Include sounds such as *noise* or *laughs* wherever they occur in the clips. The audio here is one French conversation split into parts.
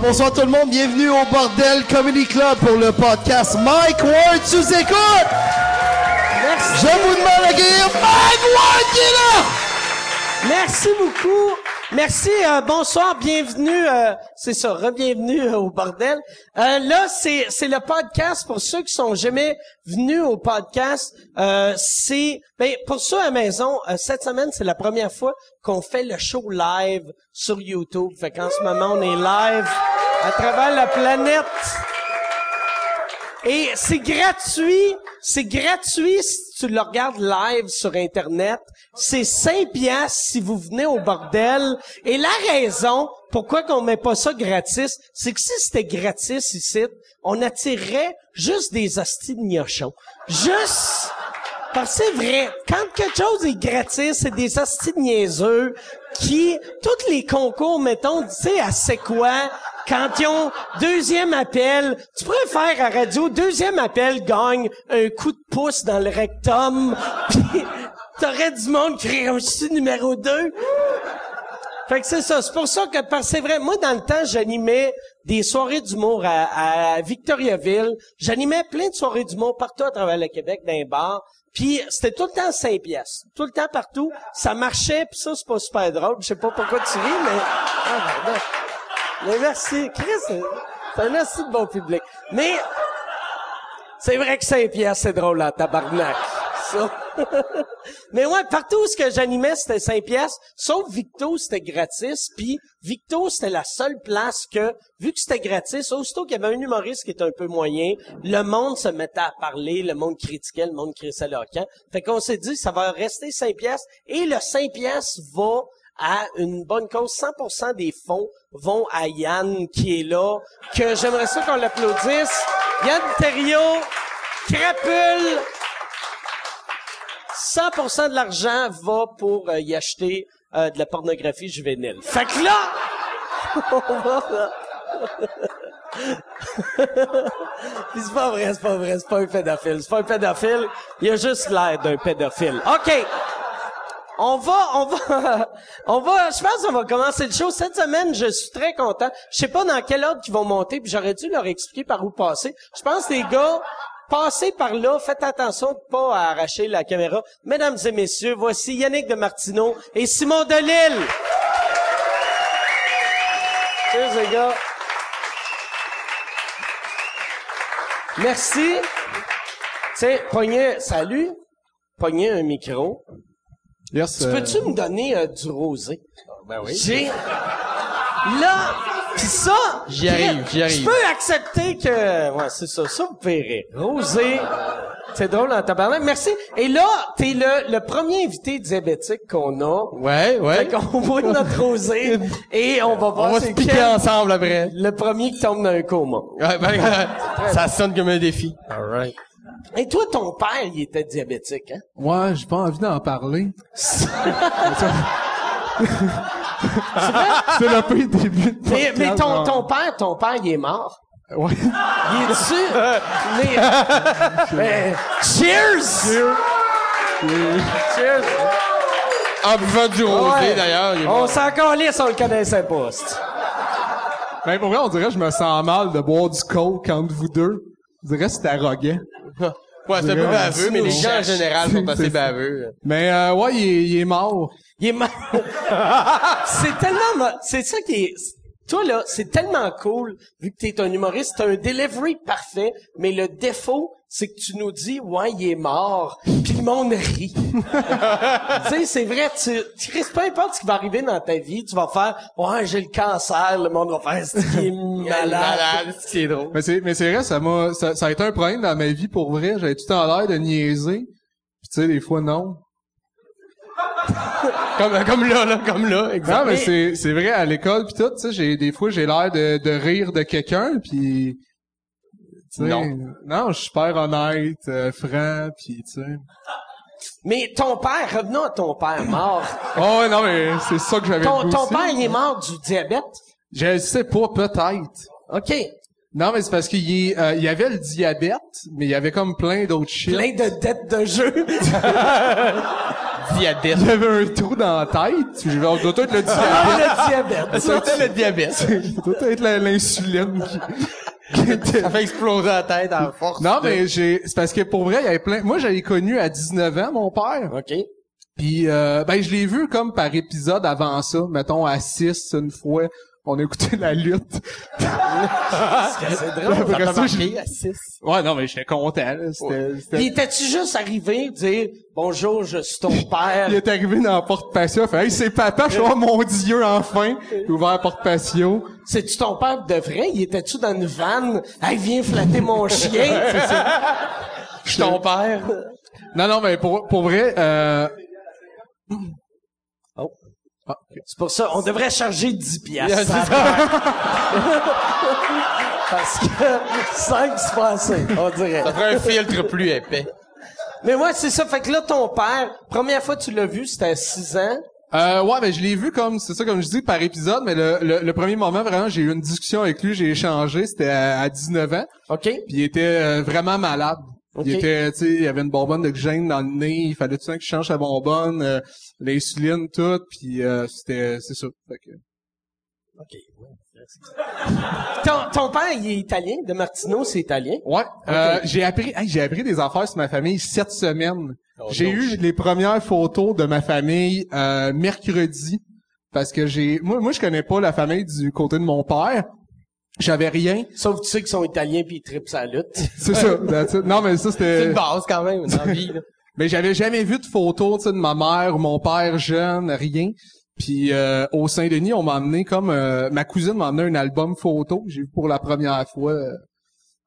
Bonsoir tout le monde, bienvenue au Bordel Comedy Club pour le podcast Mike Ward sous écoute. Merci, Je vous demande d'accueillir Mike Ward qui est là. merci beaucoup. Merci, euh, bonsoir, bienvenue. euh, c'est ça, re-bienvenue euh, au bordel. Euh, là, c'est, c'est le podcast pour ceux qui sont jamais venus au podcast. euh, c'est ben, pour ceux à la maison, euh, cette semaine, c'est la première fois qu'on fait le show live sur YouTube. Fait qu'en ce moment, on est live à travers la planète. Et c'est gratuit. C'est gratuit si tu le regardes live sur Internet. C'est 5 piastres si vous venez au bordel. Et la raison pourquoi qu'on met pas ça gratis, c'est que si c'était gratis ici, on attirerait juste des hosties de gnochons. Juste... Parce que c'est vrai, quand quelque chose est gratis, c'est des hosties de niaiseux qui, tous les concours, mettons, tu sais, à c'est quoi, quand ils ont deuxième appel, tu pourrais faire à radio, deuxième appel gagne un coup de pouce dans le rectum, *laughs* pis t'aurais du monde qui réussit numéro 2. Fait que c'est ça. C'est pour ça que, parce que c'est vrai, moi, dans le temps, j'animais des soirées d'humour à, à Victoriaville. J'animais plein de soirées d'humour partout à travers le Québec, dans les bars. Puis c'était tout le temps 5 pièces. Tout le temps, partout. Ça marchait, puis ça, c'est pas super drôle. Je sais pas pourquoi tu ris, mais... Ah, pardon. mais merci. Chris, c'est c'est un assez bon public. Mais c'est vrai que 5 pièces, c'est drôle, là, tabarnak. Ça. *laughs* Mais ouais, partout où ce que j'animais, c'était 5 pièces, sauf Victo, c'était gratis, puis Victo, c'était la seule place que, vu que c'était gratis, aussitôt qu'il y avait un humoriste qui était un peu moyen, le monde se mettait à parler, le monde critiquait, le monde crissait leur camp. Fait qu'on s'est dit, ça va rester 5 pièces, et le 5 pièces va à une bonne cause. 100% des fonds vont à Yann, qui est là, que j'aimerais ça qu'on l'applaudisse. Yann Thériault, Crapule, 100% de l'argent va pour euh, y acheter euh, de la pornographie juvénile. Fait que là, *laughs* on va... Puis c'est pas vrai, c'est pas vrai, c'est pas un pédophile, c'est pas un pédophile, il a juste l'air d'un pédophile. OK. On va, on va, *laughs* on va, je pense qu'on va commencer le show. Cette semaine, je suis très content. Je sais pas dans quel ordre ils vont monter, puis j'aurais dû leur expliquer par où passer. Je pense, les gars, passez par là, faites attention de pas arracher la caméra. Mesdames et messieurs, voici Yannick de Martineau et Simon Delille. Cheers, les gars. Merci. Tiens, pognez, salut. Pognez un micro. Yes, Tu Peux-tu me donner euh, du rosé? Ben oui. J'ai... Là, pis ça... J'y arrive, j'y arrive. Je peux accepter que... Ouais, c'est ça, ça vous verrez. Rosé, c'est drôle en tabarnak. Merci. Et là, t'es le, le premier invité diabétique qu'on a. euh, Ouais, ouais. Fait qu'on *laughs* boit notre rosé et on va voir On va c'est se piquer quel- ensemble après. le premier qui tombe dans un coma. Ouais, ben, euh, *laughs* ça sonne comme un défi. Alright. Et toi, ton père, il était diabétique, hein? Ouais, j'ai pas envie d'en parler. C'est *laughs* le peu début de Mais, mais podcast, ton, genre. ton père, ton père, il est mort. Ouais. Il est sûr. Mais, mais- É. cheers! Cheers! En buvant du rosé, Ouais. d'ailleurs. il est On mort. s'en calisse, on le connaissait pas. c'ti. Ben, pour vrai, on dirait que je me sens mal de boire du coke entre vous deux. Je dirais que c'est arrogant. Ouais, c'est un peu Vraiment, baveux, mais les sinon- gens en général sont C'est- assez c'est- baveux. Mais, euh, ouais, il est, il est mort. Il est mort. *laughs* c'est tellement... mo- C'est ça qui est... Toi, là, c'est tellement cool, vu que t'es un humoriste, t'as un delivery parfait, mais le défaut, c'est que tu nous dis « Ouais, il est mort », puis le monde rit. *laughs* tu sais, c'est vrai, tu, tu risques- peu importe ce qui va arriver dans ta vie, tu vas faire « Ouais, j'ai le cancer », le monde va faire « C'est *laughs* qu'il est malade Malade, c'est drôle. Mais c'est, mais c'est vrai, ça m'a, ça, ça a été un problème dans ma vie pour vrai. J'avais tout en l'air de niaiser. Pis tu sais, des fois, non. *laughs* Comme, comme là, là, comme là, Non, exact. mais, Mais- c'est, c'est vrai, à l'école pis tout, tu sais, j'ai, des fois, j'ai l'air de, de rire de quelqu'un pis... tu sais, Non. Non, je suis super honnête, euh, franc pis tu sais. ». Mais ton père, revenons à ton père mort. Oh ouais, non, *laughs* mais c'est ça que j'avais ton le goût ton aussi. père, il est mort du diabète. Je le sais pas, peut-être. OK. Non, mais c'est parce qu'il y, est, euh, il y avait le *laughs* diabète, mais il y avait comme plein d'autres shit. Plein de dettes de jeu. Diabète. Il y avait un trou dans la tête. Je vais on doit tout être le diabète. *laughs* Ah, le diabète. C'était le diabète. Ça doit être la- l'insuline qui, *laughs* qui était- Ça fait exploser la tête en force. Non, de- mais j'ai, c'est parce que pour vrai, il y avait plein, moi, j'avais connu à 19 ans, mon père. OK. Puis, euh, ben, je l'ai vu comme par épisode avant ça. Mettons, à 6, une fois, on a écouté la lutte. Ah, C'est Ouais, drôle. parce que Ça ça, m'a je- marqué à 6. *laughs* Ouais, non, mais j'étais content, là. C'était, c'était- Puis étais-tu juste arrivé dire bonjour, je suis *laughs* ton père? Il est arrivé dans la porte patio, il fait, hey, c'est papa, je suis oh, mon dieu, enfin! Il a ouvert la porte patio. C'est-tu ton père de vrai? Il était-tu dans une vanne? Hey, viens flatter *laughs* mon chien! Je suis ton père. Non, non, mais pour, pour vrai, euh, C'est pour ça, on devrait charger 10 Yeah, piastres. c'est *laughs* Parce que 5, c'est pas assez, on dirait. Ça ferait un filtre plus épais. Mais ouais, c'est ça. Fait que là, ton père, première fois que tu l'as vu, c'était à 6 ans. Euh, ouais, mais je l'ai vu comme, c'est ça, comme je dis, par épisode, mais le, le, le premier moment, vraiment, j'ai eu une discussion avec lui, j'ai échangé, c'était à, à 19 ans, OK? puis il était euh, vraiment malade. Ok. Il était, tu sais, il avait une bonbonne de gêne dans le nez, il fallait tout le temps qu'il change sa bonbonne, euh, l'insuline, tout, puis euh, c'était, c'est ça. Fait que- Ton, ton père, il est italien. De Martino, c'est italien. Ouais, euh, j'ai appris, hey, j'ai appris des affaires sur ma famille cette semaine. j'ai no eu les premières photos de ma famille euh, mercredi parce que j'ai, moi, moi, je connais pas la famille du côté de mon père. J'avais rien. Sauf que tu sais qu'ils sont italiens puis ils tripent sa lutte. C'est ça. that's it. Non, mais ça, C'est c'était... une base quand même, dans la vie. là. Mais j'avais jamais vu de photos tu sais, de ma mère ou mon père jeune, rien. Puis euh, au Saint-Denis, on m'a amené comme... euh, ma cousine m'a amené un album photo que j'ai vu pour la première fois. euh,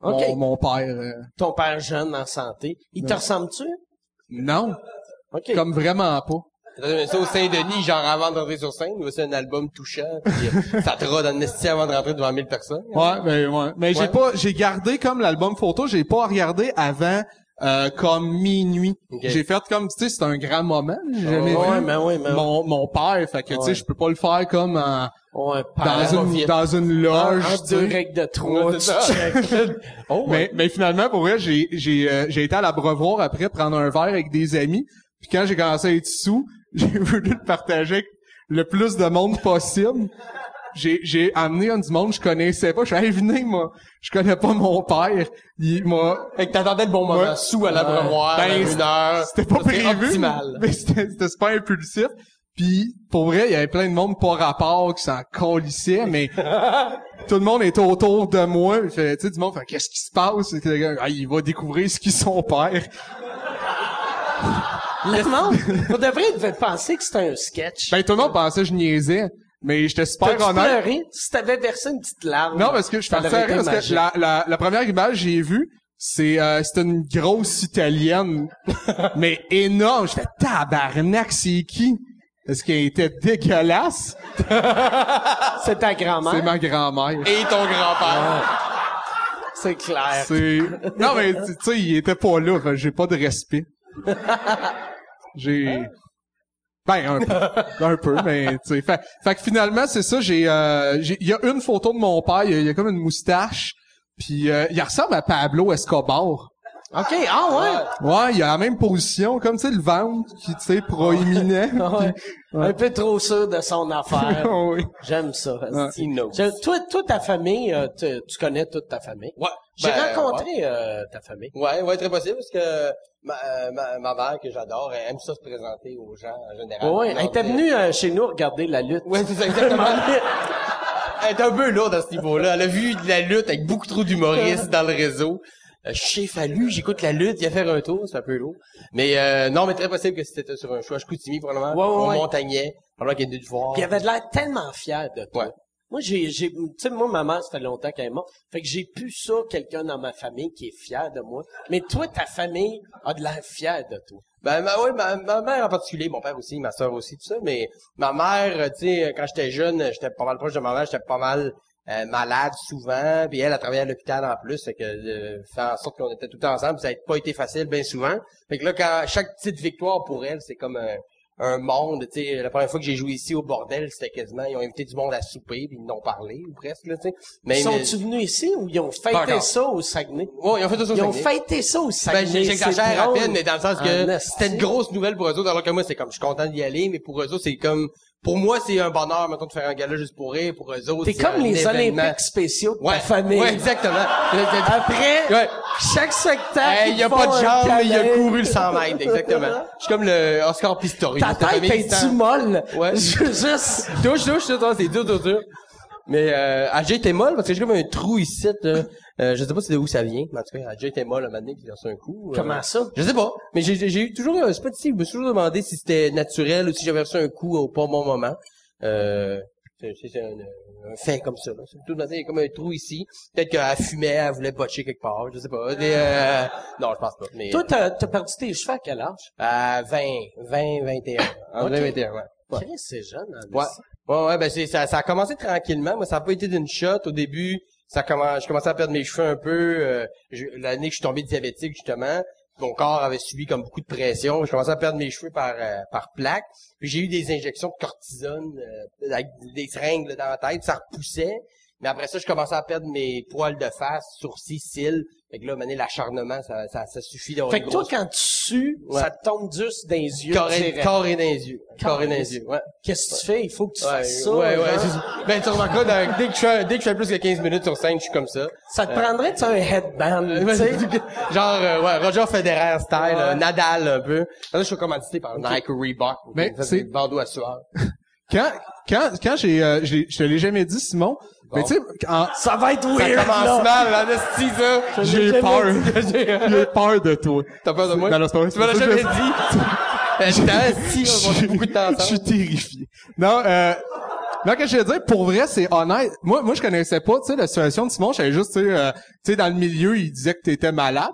mon- Ok. mon, père. euh, Ton père jeune, en santé. Il te ressemble-tu? non, OK. comme vraiment pas. Attends, mais Ça, au Saint-Denis, genre avant d'entrer sur scène, voici un album touchant, puis *laughs* euh, ça te rôde en esti avant de rentrer devant 1000 personnes. Ouais, ben ouais. Mais j'ai Ouais. pas, j'ai gardé comme l'album photo, j'ai pas regardé avant euh, comme minuit. Ok. J'ai fait comme, tu sais, c'est un grand moment. J'ai jamais ouais, vu mais ouais, mais ouais. mon mon père, fait que tu Ouais. Ah, sais, je peux pas le faire comme en- Ouais, Ah, dans père. une dans une loge. en tu sais. deux règles de trois, Ouais, tu c'est ça. *laughs* check. Oh, ouais. Mais mais finalement, pour vrai, j'ai j'ai euh, j'ai été à la Brevoir après prendre un verre avec des amis. Puis quand j'ai commencé à être sous, *laughs* j'ai voulu le partager avec le plus de monde possible. J'ai, j'ai amené un du monde que je connaissais pas. Je suis allé venez, moi. Je connais pas mon père. Il m'a Fait que t'attendais le bon moment, Ouais. sous à l'abreuvoir, Ben, à une heure. C'était pas Ça, c'est prévu. optimal. Mais c'était, c'était super impulsif. Puis, pour vrai, il y avait plein de monde pas rapport qui s'en colissait, *laughs* mais tout le monde était autour de moi. Il fait, tu sais, du monde fait, qu'est-ce qui se passe? Et le gars, ah, il va découvrir ce qu'ils sont père. Le monde, pour de vrai, il devait penser que c'était un sketch. Ben, tout le monde pensait que je niaisais, mais j'étais super T'as-tu honnête. pleuré? Si t'avais versé une petite larme. Non, parce que je suis ça parti aurait à rire, été parce que magique. la, la, la première image que j'ai vue, c'est euh, c'était une grosse *laughs* italienne, mais énorme. Je fais tabarnak, c'est qui? Est-ce qu'elle était dégueulasse? C'est ta grand-mère. C'est ma grand-mère. Et ton grand-père. C'est clair. C'est... Non, mais tu tu sais, il était pas là, fait que j'ai pas de respect. J'ai... Ben, un peu. Un peu, mais tu sais. Fait, fait que finalement, c'est ça, j'ai... euh, j'ai- Il y a une photo de mon père, il y a, il y a comme une moustache, puis euh, il ressemble à Pablo Escobar. OK, ah Ouais, il a la même position, comme tu sais, le ventre qui, tu sais, proéminent. ouais. Ah ouais. Un peu trop sûr de son affaire. Ah *laughs* oui. J'aime ça. asti. Il knows. Je- toi, toi, ta famille, euh, tu- tu connais toute ta famille. Ouais. J'ai Ben, rencontré euh, ta famille. Ouais, ouais, très possible, parce que ma, euh, ma, ma mère, que j'adore, elle aime ça se présenter aux gens, en général. ouais, ouais, elle était Donc, venue euh, chez nous regarder la lutte. Ouais, c'est ça, exactement. *laughs* elle est un peu lourde à ce niveau-là. Elle a vu de la lutte avec beaucoup trop d'humoristes dans le réseau. Euh, chez Fallu, j'écoute la lutte, il a fait un tour, c'est un peu lourd. Mais euh, non, mais très possible que c'était sur un choix. Je coutimi, probablement, Ouais, ouais, au ouais. Montagnet, probablement qu'il y a dû le voir. Puis elle avait l'air tellement fière de toi. Ouais. Moi, j'ai, j'ai, tu sais, moi, ma mère, ça fait longtemps qu'elle est morte. Fait que j'ai plus ça, quelqu'un dans ma famille qui est fier de moi. Mais toi, ta famille a de l'air fière de toi. Ben, ma, ouais, ma, ma mère en particulier, mon père aussi, ma soeur aussi, tout ça, mais ma mère, euh, tu sais, quand j'étais jeune, j'étais pas mal proche de ma mère, j'étais pas mal euh, malade souvent, puis elle, elle travaillait à l'hôpital en plus, fait que euh, faire en sorte qu'on était tout le temps ensemble, ça n'a pas été facile bien souvent. Fait que là, quand chaque petite victoire pour elle, c'est comme un, un monde, tu sais, la première fois que j'ai joué ici au bordel, c'était quasiment, ils ont invité du monde à souper, puis ils n'ont parlé, ou presque, là, tu sais. Ben, Mais, Ils Sont-tu venus ici ou ils ont fêté encore. ça au Saguenay? Ouais, ils ont fait tout ça au Ils ont Saguenay. fêté ça au Ben, Saguenay. j'ai- j'exagère à c'est peine, mais dans le sens En que esti. c'était une grosse nouvelle pour eux autres, alors que moi, c'est comme, je suis content d'y aller, mais pour eux autres, c'est comme, pour moi, c'est un bonheur, mettons, de faire un gala juste pour rire, pour eux autres. T'es c'est comme un les euh, événement. Olympiques spéciaux de Ouais. ta famille. Ouais, *laughs* exactement. Après, Ouais. chaque spectacle, Hey, il y a ils pas font de un jambe, mais il a câlin. couru le 100 mètres, *laughs* exactement. Je suis comme le Oscar Pistorius. Ta de tête famille, est-tu sans- molle? Ouais. Je veux juste... Touche, touche, touche, touche, c'est dur, dur, dur. Mais euh, AJ était molle parce que j'ai comme un trou ici. là. Euh, je sais pas c'est de où ça vient, mais en tout cas, AJ était molle un matin puis il a reçu un coup. euh, Comment ça? Je sais pas, mais j'ai- j'ai j'ai eu toujours, euh, je sais pas si, je me suis toujours demandé si c'était naturel ou si j'avais reçu un coup au pas bon moment. Euh, c'est c'est un, euh, un fait comme ça. Là. Tout le matin, il y a comme un trou ici. Peut-être qu'elle fumait, elle voulait botcher quelque part, je sais pas. Des, euh, non, je pense pas. Mais euh, Toi, t'as t'as perdu tes cheveux à quel âge? à 20, 20, 21. En 20, 21, ouais. Ouais. Chris, c'est jeune. hein, Ouais. Ouais, ouais, ben c'est ça, ça a commencé tranquillement. Moi, ça a pas été d'une shot au début. Ça commence, je commençais à perdre mes cheveux un peu. euh, je- L'année que je suis tombé diabétique justement, mon corps avait subi comme beaucoup de pression. Je commençais à perdre mes cheveux par euh, par plaque. Puis j'ai eu des injections de cortisone euh, avec des seringues dans la tête. Ça repoussait. Mais après ça, je commençais à perdre mes poils de face, sourcils, cils. Fait que là, maintenant, l'acharnement, ça, ça, ça suffit d'avoir Fait une que toi, grosse- quand tu sues, Ouais. ça te tombe juste dans les yeux. carré, direct. carré dans les yeux. Carré dans Carré. les yeux, ouais. Qu'est-ce que tu fais? Il faut que tu Ouais, fasses ça. ouais, ouais, genre. c'est ça. Ben, tu remarqueras, dans- dès, que je fais, dès que je fais plus que 15 minutes sur scène, je suis comme ça. Ça Euh. te prendrait, tu sais, un headband, tu sais? *laughs* Genre, euh, ouais, Roger Federer style, euh, Nadal un peu. Là, je suis commandité par Nike ou Reebok. Mais Vous faites Ben, c'est- des bandeaux *laughs* à sueur. Quand, quand, quand j'ai, euh, j'ai- je te l'ai jamais dit, Simon, mais tu sais, en- Ça va être Ça weird, là. commence mal, en esti, ça. j'ai peur. *laughs* j'ai peur de toi. T'as peur de moi? Non, non, c'est pas vrai, Tu me l'as c'est pas jamais ça, dit. *laughs* Euh, t'as- si, on passe beaucoup de temps Je suis ensemble. terrifié. Non, euh, non, que je veux dire, pour vrai, c'est honnête. Moi, moi, je connaissais pas, tu sais, la situation de Simon. J'avais juste, tu sais, euh, tu sais, dans le milieu, il disait que t'étais malade.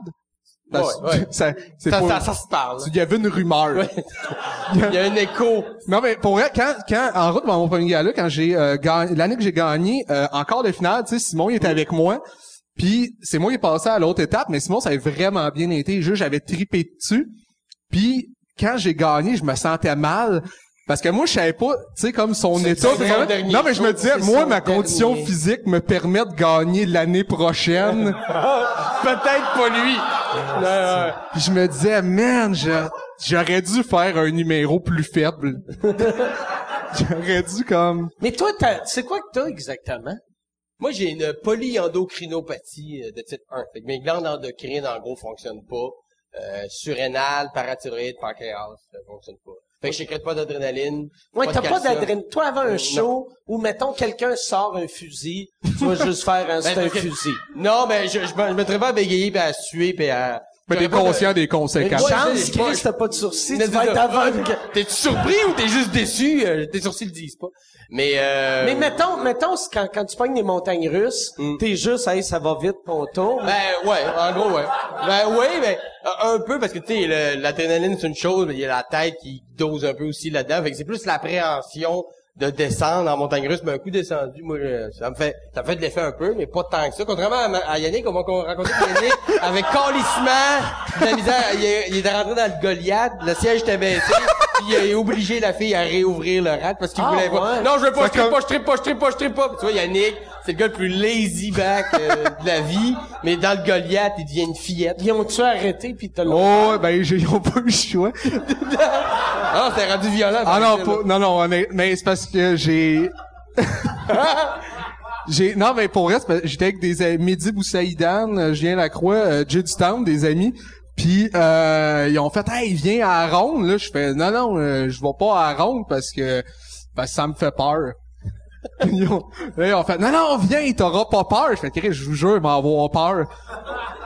Parce- Ouais, ouais. *laughs* Ça, c'est Ça, pas- ça, ça se parle. Il y avait une rumeur. Il y a un écho. euh, Non, mais pour vrai, quand, quand, en route dans mon premier gala, quand j'ai, euh, gagné- l'année que j'ai gagné, euh, en quart de finale, tu sais, Simon, il était avec moi. Puis, c'est moi qui passais à l'autre étape, mais Simon, ça avait vraiment bien été. Juste, j'avais tripé dessus. Puis, quand j'ai gagné, je me sentais mal. Parce que moi, je savais pas, tu sais, comme son C'est état. son vraiment- dernier non, mais je me jour, disais, c'est moi, son ma condition dernier. physique me permet de gagner l'année *laughs* prochaine. Peut-être pas lui. Non, non, non. Puis je me disais, man, je- j'aurais dû faire un numéro plus faible. j'aurais dû, comme, Mais toi, t'as- c'est quoi que t'as exactement? Moi, j'ai une polyendocrinopathie euh, de type 1. Fait que mes glandes endocrines, en gros, fonctionnent pas. Euh, surrénales, parathyroïdes, pancréas, ça fonctionne pas. Fait que je sécrète pas d'adrénaline. Ouais, de t'as pas calcium. d'adrénaline. Toi, avant Euh, un non. show où, mettons, quelqu'un sort un fusil, tu vas juste faire *laughs* un, c'est un parce que- fusil. Non, ben, je, je, me- je me traite pas à bégayer pis à suer pis à... Mais t'es J'aurais pas de- conscient des Une conséquences. Ouais, chance, c'est- c'est pas- Chris, t'as pas de sourcils, Mais tu vas c'est être ça. Euh, aveugle. T'es-tu surpris ou t'es juste déçu? Euh, Tes sourcils le disent pas. Mais, euh... Mais mettons, mettons, c'est quand, quand tu pognes les montagnes russes, t'es juste, hey, ça va vite, ton tour. Mm. Ben ouais, en gros ouais. Ben oui, mais un peu parce que tu sais le- l'adrénaline c'est une chose, mais il y a la tête qui dose un peu aussi là-dedans. Fait que c'est plus l'appréhension de descendre en montagne russe, mais un coup descendu, moi je- ça me fait ça me fait de l'effet un peu, mais pas tant que ça. Contrairement à, ma- à Yannick, on m'a con- raconté que Yannick *laughs* avec calissement, de la misère, il, est- il était rentré dans le Goliath, le siège était baissé, *laughs* puis il a obligé la fille à réouvrir le rat parce qu'il Ah, voulait pas. ouais. Non, je veux pas, je Fait trippe comme- pas, je trippe pas, je trippe pas, je trippe pas. Puis Tu vois, Yannick, c'est le gars le plus lazy back euh, de la vie, mais dans le Goliath, il devient une fillette. Ils ont-tu arrêté puis t'as Oh, ouais, ben, j'ai, ils ont pas eu le choix. Ah, c'est rendu violent. Ah non, pour... pas- non, non, on est- mais c'est parce que j'ai... j'ai, non, mais pour vrai, c'est parce que j'étais avec des amis, Mehdi Boussaïdan, euh, Julien Lacroix, euh, Jay Dutown, des amis. Puis, euh, ils ont fait, hey, viens à Ronde, là. Je fais, non, non, euh, je vais pas à Ronde parce que, parce que ça me fait peur. *laughs* ils ont, là, ils ont fait, non, non, viens, t'auras pas peur. Je fais, Chris, je vous jure, il va avoir peur.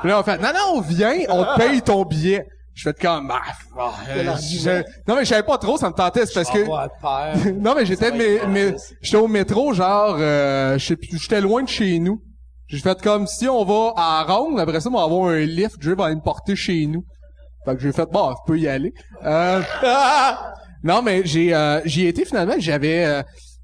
Puis là, on fait, non, non, viens, on te paye ton billet. Je fais de comme, ah, ah, euh, je- non, mais je savais pas trop, ça me tentait, c'est parce que, Avoir peur. *laughs* non, mais j'étais, mais, mais, j'étais au métro, genre, euh, je sais plus, j'étais loin de chez nous. J'ai fait comme, si on va à Ronde, après ça, on va avoir un lift, je vais me porter chez nous. Fait que j'ai fait, bon, je peux y aller. Euh, *laughs* non, mais j'ai, euh, j'y ai été finalement, j'avais, euh,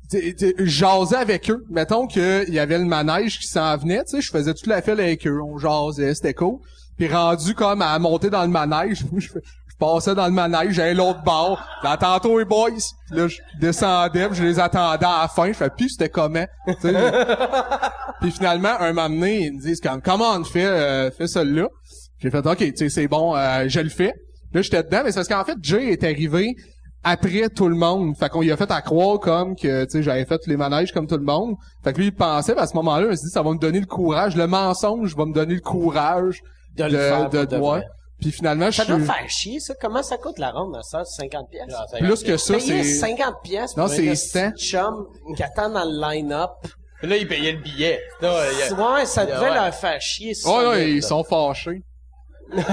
t'sais, t'sais, jasé avec eux. Mettons qu'il y avait le manège qui s'en venait, tu sais, je faisais toute la fête avec eux, on jasait, c'était cool. Puis rendu comme à monter dans le manège, *laughs* je fais, passais dans le manège, j'allais l'autre bord, dans tantôt les boys, Puis là, je descendais, puis je les attendais à la fin, je fais puis c'était comment, *laughs* Tu sais, puis finalement, un moment donné, ils me disent comme comment on fait euh, fais celui-là. J'ai fait OK, tu sais, c'est bon, euh, je le fais. Là, j'étais dedans, mais c'est parce qu'en fait, Jay est arrivé après tout le monde. Fait qu'on lui a fait à croire comme que tu sais, j'avais fait les manèges comme tout le monde. Fait que lui, il pensait, puis à ce moment-là, il s'est dit ça va me donner le courage. Le mensonge va me donner le courage De le faire de, pour de ouais. vrai. Puis finalement, je Ça suis doit faire chier, ça. Comment ça coûte la ronde à ça? 50 pièces? Ah, plus que ça, Payer c'est 50 pièces Non, pour c'est un cent. petit chum qui attend dans le line-up. Là, il payait le billet. Non, euh, il y a- Ouais, ça il y a- devait Oh, ouais. leur faire chier. ça, Ouais, ouais, là. ils sont fâchés. Fait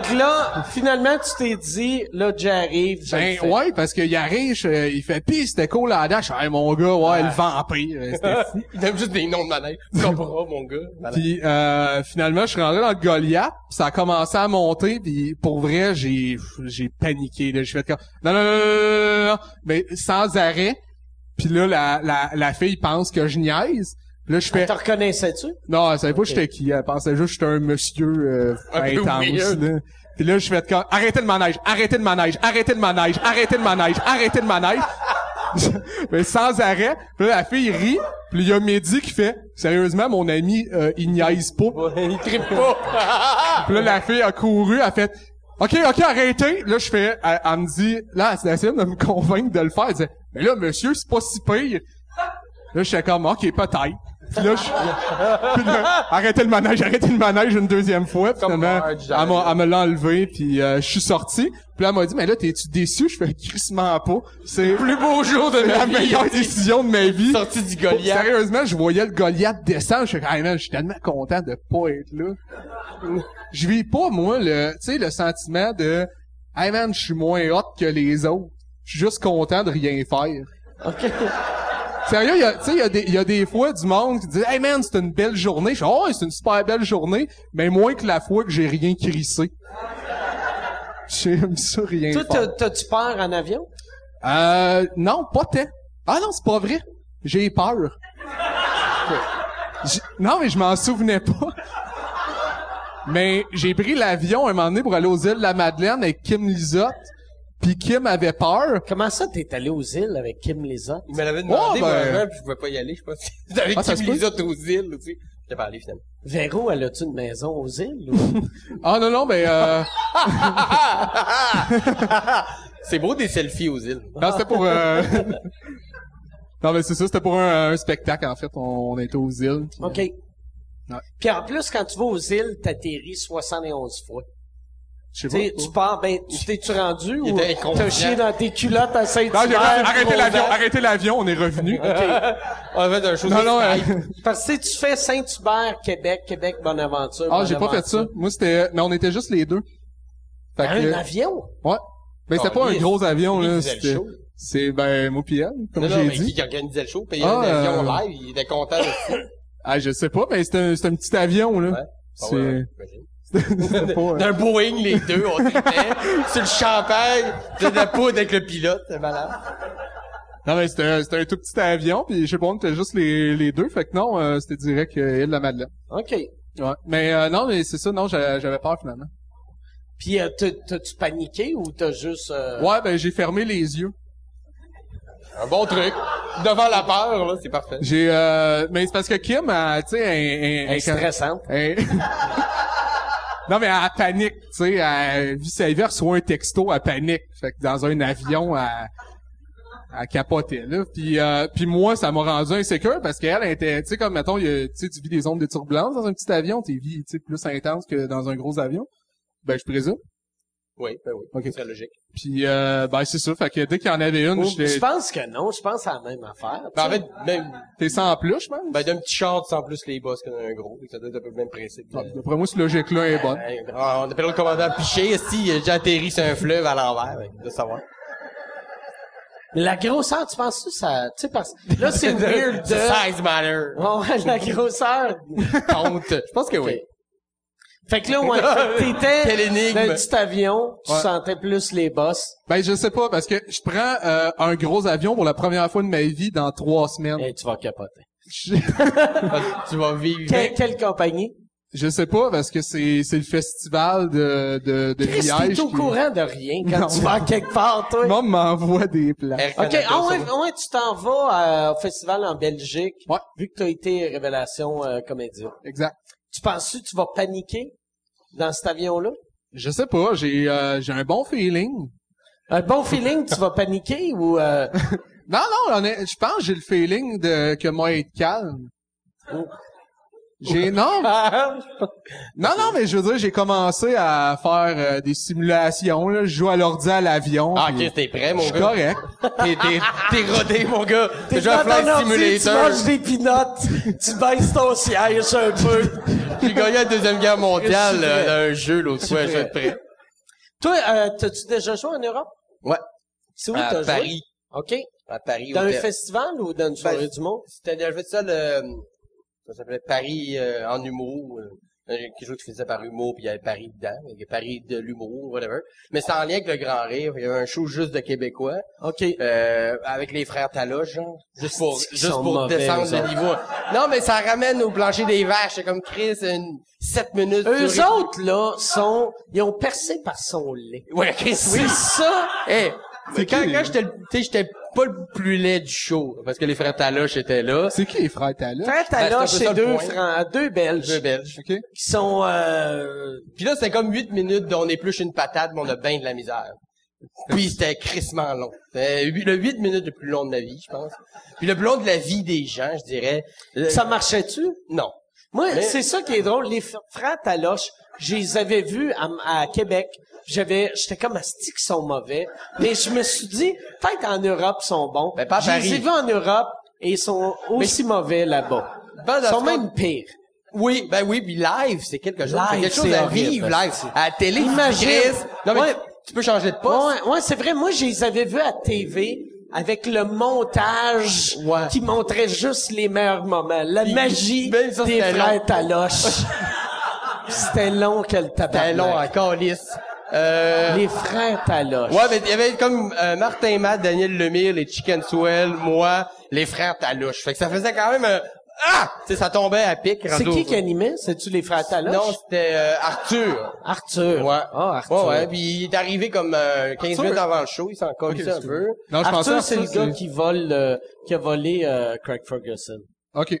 que là, finalement, tu t'es dit, là, j'arrive, je Ben le fais. ouais, parce qu'il arrive, je- il fait pis c'était cool la dash. Hey, mon gars, ouais, le vampire, euh, c'était *laughs* fou. Il aime juste des noms de manège. Tu *laughs* comprends, mon gars. Voilà. Puis euh, finalement, je suis rentré dans le Goliath, pis ça a commencé à monter, puis pour vrai, j'ai j'ai paniqué là, j'ai fait comme non non non, non, non, non, non, non. mais sans arrêt. Puis là la, la la fille pense que je niaise. Puis là je fais Te Ah, reconnaissais-tu? non, elle savait pas que j'étais qui, elle pensait juste que j'étais un monsieur euh, Un peu intense. weird. là. Puis là je fais comme arrêtez le manège, arrêtez le manège, arrêtez le manège, arrêtez le manège, arrêtez le manège. *laughs* mais sans arrêt. Puis là, la fille rit. Puis il y a Mehdi qui fait « Sérieusement, mon ami, euh, il niaise pas. Il tripe pas. Puis là, la fille a couru, a fait OK, OK, arrêtez. Là, je fais, elle, elle me dit, là, elle essaie de me *laughs* convaincre de le faire. Elle disait, mais là, monsieur, c'est pas si pire. Là, j'étais comme, OK, peut-être. Puis là, je- *laughs* puis là, arrêtez le manège, arrêtez le manège une deuxième fois. Puis Comme finalement, Marge, elle, m'a- elle me l'a enlevé, puis euh, je suis sorti. Puis là, elle m'a dit, mais là, t'es-tu déçu? Je fais, crissement pas. C'est Plus beau jour de la ma vie. meilleure décision de ma vie. Sorti du Goliath. Sérieusement, je voyais le Goliath descendre, je suis hey man, je suis tellement content de pas être là. Je vis pas moi le, tu sais le sentiment de hey man, je suis moins hot que les autres. Je suis juste content de rien faire. *laughs* OK. Sérieux, il y a- tu sais, il y a des, il y a des fois du monde qui dit, hey man, c'est une belle journée. Je fais, oh, c'est une super belle journée, mais moins que la fois que j'ai rien crissé. J'aime ça rien Toi, faire. t'as- t'as-tu peur en avion? Euh, non, pas tant. Ah non, c'est pas vrai. J'ai peur. J- Non, mais je m'en souvenais pas. Mais j'ai pris l'avion un moment donné pour aller aux îles de la Madeleine avec Kim Lizotte. Puis Kim avait peur. Comment ça, t'es allé aux îles avec Kim Lézard? Il me l'avait demandé, Ouais, ben- moi, avant, puis je pouvais pas y aller, je pense. *laughs* J'étais avec Ah, ça Kim se peut. Lizotte aux îles, tu sais. J'étais pas allé, finalement. Véro, elle a-tu une maison aux îles? *laughs* ou- Ah non, non, mais... Euh, Ah, *laughs* C'est beau des selfies aux îles. non, c'était pour... euh, non, mais c'est ça, c'était pour un, un spectacle, en fait. On, on était aux îles. puis- OK. Puis en plus, quand tu vas aux îles, t'atterris 71 fois. Je sais Tu sais, pas. tu pars, ben, tu t'es-tu rendu ou était inconscient. t'as chié dans tes culottes à saint Non, j'ai arrêtez gros l'avion, vent. arrêtez l'avion, on est revenu. On avait un show Non, sur non, Skype. euh, ben, Parce que tu sais, tu fais Saint-Hubert, Québec, Québec, Bonaventure. Ah, j'ai pas Bonaventure. fait ça. Moi, c'était... Mais on était juste les deux. Fait Un que- avion? Ouais. Mais c'était Oh, pas un yes. gros avion, Qui là. faisait le c'était- show? C'est, ben, moi pis elle, comme Non, non, j'ai mais dit. qui organisait le show, payait Ah, un avion euh, live, il était *laughs* content aussi. Ah, je sais pas, mais c'était un, c'était un petit avion, là. Ouais. Ah C'est, ouais, j'imagine. *laughs* c'était pas, euh, D'un Boeing, les deux, on tripait. *laughs* sur le champagne, de la poudre avec le pilote, c'est malade. non, mais c'était, un- c'était un tout petit avion, pis je sais pas, on était juste les, les deux, fait que non, euh, c'était direct, euh, Île de la Madeleine. OK. Ouais. Mais, euh, non, mais c'est ça, non, j'a- j'avais peur, finalement. Puis euh, t'as- t'as-tu paniqué ou t'as juste... euh, Ouais, ben, j'ai fermé les yeux. Un bon truc. Devant la peur, là, c'est parfait. J'ai, euh, mais c'est parce que Kim, elle, tu sais, elle- elle- elle est elle- quand- stressante. Hey. *laughs* non, mais elle panique, tu sais, elle vit sa vie, elle reçoit un texto, elle panique. Fait que dans un avion, elle, elle capotait, là. Puis, euh, puis moi, ça m'a rendu insécure parce qu'elle elle était, tu sais, comme, mettons, il y a- tu sais, tu vis des ondes de turbulence dans un petit avion, tu vis, tu sais, plus intense que dans un gros avion. Ben, je présume. Oui, ben oui. Ok. C'est logique. Puis, euh, ben, c'est ça. Fait que dès qu'il y en avait une, Ou- j'étais- Je pense que non, je pense à la même affaire. Ben, en fait, même, t'es sans plus, je pense. ben, d'un petit short sans plus les bosses que d'un gros. Ça doit être un peu le même principe. Ah, D'après moi, cette logique-là est bonne. Ouais, ah, on appelle le commandant Piché. Si euh, j'ai atterri sur un fleuve à l'envers, ben, de savoir. Mais la grosseur, tu penses que ça... Tu sais, parce là, *laughs* c'est weird de... Size matter. Bon, la grosseur. Compte. Je pense que oui. Fait que là, ouais, fait que Quelle t'étais énigme. dans un petit avion, tu Ouais. sentais plus les bosses. Ben, je sais pas, parce que je prends euh, un gros avion pour la première fois de ma vie dans Eh. trois semaines. Et tu vas capoter. Je- *laughs* Ah, Tu vas vivre. Que- quelle compagnie? Je sais pas, parce que c'est, c'est le festival de, de, de Chris, Liège. t'es au qui- *laughs* courant de rien quand Non. tu vas quelque part, toi. Mon homme m'envoie des plans. Air OK, Canada, ah ouais, ça va. ouais, tu t'en vas euh, au festival en Belgique, Ouais. vu que tu as été révélation euh, comédien. Exact. Tu penses-tu que tu vas paniquer dans cet avion-là? Je sais pas, j'ai, euh, j'ai un bon feeling. Un bon feeling, tu vas paniquer ou... euh, Non, non, on est- je pense que j'ai le feeling de que moi être calme. Oh. J'ai *laughs* non, ah, non, non, mais je veux dire, j'ai commencé à faire euh, des simulations. Là. Je joue à l'ordi à l'avion. Ah, puis ok, t'es prêt, Je mon suis gars? correct. T'es, t'es, t'es rodé, mon gars. T'es dans déjà ton Flight ordi, Tu Simulator. manges des pinottes, tu baisses ton siège un peu. J'ai gagné la Deuxième Guerre mondiale Je suis prêt. euh, dans un jeu l'autre fois. Je suis prêt. Toi, euh, t'as-tu déjà joué en Europe? Ouais. C'est où À t'as joué? Paris. OK. À Paris. Dans au Ben, un Ter- festival ou dans une soirée du monde? C'était le festival, euh, ça s'appelait Paris euh, en humour. Euh, euh, quelque chose qui faisait par humour, puis il y avait Paris dedans. Il y avait Paris de l'humour, whatever. Mais c'était en lien avec le Grand Rire. Il y avait un show juste de Québécois. OK. Euh, avec les frères Taloche, genre. Juste pour, C'est qu'ils juste sont pour mauvais, descendre eux le autres. niveau. Non, mais ça ramène au plancher des vaches. C'est comme Chris, une 7 minutes. Eux sur- autres, là, sont... Ils ont percé par son lait. Ouais, Chris. C'est ça! Hey, C'est quand, qui, quand les- j'étais, le- tu sais, j'étais pas le plus laid du show, parce que les frères Taloche étaient là. C'est qui les frères Talat? Frère Taloche, Ben, c'est c'est un peu ça le deux point. francs, deux Belges Deux Belges. Ok. qui sont euh, Puis là, c'était comme 8 minutes dont on épluche une patate, mais on a bien de la misère. Puis c'était crissement long. C'était huit- le 8 minutes le plus long de la vie, je pense. Puis le plus long de la vie des gens, je dirais. Euh, Ça marchait-tu? Non. Moi, Mais- c'est ça qui est drôle. Les fr- frères Taloche, je les avais vus à, à Québec. J'avais, j'étais comme asti qu'ils sont mauvais. Mais je me suis dit, peut-être en Europe, ils sont bons. Mais Ben, pas à je Paris. les ai vus en Europe et ils sont aussi mauvais là-bas. Ben, ils dans sont ce même pires. Oui, ben oui, puis live, c'est quelque chose. C'est Live, quelque chose c'est à horrible, vivre, parce live. À la télé, Imagine. Chris. Non, mais Ouais. tu- tu peux changer de poste. Ouais, ouais, c'est vrai. Moi, je les avais vus à TV avec le montage Ouais. qui montrait juste les meilleurs moments. La Puis, magie ben, ça, des c'était frères long. *laughs* Taloche. c'était long que le C'était long tabarnak. encore, lisse. Euh, Les frères Taloche. ouais, mais il y avait comme, euh, Martin Matt, Daniel Lemire, les Chicken Swell, moi, les frères Talouche. Fait que ça faisait quand même, euh, ah! Tu sais, ça tombait à pic. C'est rendu au- qui qui animait? C'est-tu les frères Taloche? Non, c'était, euh, Arthur. Arthur. Ouais. Ah, Arthur. Ouais, ouais. Puis il est arrivé comme euh, 15 Arthur. minutes avant le show, il s'en colle un excuse-moi. peu. Non, je pensais à Arthur, c'est le ça, gars qui vole, euh, qui a volé euh, Craig Ferguson. Ok.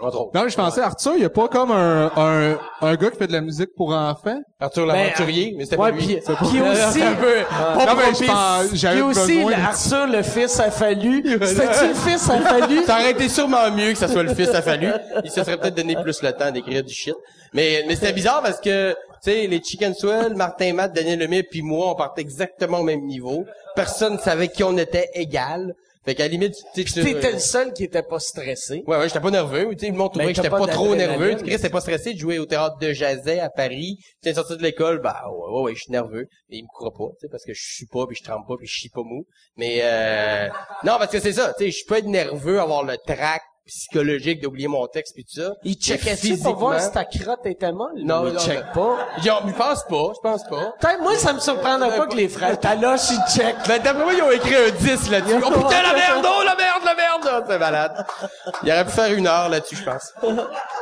Entre autres. Non, mais je pensais, Arthur, il y a pas comme un, un, un gars qui fait de la musique pour enfants? Arthur l'aventurier, mais c'était Ben, ouais, pas lui. puis- C'est pas- puis aussi- C'est *laughs* un peu, pas non, mais propice. je pense, j'avais Puis aussi, besoin le de- Arthur, le fils a fallu. *laughs* C'était-tu le fils a fallu? Ça aurait été sûrement mieux que ça soit le fils à Fallu. Il se serait peut-être donné plus le temps d'écrire du shit. Mais, mais c'était bizarre parce que, tu sais, les Chicken Swell, Martin Matt, Daniel Lemay puis moi, on partait exactement au même niveau. Personne ne savait qui on était égal. Fait qu'à la limite, tu sais, tu- T'étais le seul qui était pas stressé. Ouais, ouais, j'étais pas nerveux. Tu sais, le monde trouvait Ben, que j'étais t'as pas, pas trop d'adrénaline. nerveux. Chris, t'es pas stressé de jouer au théâtre de Jazet à Paris. Tu viens de sortir de l'école, bah ouais, ouais, ouais, je suis nerveux. Et il me croit pas, tu sais, parce que je suis pas, puis je tremble pas, puis je chie pas mou. Mais euh, non, parce que c'est ça, tu sais, je peux être nerveux, avoir le trac psychologique d'oublier mon texte puis tout ça. Il checkait-tu physiquement- pour voir si ta crotte était molle? Non, il non, check non. pas. Genre, je pense pas, je pense pas. Peut-être, moi, ça me surprendrait pas que les *laughs* frères Taloche, ils check. Ben, d'après moi, ils ont écrit un 10 là-dessus. Oh putain, la merde, oh la merde, la merde! C'est malade. Il aurait pu faire une heure là-dessus, je pense.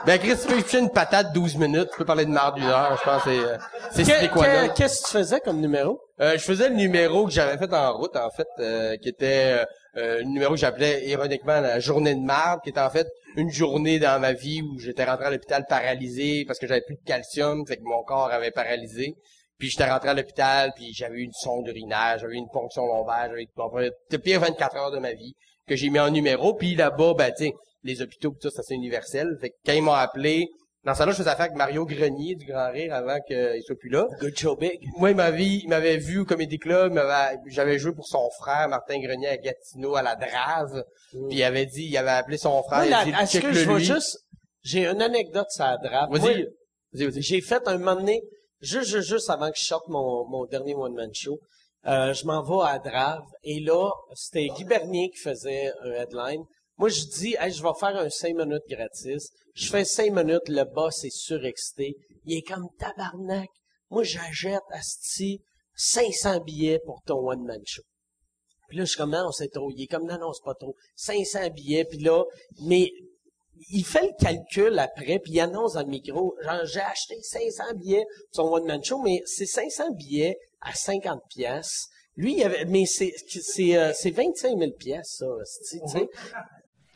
Ben, Chris, tu peux éplucher une patate 12 minutes, tu peux parler de marde une heure, je pense, c'est, euh, c'est Que- c'est quoi là. que- Qu'est-ce que tu faisais comme numéro? Euh, je faisais le numéro que j'avais fait en route, en fait, euh, qui était euh, euh, le numéro que j'appelais ironiquement la journée de marde, qui était en fait une journée dans ma vie où j'étais rentré à l'hôpital paralysé parce que j'avais plus de calcium, fait que mon corps avait paralysé. Puis j'étais rentré à l'hôpital, puis j'avais eu une sonde urinaire, j'avais eu une ponction lombaire, j'avais eu bon, bref, le pire 24 heures de ma vie que j'ai mis en numéro. Puis là-bas, ben, tu sais, les hôpitaux, pis tout ça, c'est assez universel. Fait que quand ils m'ont appelé, dans ce là je faisais affaire avec Mario Grenier du Grand Rire avant qu'il soit plus là. Good show big. Moi, il m'avait, il m'avait vu au Comedy Club, il m'avait- j'avais joué pour son frère, Martin Grenier, à Gatineau, à la Drave. Puis il avait dit, il avait appelé son frère, Mm. Moi, il la- a dit, est-ce que check-le je vais lui. juste... J'ai une anecdote sur la draft. Vas-y. Moi, Vas-y, vas-y. j'ai fait un moment donné, juste, juste, juste avant que je sorte mon, mon dernier one-man show, euh, je m'en vais à Drave. Et là, c'était Guy Bernier qui faisait un headline. Moi, je dis, hey, je vais faire un 5 minutes gratis. Je fais 5 minutes, le boss est surexcité. Il est comme tabarnak. Moi, j'achète, asti, 500 billets pour ton one-man show. Puis là, je suis comme, non, c'est trop. Il est comme, non, non, c'est pas trop. 500 billets, puis là, mais il fait le calcul après, puis il annonce dans le micro, genre, j'ai acheté 500 billets pour son one-man show, mais c'est 500 billets à 50 pièces. Lui, il avait, mais c'est, c'est, euh, c'est 25 000 pièces, ça, c'est- tu Mhm. sais.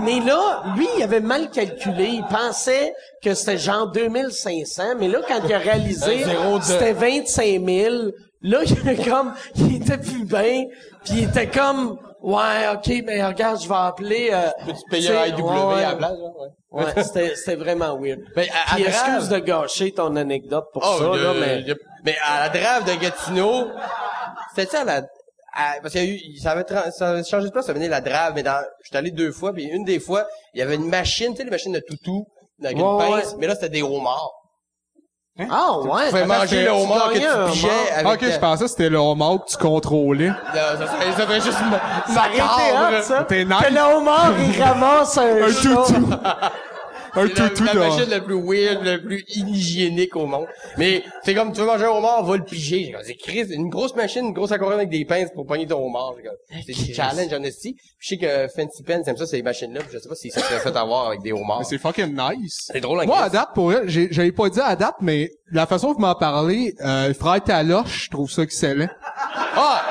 Mais là, lui, il avait mal calculé. Il pensait que c'était genre 2500, mais là, quand il a réalisé Euh, Zéro de- c'était 25 000, là, il a comme, il était plus bien, puis il était comme, ouais, ok, mais regarde, je vais appeler... euh, Peux-tu payer tu sais, un IW ouais, à la ouais. place, hein? genre, ouais. Ouais, c'était, c'était vraiment weird. Ben, à- à Puis Grave- excuse de gâcher ton anecdote pour Oh, ça, le- là, mais... le- mais à la drave de Gatineau, c'était ça la, à- parce qu'il y a eu, ça avait, tra- ça avait changé de place, ça venait la drave, mais dans, j'étais allé deux fois, puis une des fois, il y avait une machine, tu sais, les machines de toutou, avec une Ouais, pince, ouais. mais là, c'était des homards. Ah, ouais! Tu pouvais attends, manger tu- le tu homard que gagnais un tu pigeais homard. avec Ah, euh, ok, je pensais que c'était le homard que tu *laughs* contrôlais. Non, ça serait, ça serait juste ma- Ça aurait été macabre. hot, hein, ça! T'es nice. Que le homard, il ramasse *laughs* un, Un chat. toutou. un C'est la- toutou la, dehors. machine la plus weird, la plus inhygiénique au monde. Mais c'est comme tu veux manger un homard, va le piger. J'ai comme, C'est Chris, une grosse machine, une grosse aquarium avec des pinces pour pogner ton homard. J'ai comme, Ah, C'est des challenge en esti. Puis Je sais que Fancy Pants aime ça ces machines-là. puis Je sais pas si ça serait fait avoir avec des homards. Mais c'est fucking nice. C'est drôle, hein, Moi, Chris? à date, pour elle, j'ai- j'avais pas dit à date, mais la façon que vous m'en parlez, euh, frère Taloche, je trouve ça excellent. Ah!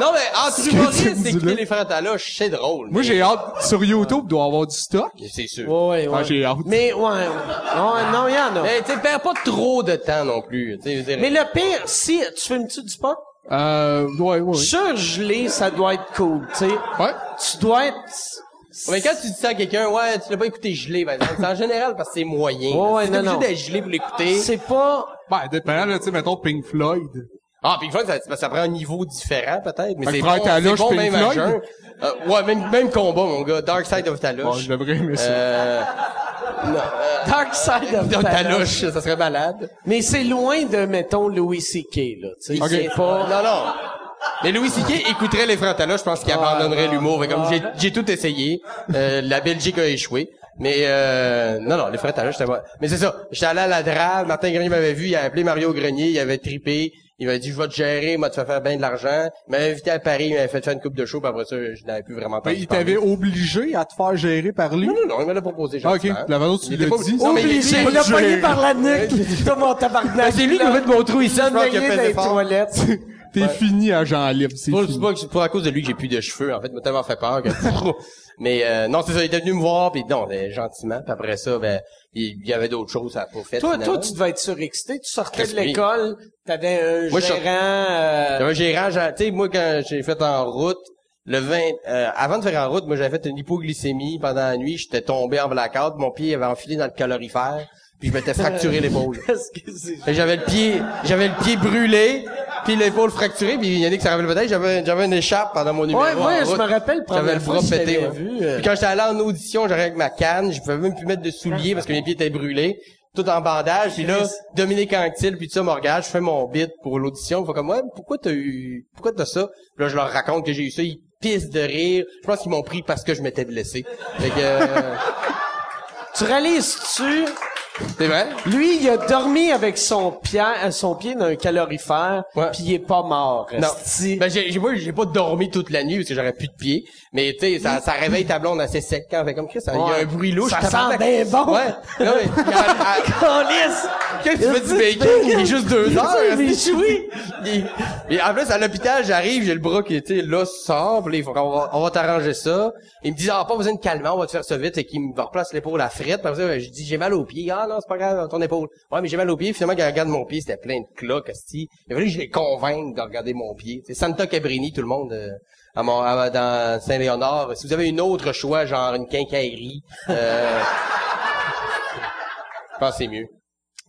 Non mais entre que tu me humoristes, dis écouter là? les frères Taloche, c'est drôle. Moi, mais- j'ai hâte, sur YouTube, il doit avoir du stock. C'est sûr. Ouais, ouais. Ah, j'ai hâte. Mais, ouais, ouais. Ouais, non, il y en a. Mais tu sais, perds pas trop de temps non plus. tu sais, je veux dire- Mais le pire, si tu fumes-tu du pot, Euh, ouais, ouais, ouais. surgelé, ça doit être cool, tu sais. Ouais. Tu dois être... Mais quand tu dis ça à quelqu'un, ouais, tu l'as pas écouté gelé, par exemple. C'est en général parce que c'est moyen. Ouais, ouais, si t'es non, obligé non. d'être gelé pour l'écouter. C'est pas... Ben, dépendant, là, tu sais, mettons Pink Floyd. Ah, Pink Floyd, ça, parce que ça prend un niveau différent, peut-être, Fait mais que c'est bon, frère c'est Talouche, bon Pink même à Floyd? jeun. Euh, ouais, même, même combat, mon gars. Dark Side of Bon, Talouche. je devrais aimer ça. Euh, euh, Dark Side of Dark Thanos. Talouche, ça serait malade. Mais c'est loin de, mettons, Louis C.K., là, tu sais. Ok. C'est pas... Non, non. Mais Louis C.K. écouterait les frères Talouche, je pense qu'il Ah. abandonnerait l'humour. Fait Comme j'ai, j'ai tout essayé, euh, la Belgique a échoué. Mais euh, non, non, les frères Talouche, c'était pas... Mais c'est ça, j'étais allé à la drave, Martin Grenier m'avait vu, il a appelé Mario Grenier, il avait trippé, il m'a dit « Je vais te gérer, il m'a te fait faire bien de l'argent. » Il m'avait invité à Paris, il m'avait fait faire une coupe de show, puis après ça, je n'avais plus vraiment Ben, entendu il parler. t'avait obligé à te faire gérer par lui. Non, non, non, il me l'a proposé. Ah, ok. gentiment. La façon dont tu Il était l'as pas- dit, Non, mais il Obligé, était- il l'a pogné par la nuque. T'as mon tabarnak. Ben, c'est lui qui m'a fait de mon trou ici, je pense qu'il Nagné a fait dans les l'effort. toilettes. T'es fini à Jean Libre, c'est Pour, fini. c'est pas que c'est pour à cause de lui que j'ai plus de cheveux, en fait. Il m'a tellement fait peur que... mais euh, non, c'est ça, il était venu me voir, puis non, ben, gentiment. Puis après ça, ben, il il y avait d'autres choses à pas faire. Toi, toi, tu devais être surexcité. Tu sortais de Presque oui. l'école, t'avais un Moi, je gérant... sortais- euh, *laughs* un gérant, genre, tu sais, moi, quand j'ai fait en route, le 20... euh, avant de faire en route, moi, j'avais fait une hypoglycémie pendant la nuit. J'étais tombé en blackout. Mon pied avait enfilé dans le calorifère. Puis je m'étais fracturé l'épaule. Qu'est-ce que c'est? Fait que J'avais le pied, j'avais le pied brûlé, puis l'épaule fracturée, puis Yannick ça rappelle peut-être, j'avais j'avais une écharpe pendant mon numéro. Ouais, en ouais, je route. me rappelle, J'avais première le fois bras que je pété. t'avais ouais. vu, euh. Puis quand j'étais allé en audition, j'arrivais avec ma canne, je pouvais même plus mettre de souliers parce que mes pieds étaient brûlés, tout en bandage. Puis là, Dominique Anctil, puis tout ça, me regarde, je fais mon bit pour l'audition. Ils font comme, ouais, pourquoi t'as eu, pourquoi t'as ça? Puis là, je leur raconte que j'ai eu ça, ils pissent de rire. Je pense qu'ils m'ont pris parce que je m'étais blessé. Fait que, euh, *laughs* Tu réalises-tu? c'est vrai? Lui, il a dormi avec son pied, euh, son pied dans un calorifère, Ouais. puis il est pas mort. Non. esti. Ben, j'ai, j'ai pas, j'ai pas dormi toute la nuit parce que j'aurais plus de pieds. Mais, tu sais, ça, ça réveille ta blonde assez sec quand fait comme Chris. ça- Il y Ouais. a un bruit louche. Ça tabarnak. sent bien bon. Ouais. Non, mais, quand- Câlisse! Qu'est-ce que tu fais du bacon? Il est juste deux heures. Mais oui. Et, et en plus, à l'hôpital, j'arrive, j'ai le bras qui était là, sort, puis là, il faut qu'on va, on va t'arranger ça. Ils me disent, ah, pas besoin de calmer, on va te faire ça vite, et qu'ils me replacent l'épaule à frette. Puis après ça, je dis, j'ai mal aux pieds. Ah, Ah non, c'est pas grave, ton épaule. Ouais, mais j'ai mal au pied. Finalement, quand elle regarde mon pied, c'était plein de cloques, esti. Il a fallu que je les convainque de regarder mon pied. C'est Santa Cabrini, tout le monde, euh, à mon, à- dans Saint-Léonard. Si vous avez une autre choix, genre une quincaillerie, euh, *laughs* je pense que c'est mieux.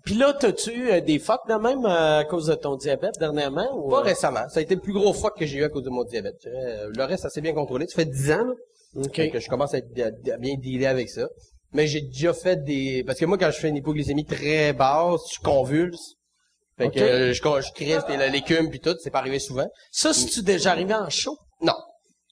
Puis là, t'as-tu eu euh, des fucks de même euh, à cause de ton diabète dernièrement? Ou, Pas euh, récemment. Ça a été le plus gros fuck que j'ai eu à cause de mon diabète. Je dirais, euh, Le reste, ça s'est bien contrôlé. Ça fait 10 ans, là. OK. Fait que je commence à, être- à- à bien dealer avec ça. Mais j'ai déjà fait des... Parce que moi, quand je fais une hypoglycémie très basse, je convulse. Fait que euh, je, con- je crève, puis la légume, puis tout. C'est pas arrivé souvent. Ça, c'est-tu déjà arrivé en *laughs* show? Non.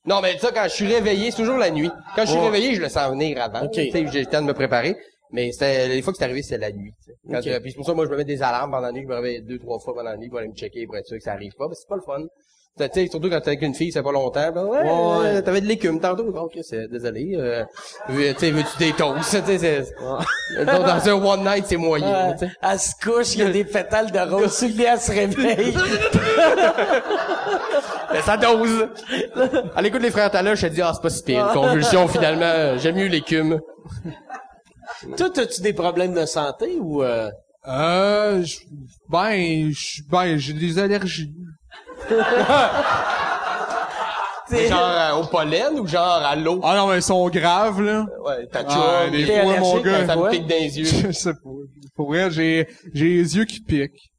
Non, mais ça, quand je suis réveillé, c'est toujours la nuit. Quand je suis réveillé, je le sens venir avant. Oh. Ok. Tu sais, J'ai le temps de me préparer. Mais c'était les fois que c'est arrivé, c'était la nuit. tu sais. Quand, Ok. euh, puis c'est pour ça que moi, je me mets des alarmes pendant la nuit. Je me réveille deux, trois fois pendant la nuit pour aller me checker pour être sûr que ça arrive pas. Mais c'est pas le fun. Tu sais, surtout quand t'es avec une fille, c'est pas longtemps. Ben ouais, euh, t'avais de l'écume tantôt. Donc, c'est désolé. Euh, veux- tu sais, veux-tu des toasts? Tu sais, c'est- Donc, dans un one night, c'est moyen. Ah, tu sais. Euh, elle se couche, il y a des pétales de rose sur le lit, elle se réveille. *laughs* Ben, ça dose. À l'écoute des frères Taloche, elle dit, ah, c'est pas si pire. Convulsion, finalement. euh, J'aime mieux l'écume. Toi, t'as-tu des problèmes de santé ou... euh, Euh, je- ben, je- ben, j'ai des allergies. Mais genre euh, au pollen ou genre à l'eau? Ah non, mais elles sont graves, là. *laughs* Ouais, t'as Ah, des t'es fois, mon allergique, gars, hein, ça ouais. me pique dans les yeux. je sais pas. Pour vrai, j'ai, j'ai les yeux qui piquent.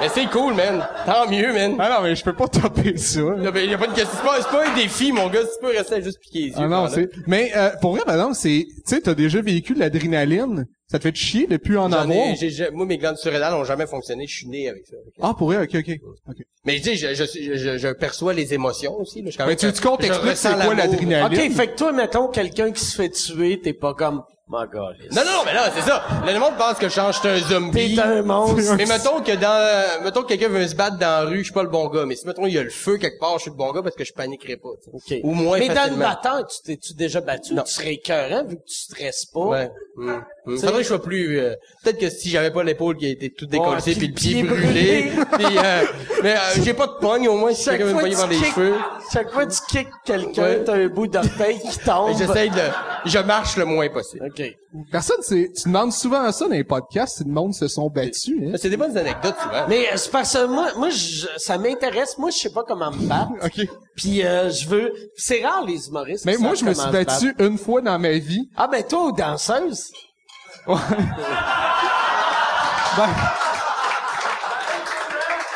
Mais c'est cool, man. Tant mieux, man. Ah non, mais je peux pas *laughs* topper ça. là. Y'a y a pas de question. C'est pas, c'est pas un défi, mon gars. Si tu peux rester à juste piquer les yeux. Ah non, voilà. c'est, mais, euh, pour vrai, madame, c'est, tu sais, t'as déjà vécu de l'adrénaline. Ça te fait chier de plus en J'en ai- avoir. j'ai- j'ai- moi, mes glandes surrénales ont jamais fonctionné. Je suis né avec ça. Ah, pour vrai, ok, ok. ok. Mais je dis, je, je, je, je, je perçois les émotions aussi. Là. Je suis quand Mais même- tu- tu comptes, Ah, je explique ressens c'est quoi l'amour. l'adrénaline. OK, fait que toi, mettons, quelqu'un qui se fait tuer, t'es pas comme... My God. Non, non, non, mais là, c'est ça. Le monde pense que je change, je suis un zombie. T'es *laughs* un monstre. Mais mettons que dans, euh, mettons que quelqu'un veut se battre dans la rue, je suis pas le bon gars. Mais si mettons il y a le feu quelque part, je suis le bon gars parce que je paniquerai pas. tu sais. OK. Ou moins Mais dans facilement. une bataille, tu t'es-tu déjà battu? Tu serais écœurant vu que tu stresses pas. Ouais. Mm. Mm. Faudrait que je sois plus. euh, Peut-être que si j'avais pas l'épaule qui a été toute décollée Ouais, puis le pied brûlé. *laughs* puis, euh, mais euh, j'ai pas de pogne au moins. Si j'ai Chaque quand même fois, poigné tu par les kicks- cheveux. chaque fois que tu kicks quelqu'un, Ouais. t'as un bout d'orteil *laughs* qui tombe. Et ben, J'essaye de. Je marche le moins possible. OK. Personne, c'est, tu demandes souvent ça dans les podcasts si le monde se sont battus, *laughs* hein. C'est des bonnes anecdotes souvent. Mais euh, c'est parce que moi, moi je- ça m'intéresse. Moi, je sais pas comment me battre. *laughs* Ok. Puis euh, je veux... C'est rare, les humoristes. Mais qui moi, je savent me suis comment se battre. battu une fois dans ma vie. Ah, ben toi, aux danseuses. *laughs* Ben,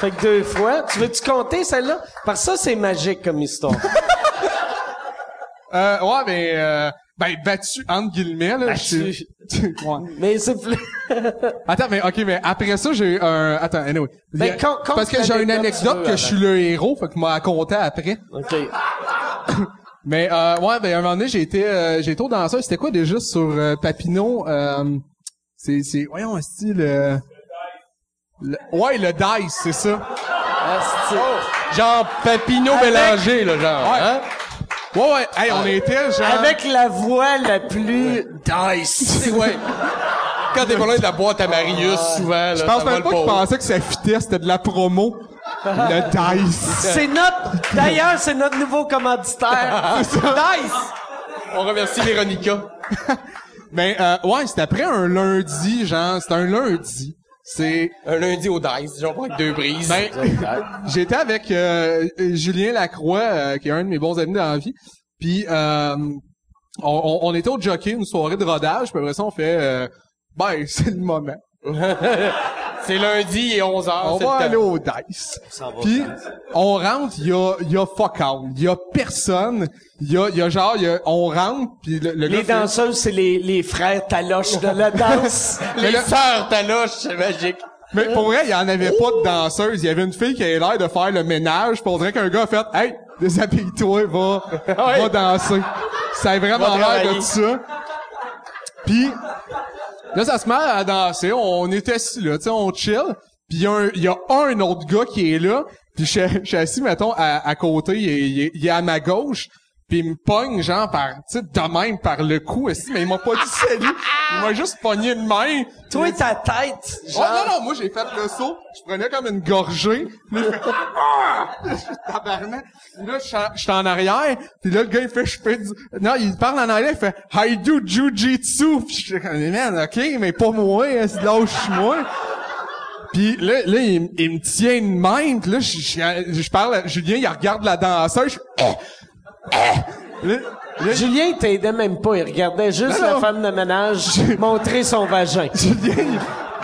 Fait que deux fois. Tu veux-tu compter celle-là? Parce que ça, c'est magique comme *laughs* histoire. euh, ouais, mais, euh, ben, battu, entre guillemets, là. Battu. c'est- ouais. Mais c'est plus... *laughs* Attends, mais ok, mais après ça, j'ai eu un. Attends, anyway. Il Ben, y a- con- con- Parce que j'ai une l'anecdote que tu anecdote veux ben. que je suis le héros, fait que m'a raconté après. OK. Mais euh, ouais, ben à un moment donné, j'ai été, euh, j'ai été au danseur. C'était quoi déjà sur euh, Papineau? Euh, c'est, c'est, voyons, style. Euh, le- ouais, le dice, c'est ça. Ah, Oh! Genre Papineau mélangé, là, genre. Ouais. hein? Ouais, ouais. Hey, on était genre. Ah. Avec la voix la plus... Dice. C'est- ouais. Quand t'es pas loin de la boîte à Marius, souvent, là. Je pense ça va même le pas qu'ils pauvre. pensaient que ça fitait, c'était de la promo. *laughs* le dice. C'est notre, d'ailleurs, c'est notre nouveau *laughs* commanditaire. nice! On remercie Véronica. Mais euh, ouais, c'était après un lundi, genre, c'était un lundi. C'est Un lundi au Dice, genre avec deux brises. Ben, j'étais avec euh, Julien Lacroix, euh, qui est un de mes bons amis dans la vie. Puis, euh, on, on- on était au jockey, une soirée de rodage. Puis après ça, on fait... euh, ben, *laughs* c'est le moment. c'est lundi et 11h. on va aller au dice. Puis, on rentre, il y a, il y a fuck all. Il y a personne. Il y a, il y a genre... il y a- on rentre, puis le, le Les gars... fait- danseuses, c'est les, les frères taloches de la *laughs* danse. Les là- sœurs taloches, c'est magique. Mais pour vrai, il y en avait pas de danseuse. Il y avait une fille qui avait l'air de faire le ménage. Puis on dirait qu'un gars a fait, hey, déshabille-toi, va, va danser. Ça a vraiment Va l'air de travailler. ça. Puis là, ça se met à danser. On est assis là, tu sais, on chill. Puis il y, a un- il y a un autre gars qui est là. Puis je, suis- je suis assis, mettons, à, à côté. Il est, il est- il est à ma gauche. Puis il me pogne, genre, par, tu sais, de même, par le cou, esti, mais il m'a pas dit salut. Il m'a juste pogné de main. Toi, ta tête, Oh genre... non, non, moi j'ai fait le saut, je prenais comme une gorgée, puis là, je fais Ah! *laughs* Je suis tabarnak. Puis Là, je suis en- je suis en arrière, puis là, le gars, il fait, je fais du... Non, il parle en anglais, il fait « I do jujitsu », puis je suis comme « Man, OK, mais pas moi, hein, c'est lâche-moi ». Puis là, là il, m- il me tient de même, puis là, je, je- je parle à Julien, il regarde la danseuse, je fais Ah! Ah! Là- là, Julien il t'aidait même pas, il regardait juste Ben Non, la non. femme de *laughs* ménage montrer son vagin. Julien,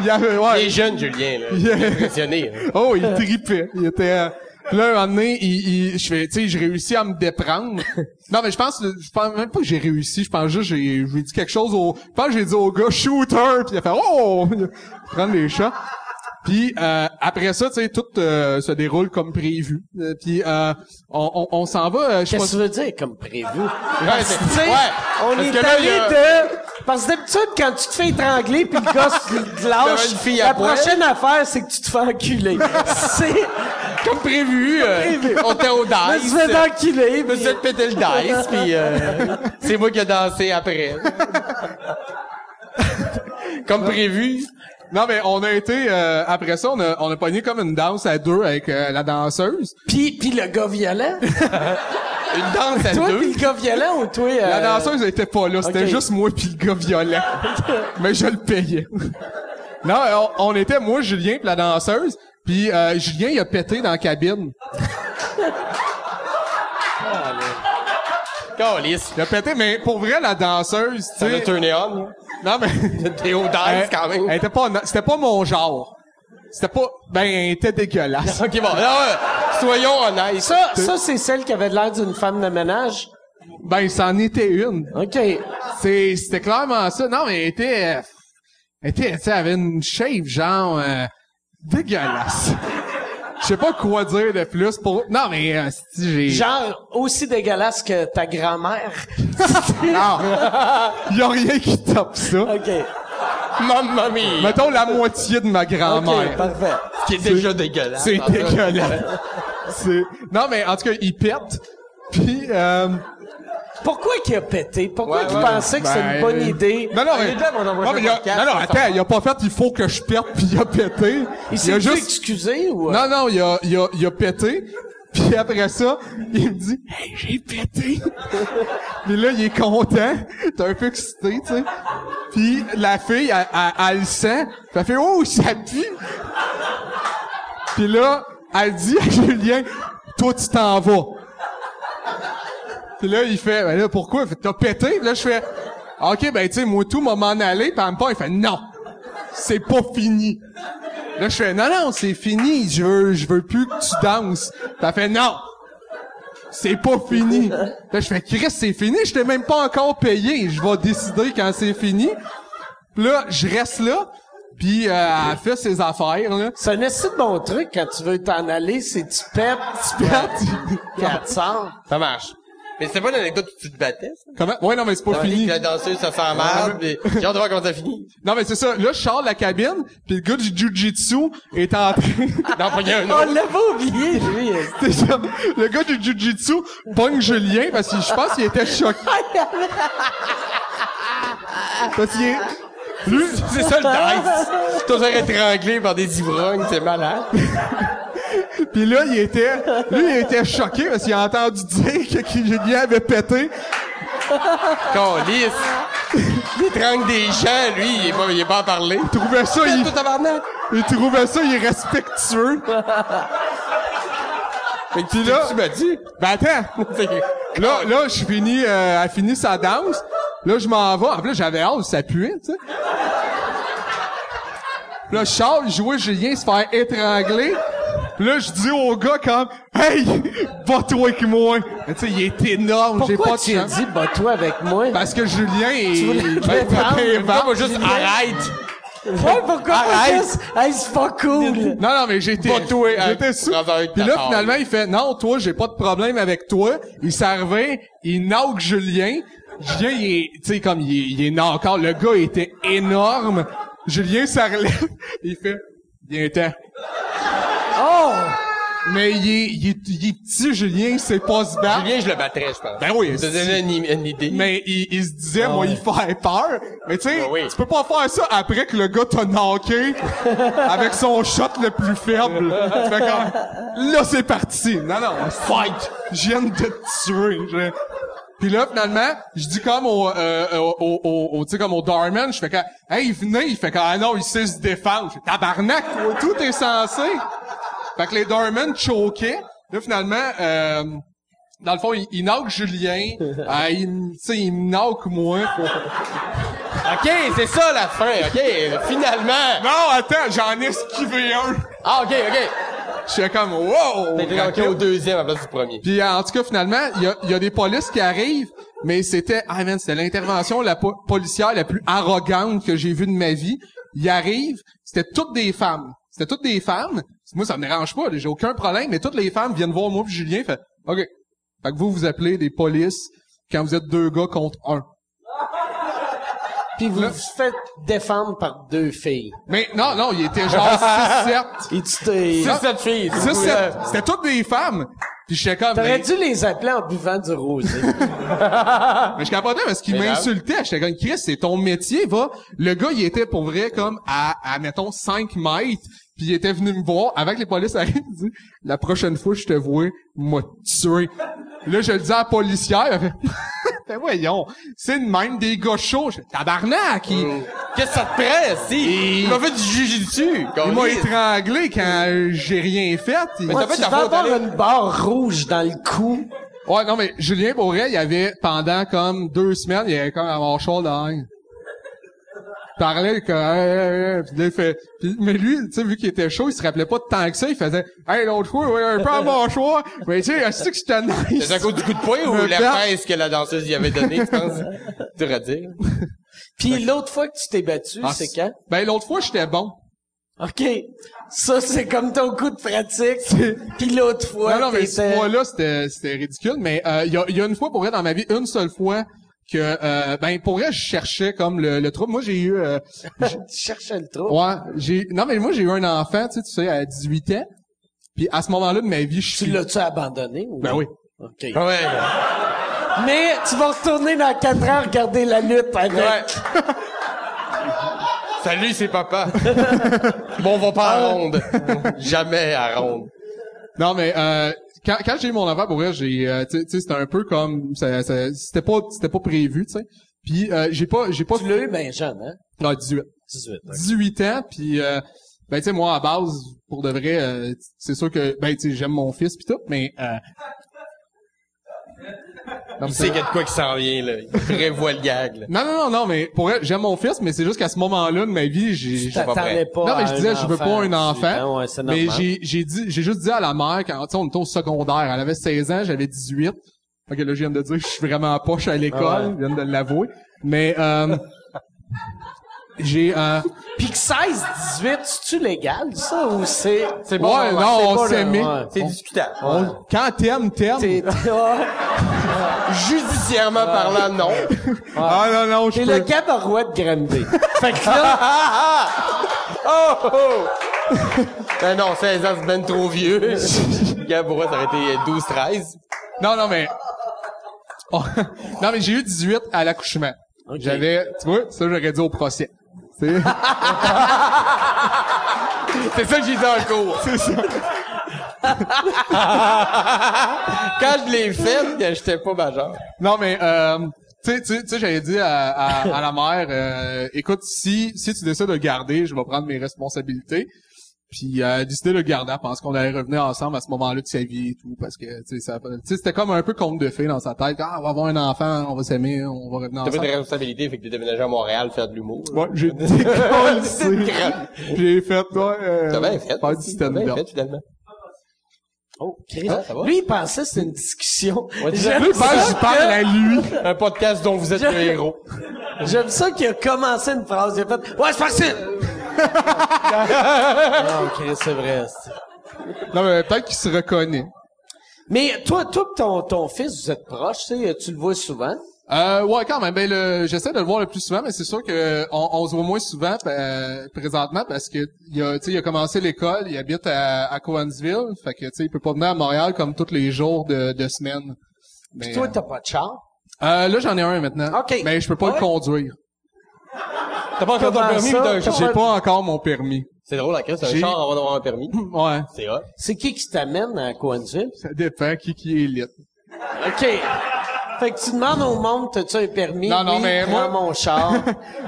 il, il avait... Il Ouais, est jeune, Julien, là. Yeah. Il est impressionné. là. Oh, il tripait. Il était. euh, Là, un moment donné, il, il- je fais, tu sais, j'ai réussi à me déprendre. Non, mais je pense, je pense même pas que j'ai réussi. Je pense juste, que j'ai, j'ai dit quelque chose au, je pense que j'ai dit au gars shooter, puis il a fait oh, Il a- prendre les shots. Puis euh, après ça, tu sais, tout euh, se déroule comme prévu. Euh, Puis euh, on, on, on s'en va. euh, je sais pas Qu'est-ce que tu veux dire comme prévu? Ouais, Parce que, c'est- tu sais, ouais. on Parce est que là, allé il y a- de... Parce que d'habitude, quand tu te fais étrangler puis le gars *laughs* se lâche, T'avais une fille à la poil. prochaine affaire, c'est que tu te fais *laughs* enculer. c'est... Comme prévu, euh, prévu. on était au Je me dice. suis fait enculer, Je me puis- suis fait péter le dice, puis euh, c'est moi qui ai dansé après. Comme prévu. Non, mais on a été, euh, après ça, on a, on a pogné comme une danse à deux avec euh, la danseuse. Puis, puis le *laughs* gars violent? Une danse à toi deux. puis le gars violent ou toi? euh, La danseuse elle était pas là, c'était ok. juste moi puis le gars *laughs* violent. Mais je le payais. non, on, on était moi, Julien puis la danseuse, puis euh, Julien il a pété dans la cabine. Calice. Il a pété mais pour vrai la danseuse, tu Ça l'a sais. turné on. là. Non *laughs* mais T'es au dice elle- quand même. elle était pas c'était pas mon genre. C'était pas ben elle était dégueulasse. Ok, bon. là, euh, soyons honnêtes. Ça, ça c'est celle qui avait l'air d'une femme de ménage? ben c'en était une. OK. C'est c'était clairement ça. Non mais elle était euh, elle était tu sais elle avait une shave genre euh, dégueulasse. Je sais pas quoi dire de plus pour Non mais euh, si j'ai Genre, aussi dégueulasse que *laughs* ta grand-mère. Ah. Y a rien qui tape ça. OK. Mamma mia. Mettons la moitié de ma OK, grand-mère. parfait. Ce qui est déjà dégueulasse. c'est en fait. dégueulasse. c'est non mais en tout cas il pète. Puis euh, Pourquoi qu'il a pété? Pourquoi Ouais, qu'il ouais. pensait que c'est une ben, bonne idée? Non non mais, Il est là, on envoie non, mais il a- un podcast, non, non, on attends, il a pas fait il faut que je pète puis il a pété. Il a s'est juste... juste excusé ou... euh, Non, non, il a, il a, il a pété. *laughs* Puis après ça, il me dit « Hey, j'ai pété! » *laughs* Puis là, il est content. T'es un peu excité, tu sais. Puis la fille, elle, elle, elle le sent. Puis elle fait « Oh, ça pue! » Puis là, elle dit à *laughs* Julien « Toi, tu t'en vas! » Puis là, il fait « Ben là, pourquoi? » Il fait « T'as pété? » Puis là, je fais « Ok, ben tu sais, moi tout m'a m'en aller. » Puis elle me parle, il fait « Non! C'est pas fini! » Là, je fais, non, non, c'est fini. Je veux, je veux plus que tu danses. Puis elle fait, non. C'est pas fini. Là, je fais, Chris, c'est fini. Je t'ai même pas encore payé. Je vais décider quand c'est fini. Puis là, je reste là. Puis euh, elle fait ses affaires, là. C'est un assez bon truc quand tu veux t'en aller, c'est tu pètes, *laughs* tu pètes, puis elle te sort. Ça marche. Mais c'était pas l'anecdote où tu te battais, ça? Comment? Ouais, non, mais c'est pas fini. La danseuse se fait mal, pis j'ai hâte de voir comment ça finit. Non, mais c'est ça. Là, je sors de la cabine, puis le gars du jujitsu est en train... D'en pogner un On autre. l'avait oublié, lui. C'est ça. Le gars du jujitsu pogne Julien parce que je pense qu'il était choqué. Parce qu'il est... Lui, C'est ça le dice. Toujours étranglé par des ivrognes, c'est malade. *laughs* Puis là, il était... Lui, il était choqué parce qu'il a entendu dire que, que Julien avait pété. *laughs* Calice. Il étrangle des gens, lui, il est pas, il est pas à parler. Il trouvait ça... Il, Tout tabarnak. il trouvait ça irrespectueux. Fait que tu, là- tu m'as dit. Ben attends! Là, là, je finis... Euh, elle finit sa danse. Là, je m'en vais. En plus, j'avais hâte, ça puait, tu sais. Là, Charles, il jouait Julien se faire étrangler. Puis Là, je dis au gars comme Hey! Bat-toi avec moi! Mais tu sais, il est énorme, j'ai Pourquoi pas de tu as chance. dit bats-toi avec moi? Parce que Julien est. voulais Ben, le il défendre, fait mais un Là, vent. moi, juste arrête. ouais, pourquoi pas Arrête. juste? Hey, c'est pas cool. Non, non, mais j'étais. Bat-toi avec- J'étais sous. Bravo avec ta Puis là, taille. finalement, il fait Non, toi, j'ai pas de problème avec toi. Il s'est arrivé, il knock Julien. Julien, il est. Tu sais, comme il est, il est knock out. Le gars était énorme. *laughs* Julien s'arrête. Il fait Bien temps. Oh! Mais il est, il est, il est petit, Julien, il sait pas se battre. *laughs* Julien, je le battrais, je pense. Ben oui, Ça si. donnait une, une idée. Mais il, il se disait, moi, il fait peur. Mais tu sais, Ben oui. tu peux pas faire ça après que le gars t'a knocké avec son shot le plus faible. tu fais comme, là, c'est parti. Non, non, fight! Je viens de te tuer. Je- Puis là, finalement, je dis comme au, euh, au, au, au- au- tu sais, comme au Darman, je fais comme, hey, venez, il fait comme, ah non, il sait se défendre. Je fais, tabarnak, toi, tout est censé. Fait que les Darman choquaient. Là, finalement, euh, dans le fond, il, il knock Julien, euh, il, me- tu sais, il me knock moi. OK, c'est ça la fin, OK, finalement. Non, attends, j'en ai esquivé un. Ah, OK, OK. Je suis comme, wow! T'as été knocké au deuxième à la place du premier. Puis en tout cas, finalement, il y a, il y a des polices qui arrivent, mais c'était, ah man, c'était l'intervention la po- policière la plus arrogante que j'ai vue de ma vie. Ils arrivent, c'était toutes des femmes. C'était toutes des femmes. Moi, ça me dérange pas, là, j'ai aucun problème, mais toutes les femmes viennent voir moi puis Julien, fait, OK. Fait que vous, vous appelez des polices quand vous êtes deux gars contre un. Puis vous vous faites défendre par deux filles. Mais non, non, il était genre 6-7. Et tu t'es... C'est cette fille. Ça, c'est- c'était toutes des femmes. Puis j'étais comme, T'aurais mais, dû les appeler en buvant du rosé. mais je capotais parce qu'il Mais grave. m'insultait. J'étais comme, Chris, c'est ton métier, va. Le gars, il était pour vrai comme à, à mettons, 5 mètres. Puis il était venu me voir. Avec les polices *laughs* arrivent, il dit, la prochaine fois que je te vois, moi, tué. Là, je le dis à la policière. Elle fait, *laughs* Ben voyons, c'est de même des gars chauds. Je fais, Tabarnak! Il, Qu'est-ce que ça te prend, si? Et- Il m'a fait du jujitsu. il m'a Colin. étranglé quand j'ai rien fait. Il- Mais Moi, t'as fait tu ta vas faute, avoir allez. une barre rouge dans le cou. Ouais, non, mais Julien, pour vrai, il avait, pendant comme deux semaines, il avait comme un manchon dans la haine. Il parlait que, hey, hey, hey. Puis là, il fait, puis- mais lui, tu sais, vu qu'il était chaud, il se rappelait pas tant que ça, il faisait, hey, l'autre fois, ouais, un peu à mon choix, mais tu sais, est-ce que c'était nice? C'est à cause du Ah, coup de poing ou Me la perdre. pince que la danseuse y avait donnée, tu *laughs* penses? Dur à dire. Puis l'autre fois que tu t'es battu, Ah, c'est quand? Ben, l'autre fois, j'étais bon. OK. Ça, c'est comme ton coup de pratique. Puis l'autre fois, non, non, mais ce Ah, t'étais- fois-là, c'était, c'était ridicule. Mais euh, il y, a, il y a une fois, pour vrai, dans ma vie, une seule fois que, euh, ben, pour vrai, je cherchais comme le, le trouble. Moi, j'ai eu, euh, tu cherchais le trou. ouais, j'ai, non, mais moi, j'ai eu un enfant, tu sais, tu sais, à 18 ans. Puis à ce moment-là de ma vie, je Tu suis... l'as-tu abandonné? Ou... Ben oui. OK. Ouais. Mais tu vas retourner dans quatre heures regarder la lutte avec... Ouais. Salut, c'est papa. bon, on va pas Ah. à ronde. Jamais à ronde. Non, mais euh, quand, quand j'ai eu mon enfant, pour vrai, j'ai, euh, tu sais- tu sais, c'était un peu comme, ça, ça- c'était pas, c'était pas prévu, tu sais. Puis euh, j'ai pas, j'ai pas, Tu l'as eu bien jeune, hein? Ah, 18, 18. ouais. 18 ans, puis euh, ben tu sais, moi à base, pour de vrai, euh, c'est sûr que, ben tu sais, j'aime mon fils puis tout, mais euh, non, mais Tu sais qu'il y a de quoi qui s'en vient, là. Il prévoit le gag, là. non, non, non, non, mais pour vrai, j'aime mon fils, mais c'est juste qu'à ce moment-là de ma vie, j'ai, j'ai- pas T'attendais prêt. pas non, mais je à disais, un je veux enfant, pas un tu- enfant. Ben ouais, c'est mais normal. j'ai, j'ai dit, j'ai juste dit à la mère quand, tu sais, on était au secondaire. Elle avait 16 ans, j'avais 18. Fait que là, je viens de dire, que je suis vraiment poche à l'école. Ah ouais. Je viens de l'avouer. Mais, euh, j'ai, euh, Puis que 16, 18, c'est-tu légal, ça, ou c'est... C'est bon, Ouais, ouais, non, c'est on pas le- s'aimait. ouais. C'est discutable. on- quand t'aimes, t'aimes. T'es *laughs* Judiciairement parlant, non. Ah, non, non, je t'es peux. le cabarouet de Granby. fait que là, Ben non, 16 ans, c'est ben trop vieux. Gars, pour moi, ça aurait été 12, 13. Non, non, mais. Oh, *laughs* non, mais j'ai eu 18 à l'accouchement. J'avais, tu vois, ça, j'aurais dit au procès. C'est C'est ça que j'ai dit en cours. c'est ça. *laughs* Quand je l'ai fait, j'étais pas majeur. Non, mais, euh, tu sais, tu sais, tu sais, j'avais dit à, à, à la mère, euh, écoute, si, si tu décides de le garder, je vais prendre mes responsabilités. Puis, euh, décider de le garder, elle pense qu'on allait revenir ensemble à ce moment-là de sa vie et tout, parce que, tu sais, ça, tu sais, c'était comme un peu conte de fées dans sa tête. Ah, on va avoir un enfant, on va s'aimer, on va revenir T'as pas de ensemble. responsabilité, fait que t'es déménagé à Montréal, faire de l'humour. Ouais, j'ai décollé. Puis *laughs* j'ai fait, ouais, euh, T'as bien fait. faire du aussi. T'as bien stand-up. fait, finalement. oh, Chris, Ah, ça va? lui, il pensait que c'était une discussion. Ouais, tu J'aime Lui, ça je parle à lui. Un podcast dont vous *laughs* êtes le héros. que- J'aime ça qu'il a commencé une phrase. Il a fait, ouais, c'est *laughs* parti! non, Chris, c'est vrai. c'est- Non, mais peut-être qu'il se reconnaît. Mais toi, toi pis ton, ton fils, vous êtes proches, tu sais, tu le vois souvent. Euh, ouais, quand même. Ben, le- j'essaie de le voir le plus souvent, mais c'est sûr que euh, on, on se voit moins souvent euh, présentement parce que il a, tu sais, il a commencé l'école, il habite à, à Cowansville, fait que tu sais, il peut pas venir à Montréal comme tous les jours de, de semaine. Mais, Toi, t'as pas de char. euh, là, j'en ai un maintenant. Ok. Mais je peux pas Ah le ouais? conduire. T'as pas encore ton Comment permis, ça? mais t'as un J'ai char. pas encore mon permis. C'est drôle, la crise, t'as un J'ai- char avant d'avoir un permis. Ouais, C'est hot. C'est qui qui t'amène à Coansville? ça dépend qui qui est élite. OK. Fait que tu demandes au monde, t'as-tu un permis? Non, non, Oui, mais prends moi- *laughs* mon char.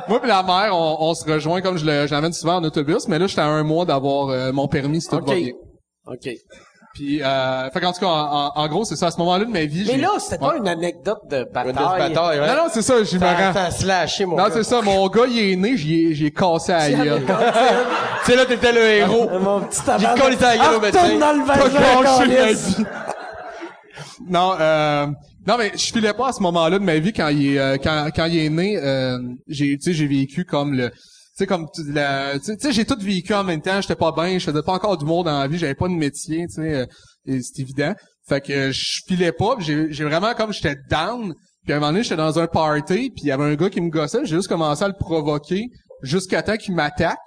Moi pis la mère, on, on se rejoint comme je le- je l'amène souvent en autobus, mais là, j'étais à un mois d'avoir euh, mon permis, si tout OK. va bien. OK. Puis, euh, fait qu'en tout cas, en, en- en gros, c'est ça. À ce moment-là de ma vie, Mais j'ai- là, c'était Ouais. pas une anecdote de bataille. Une test bataille, ouais. Non, non, c'est ça, j'y me T'as rends. t'as slashé, mon Non, gars. c'est ça, mon gars, il est né, j'y ai, j'y ai cassé à gueule. Tu sais, là, t'étais le héros. Mon petit J'ai tabarnak. collé ta gueule Ah, au médecin. retourne dans le T'as vagin, gâché ma câlisse. vie. Non, euh, non, mais je filais pas à ce moment-là de ma vie quand il est, euh, quand, quand il est né, euh, j'ai, tu sais, j'ai vécu comme le, tu sais, comme tu- la, tu sais- tu sais, j'ai tout vécu en même temps, j'étais pas bien, je faisais pas encore du monde dans la vie, j'avais pas de métier, tu sais, euh, et c'est évident. Fait que euh, je filais pas, puis j'ai, j'ai vraiment comme j'étais down, puis à un moment donné, j'étais dans un party, puis il y avait un gars qui me gossait, j'ai juste commencé à le provoquer jusqu'à temps qu'il m'attaque.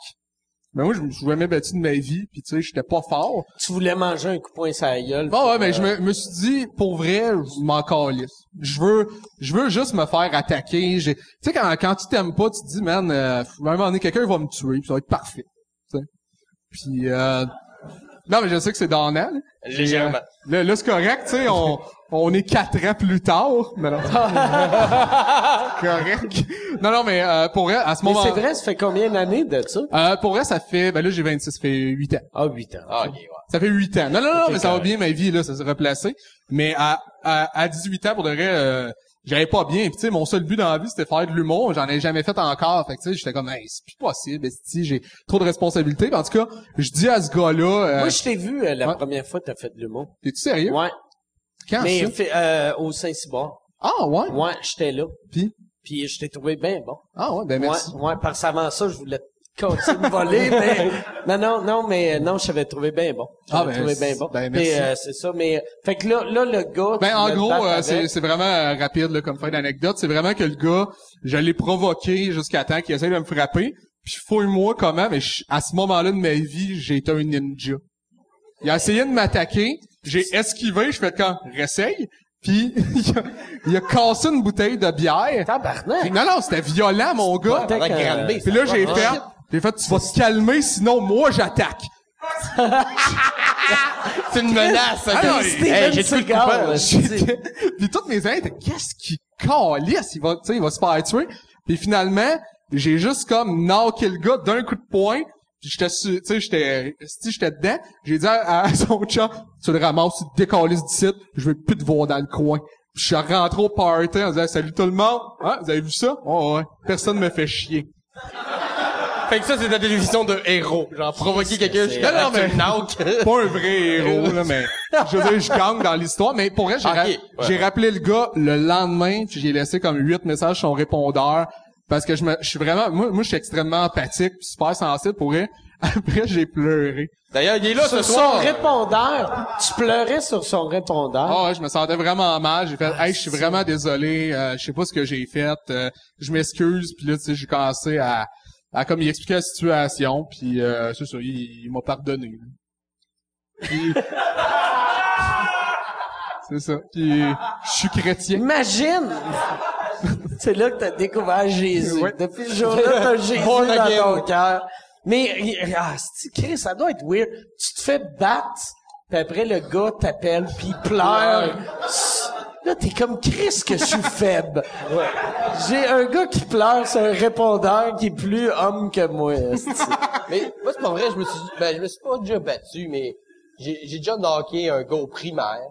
Mais moi, je me suis jamais battu de ma vie, puis tu sais, j'étais pas fort. Tu voulais manger un coup de poing sur la gueule. Bon, ouais, mais je me, me suis dit, pour vrai, je m'en calisse. Je veux, je veux juste me faire attaquer. J'ai- Tu sais, quand, quand tu t'aimes pas, tu te dis, man, euh, à un moment donné, quelqu'un va me tuer, puis ça va être parfait. Tu sais. Puis, euh, non, mais je sais que c'est donnant. là. *laughs* Légèrement. Là, là, c'est correct, tu sais, on, on est quatre ans plus tard. Mais non. *laughs* correct. Non, non, mais euh, pour vrai, à ce Mais moment c'est vrai, ça fait combien d'années de ça? Euh, pour vrai, ça fait, ben là, j'ai 26, ça fait 8 ans. Ah, huit ans. Ah, ok, ouais. Ça fait 8 ans. Non, non, non, Ok, mais ça va correct. bien ma vie, là, ça s'est replacé. Mais à, à, à 18 ans, pour de vrai, euh, j'allais pas bien. Puis, tu sais, mon seul but dans la vie, c'était faire de l'humour. J'en ai jamais fait encore. Fait que, tu sais, j'étais comme, hey, c'est plus possible, esti, j'ai trop de responsabilités. Puis, en tout cas, je dis à ce gars-là, euh, Moi, je t'ai vu euh, la ouais. première fois que t'as fait de l'humour. t'es-tu sérieux? Ouais. Quand mais ça? fait- euh, au Saint-Cyboire. Ah, ouais? Ouais, j'étais là. Puis? Puis je t'ai trouvé bien bon. Ah, ouais, ben merci. Ouais, ouais, parce qu'avant ça, je voulais te continuer de *laughs* voler, mais non, non, non, mais euh, non, je t'avais trouvé bien bon. Je Ah, t'avais ben, trouvé bien bon. ben, Puis, merci. euh, c'est ça, mais euh, fait que là, là, le gars. Ben tu en me gros, battes euh, avec. c'est c'est vraiment euh, rapide là, comme fin d'anecdote. C'est vraiment que le gars, je l'ai provoqué jusqu'à temps qu'il essaye de me frapper. Puis fouille-moi comment, mais je- à ce moment-là de ma vie, j'ai été un ninja. Il a essayé de m'attaquer, j'ai esquivé, je fais quand réessaye. Puis *laughs* il a, il a cassé une bouteille de bière. Tabarnak! Non non, c'était violent mon gars. Pendant Avec que- euh, Grande B, Puis là ça j'ai va. fait, j'ai fait tu vas te calmer sinon moi j'attaque. C'est une menace, ça. Ah, non, Hey, j'ai tout le Seagal, coupable. là, Puis- c'est- puis toutes mes amis étaient qu'est-ce qu'il calisse, il va tu sais, il va se faire tuer. Puis finalement, j'ai juste comme knocké le gars d'un coup de poing. Puis j'étais su- tu sais j'étais si j'étais dedans, j'ai dit à, *laughs* à son chat tu le ramasses, tu te décalisses du site, je veux plus te voir dans le coin. Puis je suis rentré au party en disant salut tout le monde. Hein, vous avez vu ça Ouais ouais, personne me fait chier. Fait que ça, c'est ta définition de héros. Genre, provoquer quelqu'un jusqu'à Non, non, temps que tu mais- le *laughs* knock. pas un vrai héros, là, mais je veux dire, je gagne dans l'histoire. Mais pour vrai, j'ai Ok, ra- ouais. j'ai rappelé le gars le lendemain, puis j'ai laissé comme huit messages sur son répondeur. Parce que je me, je suis vraiment, moi, moi, je suis extrêmement empathique, puis super sensible pour vrai. *laughs* Après, j'ai pleuré. D'ailleurs, il est là ce Sur son soir. répondeur. Tu pleurais sur son répondeur. Ah ouais, je me sentais vraiment mal. J'ai fait, hey, je suis vraiment désolé. euh, je sais pas ce que j'ai fait. euh, je m'excuse. Puis là, tu sais, j'ai commencé à, à comme il expliquait la situation. Puis euh, c'est ça, il, il m'a pardonné. *laughs* Puis- c'est ça. Puis je suis chrétien. *laughs* Imagine! c'est là que t'as découvert Jésus. Ouais. Depuis ce jour-là, *laughs* t'as Jésus Born again. dans ton cœur. Mais, ah, c'est- Chris, ça doit être weird. Tu te fais battre, puis après, le gars t'appelle, puis il pleure. Là, t'es comme, Chris, que je *laughs* suis faible. J'ai un gars qui pleure, c'est un répondeur qui est plus homme que moi. *laughs* esti. Mais moi, c'est pas vrai, je me suis, ben, je me suis pas déjà battu, mais j'ai j'ai déjà knocké un gars au primaire.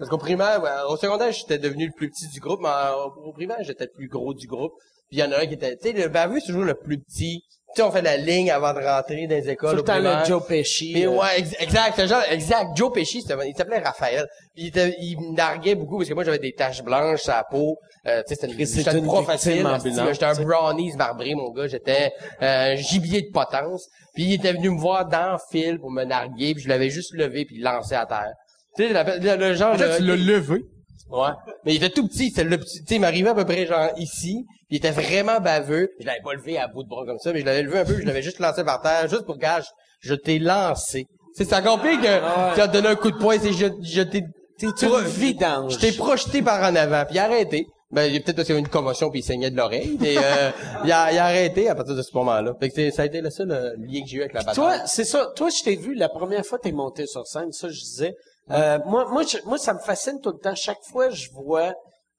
Parce qu'au primaire, ben, au secondaire, j'étais devenu le plus petit du groupe, mais en- au primaire, j'étais le plus gros du groupe. Puis il y en a un qui était, tu sais, le bavu, c'est toujours le plus petit. Tu sais, on fait la ligne avant de rentrer dans les écoles. Tout au le temps, le primaire. Joe Pesci. Mais euh, ouais, ex- exact, c'est genre, exact. Joe Pesci, c'était- il s'appelait Raphaël. Puis il, était- il me narguait beaucoup parce que moi, j'avais des taches blanches sur la peau. Euh, tu sais, c'était une, c'est j'étais une pas victime facile. ambulante, hostie, là, tu J'étais un sais. brownies marbré, mon gars. J'étais euh, un gibier de potence. Puis il était venu me voir dans le fil pour me narguer. Puis je l'avais juste levé puis lancé à terre. Tu sais, la- le, le genre... Là, de- tu l'as levé. Ouais. Mais il était tout petit, c'était le petit, tu sais, il m'arrivait à peu près genre ici, puis il était vraiment baveux, puis je l'avais pas levé à bout de bras comme ça, mais je l'avais levé un peu, puis je l'avais juste lancé par terre, juste pour gage, je t'ai lancé. Tu sais, C'est compris que tu as donné un coup de poing, c'est je, je t'ai, tu sais, tu une m'as- vidange. Je t'ai projeté par en avant, puis il a arrêté. Ben, il- peut-être parce qu'il y avait une commotion puis il saignait de l'oreille, mais euh, il, a, il a arrêté à partir de ce moment-là. Fait que c'est- ça a été le seul euh, lien que j'ai eu avec la bataille. Toi, c'est ça. Toi, je t'ai vu la première fois que t'es monté sur scène. Ça, je disais. Euh, moi, moi, je- moi, ça me fascine tout le temps. Chaque fois, je vois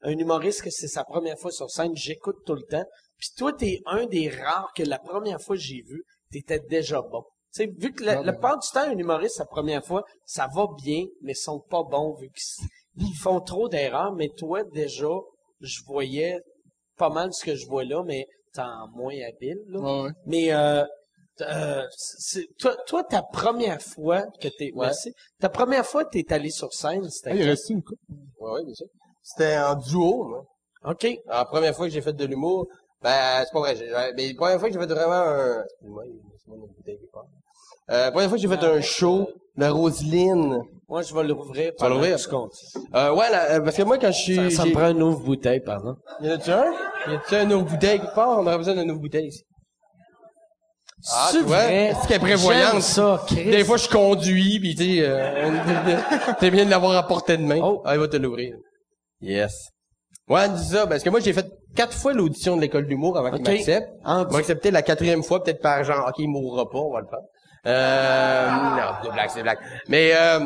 un humoriste que c'est sa première fois sur scène, j'écoute tout le temps. Puis toi, t'es un des rares que la première fois que j'ai vu, t'étais déjà bon. Tu sais, vu que Ah, ben le, le part du temps, un humoriste, sa première fois, ça va bien, mais ils sont pas bons vu qu'ils ils font trop d'erreurs. Mais toi, déjà, je voyais pas mal ce que je vois là, mais t'es en moins habile. Là. Ouais, ouais. Mais euh, euh, c'est- toi, toi, ta première fois que t'es, merci. Ta première fois que t'es allé sur scène, Ah, il c'était. reste une coupe. Ouais, ouais, bien sûr. C'était en duo, moi. ok. La première fois que j'ai fait de l'humour, ben, c'est pas vrai. j'ai- Mais la première fois que j'ai fait vraiment un... Excuse-moi, laisse-moi une bouteille quelque part. Euh, la première fois que j'ai fait un show, la Roseline. Moi, je vais l'ouvrir. vas l'ouvrir? Euh, ouais, la- euh, parce que moi, quand je suis... Ça, ça me j'ai- prend une ouvre bouteille, pardon. Y en a-tu un? Y a-tu un autre bouteille quelque part? On aurait besoin d'une autre bouteille ici. Ah, C'est tu vois, vrai. est-ce qu'elle est prévoyante? J'aime ça, Chris. Des fois, je conduis, puis tu sais, euh, t'es bien de l'avoir à portée de main. Oh. Ah, il va te l'ouvrir. Yes. Ouais, dis ça, parce que moi, j'ai fait quatre fois l'audition de l'école d'humour avant Ok. Ah, qu'il m'accepte. En- Il m'a accepté la quatrième fois, peut-être par genre, OK, il mourra pas, on va le faire. Euh, non, c'est des blagues, c'est des blagues. Mais, euh,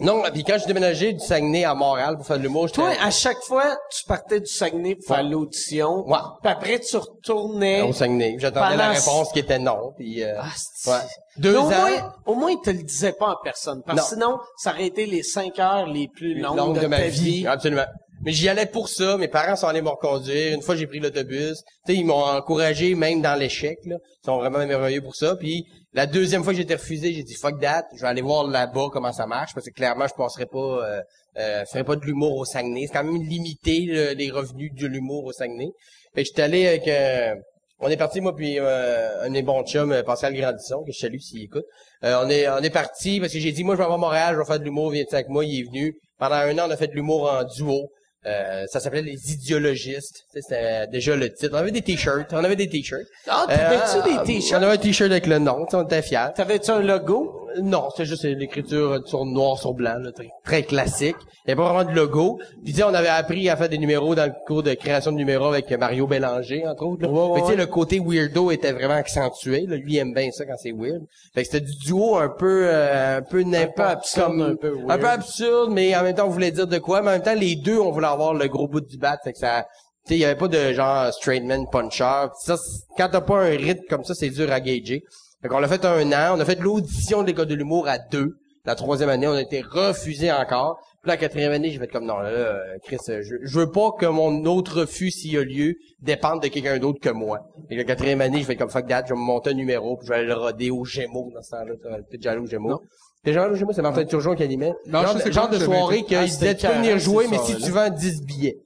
non, puis quand j'ai déménagé du Saguenay à Montréal pour faire de l'humour, j'étais... Toi, à chaque fois, tu partais du Saguenay pour faire l'audition. Ouais. Puis après, tu retournais. au Saguenay. J'attendais la hein? Pendant- réponse qui était non, puis euh, Ah, c'est- ouais. Deux Mais ans. au Moins, au moins, ils te le disaient pas en personne. Parce que sinon, ça aurait été les cinq heures les plus longues longue de, de, ma ta vie. Ah. Absolument. Mais j'y allais pour ça. Mes parents sont allés me reconduire. Une fois, j'ai pris l'autobus. Tu sais, ils m'ont encouragé même dans l'échec. Là. Ils sont vraiment merveilleux pour ça. Puis la deuxième fois que j'ai été refusé, j'ai dit fuck that. Je vais aller voir là-bas comment ça marche parce que clairement, je passerai pas, euh, euh, ferai pas de l'humour au Saguenay. C'est quand même limité le- les revenus de l'humour au Saguenay. Fait que j'étais allé avec. euh, on est parti, moi, puis euh, un de mes bons chums, euh, Pascal Grandisson, que je salue s'il écoute. Euh, on est on est parti parce que j'ai dit, moi, je vais avoir Montréal, je vais faire de l'humour, viens avec moi. Il est venu. Pendant un an, on a fait de l'humour en duo. Euh, ça s'appelait les idéologistes. Tu sais, C'était euh, déjà le titre. On avait des t-shirts. On avait des t-shirts. Euh, Ah, t'avais-tu des t-shirts? On avait un t-shirt avec le nom. tu sais, On était fiers. T'avais-tu un logo? Euh, Non, c'était juste euh, l'écriture sur noir sur blanc, là, très, très classique. Il n'y avait pas vraiment de logo. Puis tu sais, on avait appris à faire des numéros dans le cours de création de numéros avec euh, Mario Bélanger, entre autres. là. Ouais, ouais, Fait que, tu sais, ouais. le côté weirdo était vraiment accentué. Là. Lui il aime bien ça quand c'est weird. Fait que c'était du duo un peu euh, un peu n'importe absurde, comme- un peu weird. un peu absurde, mais en même temps on voulait dire de quoi. Mais en même temps, les deux, on voulait avoir le gros bout du bat. Fait que ça. Tu sais, il y avait pas de genre straight man puncher. Puis Ça, c'est- quand t'as pas un rythme comme ça, c'est dur à gager. Fait qu'on l'a fait un an. On a fait l'audition de l'école de l'humour à deux. La troisième année, on a été refusé encore. Puis la quatrième année, j'ai fait comme non là, euh, Chris, euh, je, je veux pas que mon autre refus s'il y a lieu dépende de quelqu'un d'autre que moi. Et la quatrième année, je vais comme fuck that, je vais me monter un numéro, puis je vais aller le roder au Gémeaux dans ce temps-là, tu vas peut-être déjà aller au Gémeaux. Déjà, au Gémeaux, c'est Martin Turgeon qui animait. Non, je genre, de- sais genre pas, de je soirée l'avais qu'il Ah, c'était disait tu peux venir carré, jouer, cette mais si soirée-là. tu vends 10 billets.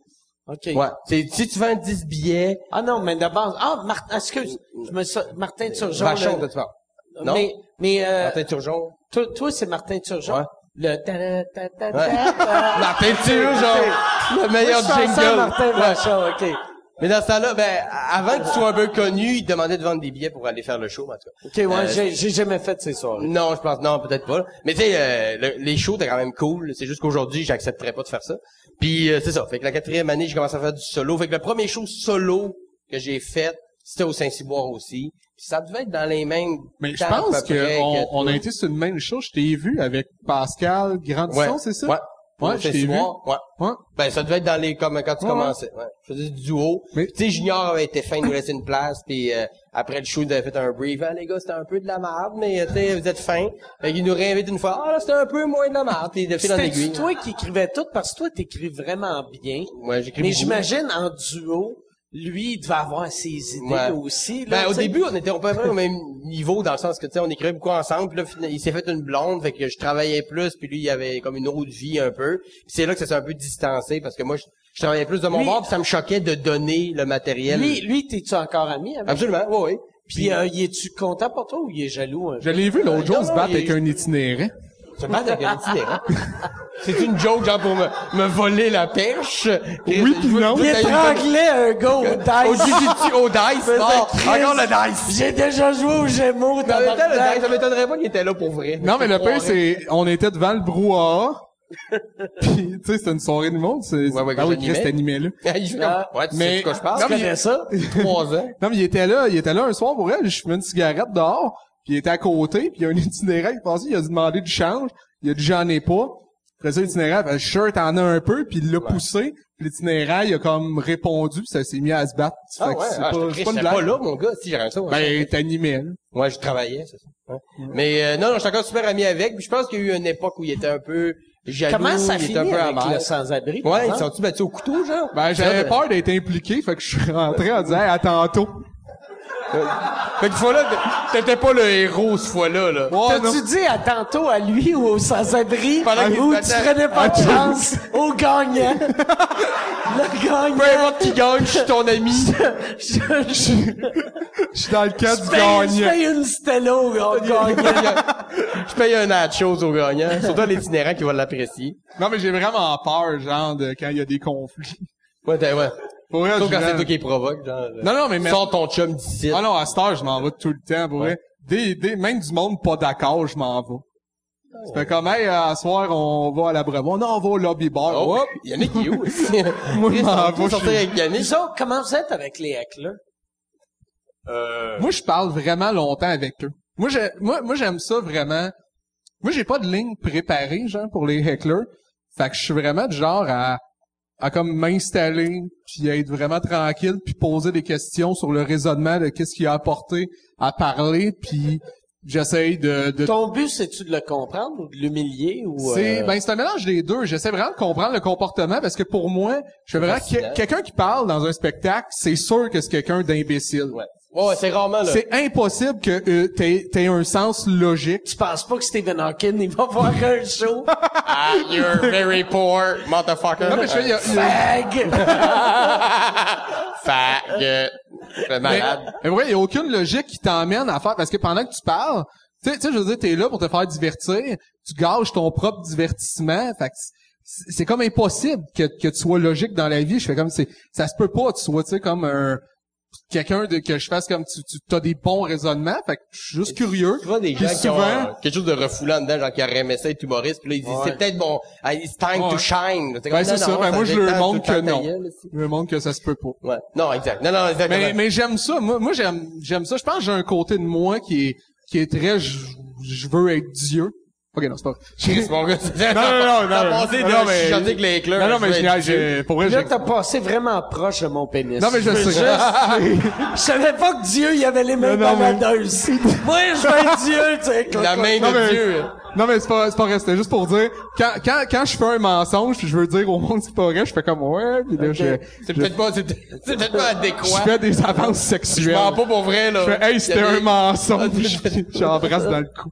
OK. Ouais. C'est, si tu vends 10 billets, Ah non, mais d'abord... Ah, Martin, excuse. Je me sou- Martin Turgeon. Vachon, le- toi, tu parles. Non? Mais, mais euh, Martin Turgeon. toi, toi, c'est Martin Turgeon. Ouais. Le ta ta ta ta Ouais. ta. Martin Turgeon! Le *laughs* meilleur Moi, je pensais à jingle. Martin Ouais. Vachon, OK. Mais dans ce temps-là, ben, avant que tu sois un peu connu, il te demandait de vendre des billets pour aller faire le show, en tout cas. OK, ouais, Euh, j'ai, j'ai jamais fait ces soirées. Non, je pense, non, peut-être pas. Mais tu sais, euh, le- les shows, t'es quand même cool. C'est juste qu'aujourd'hui, j'accepterais pas de faire ça. Puis euh, c'est ça. Fait que la quatrième année, j'ai commencé à faire du solo. Fait que le premier show solo que j'ai fait, c'était au Saint-Cyboire aussi. Puis ça devait être dans les mêmes. Mais je temps à pense peu près que on, que- on a été sur une même chose. Je t'ai vu avec Pascal Grandisson, Ouais. c'est ça? Ouais. Au Ouais, je t'ai vu. Saint-Cyboire, Ouais. Ouais. Ben, ça devait être dans les, comme, quand tu Ouais, commençais. Ouais. Je faisais du duo. Mais- Tu sais, Junior avait été fin de nous laisser une place, puis euh, après le show, ils avaient fait un brief. Ah, les gars, c'était un peu de la merde, mais, euh, tu sais, vous êtes fins. Fait qu'ils nous réinvitent une fois. Ah, là, c'était un peu moins de la merde, puis de fil en C'était aiguille. toi qui écrivais tout parce que toi, t'écris vraiment bien. Ouais, j'écris Mais beaucoup. j'imagine en duo, lui, il devait avoir ses idées Ouais. aussi. Là, Ben, au tu sais. début, on était on peu près au même niveau, dans le sens que, tu sais, on écrivait beaucoup ensemble, puis là, fina- il s'est fait une blonde, fait que je travaillais plus, puis lui, il avait comme une autre vie un peu. Puis c'est là que ça s'est un peu distancé, parce que moi, je, je travaillais plus de mon Lui- bord, puis ça me choquait de donner le Ah, matériel. Lui, lui, t'es-tu encore ami avec? Absolument, oui, oui. Puis, euh, y es-tu content pour toi ou il est jaloux? un peu? Je l'ai vu l'autre non, jour se non, battre il- avec un itinérant. Je me battre avec un itinérant. *laughs* C'est une joke, genre, pour me, me voler la pêche. Oui, pis non. Il étranglait un gars au Euh, Au dice. Jiu-Jitsu, au dice. Faisait Oh, Christ. encore le dice. J'ai déjà joué au Gémeaux, Mais en même temps, le dice, ça tabarnak. m'étonnerait pas qu'il était là pour vrai. Non, mais le pire, *laughs* c'est, on était devant le brouhaha. Puis, tu sais, c'était une soirée du monde. C'est, Ouais, ouais, que ah oui, j'animais. Chris animé là. Il fait comme, ouais, tu sais Mais- de quoi je Tu parle? connais ça? *laughs* Trois ans. Non, mais il était là, il était là un soir pour elle, je fumais une cigarette dehors, puis il était à côté, puis il y a un *laughs* itinérant qui passait, il a demandé du change, il a dit j'en ai pas. Après ça, l'itinérant, fait, sure, t'en as un peu, puis il l'a poussé, puis l'itinérant, il a comme répondu, puis ça s'est mis à se battre. Ah Fait que ouais, c'est ah, pas, c'est pas je te une crisse, j'étais pas blague. là, mon gars, si j'aurais ça. ouais. Ben, t'animais, là. Ouais, je travaillais, c'est ça. Ouais. Mais euh, non, non, je suis encore super ami avec. Puis je pense qu'il y a eu une époque où il était un peu jaloux, Comment ça il finit était un peu avec amer. le sans-abri? par Ouais, ils exemple? sont-tu battus au couteau, genre? Ben, j'avais Ça, peur d'être impliqué, fait que je suis rentré en disant, hey, à tantôt. Fait que fois-là, t- t'étais pas le héros, ce fois-là, là. Oh, non. T'as-tu dit à tantôt à lui ou au sans-abri Pendant qu'il où se tu battait. prenais pas de chance *laughs* au gagnant? le Peu gagnant. importe qui gagne, je suis ton *laughs* ami. Je, je, je, Je suis dans le cas du paye, je gagnant. paye une Stella au gagnant. je paye un nachos au gagnant. Surtout à l'itinérant qui va l'apprécier. Non, mais j'ai vraiment peur, genre, de quand il y a des conflits. Ouais, t'es, ouais. Pour vrai, Surtout je- quand c'est toi qui les provoque, genre. Non, non, mais, mais Sors ton chum d'ici. Ah non, à cette heure, je m'en vais tout le temps, pour vrai. Des, des, même du monde pas d'accord, je m'en vais. Ça fait comme, hey, à soir, on va à l'Abrevon. Non, on va au lobby bar. Oh, Hop. Yannick, il est où? *laughs* Moi, je Ils m'en sont tous vais, sortis je- avec Yannick. Nous autres, comment vous êtes avec les hacks, là? Euh... Moi, je parle vraiment longtemps avec eux. Moi, j'ai- moi, moi, j'aime ça vraiment. Moi, j'ai pas de ligne préparée, genre, pour les hecklers. Fait que je suis vraiment du genre à, à comme m'installer, puis à être vraiment tranquille, puis poser des questions sur le raisonnement de qu'est-ce qu'il a apporté à parler, puis j'essaye de, de Ton but, c'est-tu de le comprendre ou de l'humilier ou... C'est euh, ben c'est un mélange des deux. J'essaie vraiment de comprendre le comportement parce que pour moi, je suis vraiment Fascinant. que- quelqu'un qui parle dans un spectacle, c'est sûr que c'est quelqu'un d'imbécile. Ouais. Ouais, c'est rarement, là. C'est impossible que euh, t'aies t'aies un sens logique. Tu penses pas que Stephen Hawking, il va voir *laughs* un show? Ah, you're very poor, motherfucker. Euh, Non mais je fais, il y a- il y a- Fag! Fag. C'est mais- malade. mais ouais, il y a aucune logique qui t'emmène à faire parce que pendant que tu parles, tu sais, tu sais, je veux dire, t'es là pour te faire divertir, tu gâches ton propre divertissement. Fait que c'est c'est comme impossible que, que tu sois logique dans la vie. Je fais comme c'est ça se peut pas. Tu sois tu sais comme un quelqu'un de que je fasse comme tu tu as des bons raisonnements. Fait que je suis juste curieux. Tu vois des Puis gens qui ont souvent- euh, quelque chose de refoulant dedans, genre qui auraient aimé ça être humoriste, puis là, ils disent, c'est peut-être bon, ah, it's time Ouais. to shine. Ben, c'est ça. Ben, moi, je leur montre que non. Ouais. Je me montre que ça se peut pas. Non, exact. Non, non, exactement. Mais, mais j'aime ça. Moi, moi j'aime, j'aime ça. Je pense que j'ai un côté de moi qui est, qui est très, je, je veux être Dieu. Ok, non, c'est pas vrai. Chris, mon gars, *laughs* c'est- Non, non, non, non, T'as non, passé de non, mais- chicanter avec les éclairs, Non, non, mais tu vas j'ai, être Dieu. j'ai- pour vrai, j'ai... Là, t'as passé vraiment proche de mon pénis. Non, mais je *laughs* sais. Je savais pas que Dieu, il avait les mains Non, non, mais- baladeuses. Moi, je veux être Dieu, tu sais. La main Non, de mais- Dieu. Non, mais c'est pas, c'est pas vrai. C'était juste pour dire, quand, quand, quand je fais un mensonge, puis je veux dire au monde que c'est pas vrai, je fais comme, ouais, puis là, je, C'est peut-être pas, c'est peut-être c'est peut-être pas je adéquat. fais des avances Je sexuelles. mens pas pour vrai, là. Je fais, hey, Il c'était y avait- un Ah, mensonge. Puis je- *laughs* J'embrasse dans le cou.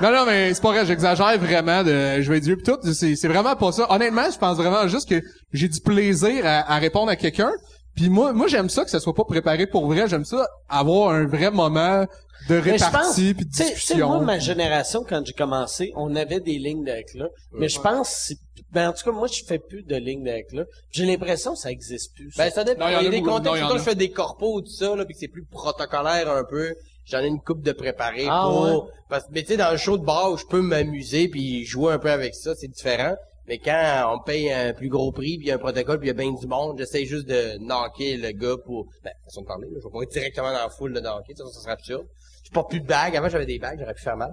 Non, non, mais c'est pas vrai, j'exagère vraiment de, je vais dire pis tout, c'est, c'est vraiment pas ça. Honnêtement, je pense vraiment juste que j'ai du plaisir à, à répondre à quelqu'un. Puis moi, moi, j'aime ça que ça soit pas préparé pour vrai. J'aime ça avoir un vrai moment de Mais je pense, répartie puis de tu sais- tu sais, moi, discussion. ma génération, quand j'ai commencé, on avait des lignes de là. Mais je pense, si- ben, en tout cas, moi, je fais plus de lignes de là. J'ai l'impression que ça existe plus. ça. Ben, ça dépend. Non, Il y a des beaucoup. Non, contextes. il y en Surtout, a. je fais des corpos, tout ça, là, puis que c'est plus protocolaire un peu. J'en ai une coupe de préparée Ah, pour... ouais. Parce, mais tu sais, dans le show de bar où je peux m'amuser puis jouer un peu avec ça, c'est différent. Mais quand on me paye un plus gros prix, puis il y a un protocole, puis il y a bien du monde, j'essaie juste de knocker le gars pour... Ben, façon de parler, là, je vais pas être directement dans la foule de knocker, ça, ça serait absurde. J'ai pas plus de bagues. Avant, j'avais des bagues, j'aurais pu faire mal.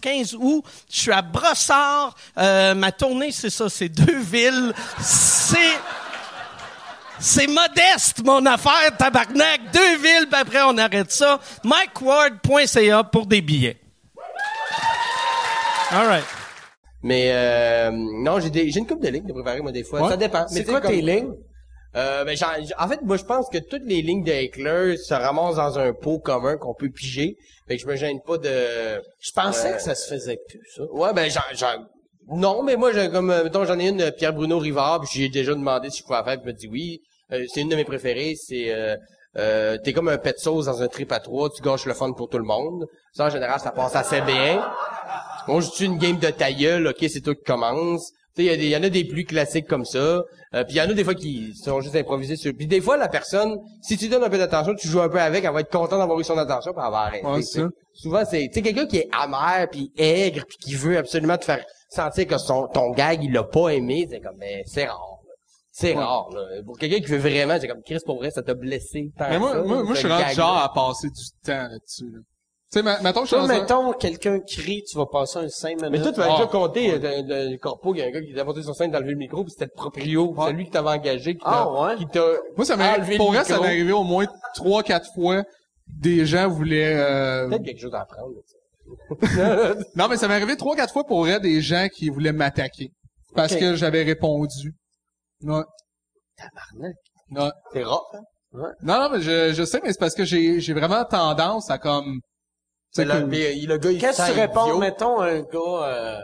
15 août. Je suis à Brossard. Euh, ma tournée, c'est ça, c'est deux villes. C'est... C'est modeste, mon affaire, tabarnak. Deux villes, puis après, on arrête ça. MikeWard.ca pour des billets. All right. Mais euh, non, j'ai des- j'ai une coupe de lignes de préparer moi des fois. Ouais. Ça dépend. Mais C'est tu sais, quoi comme- tes lignes? Euh, ben, j'en- j'en- en fait, moi, je pense que toutes les lignes de Heckler se ramassent dans un pot commun qu'on peut piger. Fait que je me gêne pas de... Je pensais Euh, que ça se faisait plus, ça. Ouais, ben, j'en, j'en- Non, mais moi, j'ai comme, euh, mettons, j'en ai une, euh, Pierre-Bruno Rivard, puis j'ai déjà demandé si je pouvais la faire, puis il m'a dit oui. Euh, c'est une de mes préférées, c'est, euh, euh, t'es comme un pet de sauce dans un trip à trois, tu gâches le fun pour tout le monde. Ça, en général, ça passe assez bien. On joue une game de ta gueule, ok, c'est toi qui commence. Tu sais, il y a des- il y, en a des plus classiques comme ça. Euh, puis il y en a des fois qui sont juste improvisés sur... Puis des fois, la personne, si tu donnes un peu d'attention, tu joues un peu avec, elle va être contente d'avoir eu son attention, puis elle va arrêter. Ouais, tu sais. ça. Souvent, c'est... Tu sais, quelqu'un qui est amer, puis aigre, puis qui veut absolument te faire sentir que son, ton gag, il l'a pas aimé, c'est comme, mais c'est rare. là. C'est rare, là. Pour quelqu'un qui veut vraiment, c'est comme, Chris, pour vrai, ça t'a blessé. tant Mais moi, que ça, moi, moi ce je suis rendu gag-là. genre à passer du temps là-dessus. Là. Tu sais, ma- mettons que je suis Toi, dans un- mettons, quelqu'un crie, tu vas passer un 5 minutes. Mais toi, tu m'as Ah. déjà compté euh, de- de- le corpo, il y a un gars qui t'a monté sur scène, t'as enlevé le micro, puis c'était le proprio, Ah. celui qui t'avait engagé, qui t'a, Ah, ouais? qui t'a Moi, ça m'est enlevé arrivé. Pour le vrai, ça micro. m'est arrivé au moins trois, quatre fois. Des gens voulaient. euh, Peut-être quelque chose à apprendre. Non, mais ça m'est arrivé trois, quatre fois pour vrai des gens qui voulaient m'attaquer parce Ok. que j'avais répondu. Ouais. Ouais. C'est rare. Hein? Non, non, mais je, je sais, mais c'est parce que j'ai, j'ai vraiment tendance à comme. tu sais Mais, le, que- mais, euh, le gars, il Qu'est-ce que sent tu réponds, idiot. mettons, un gars... euh,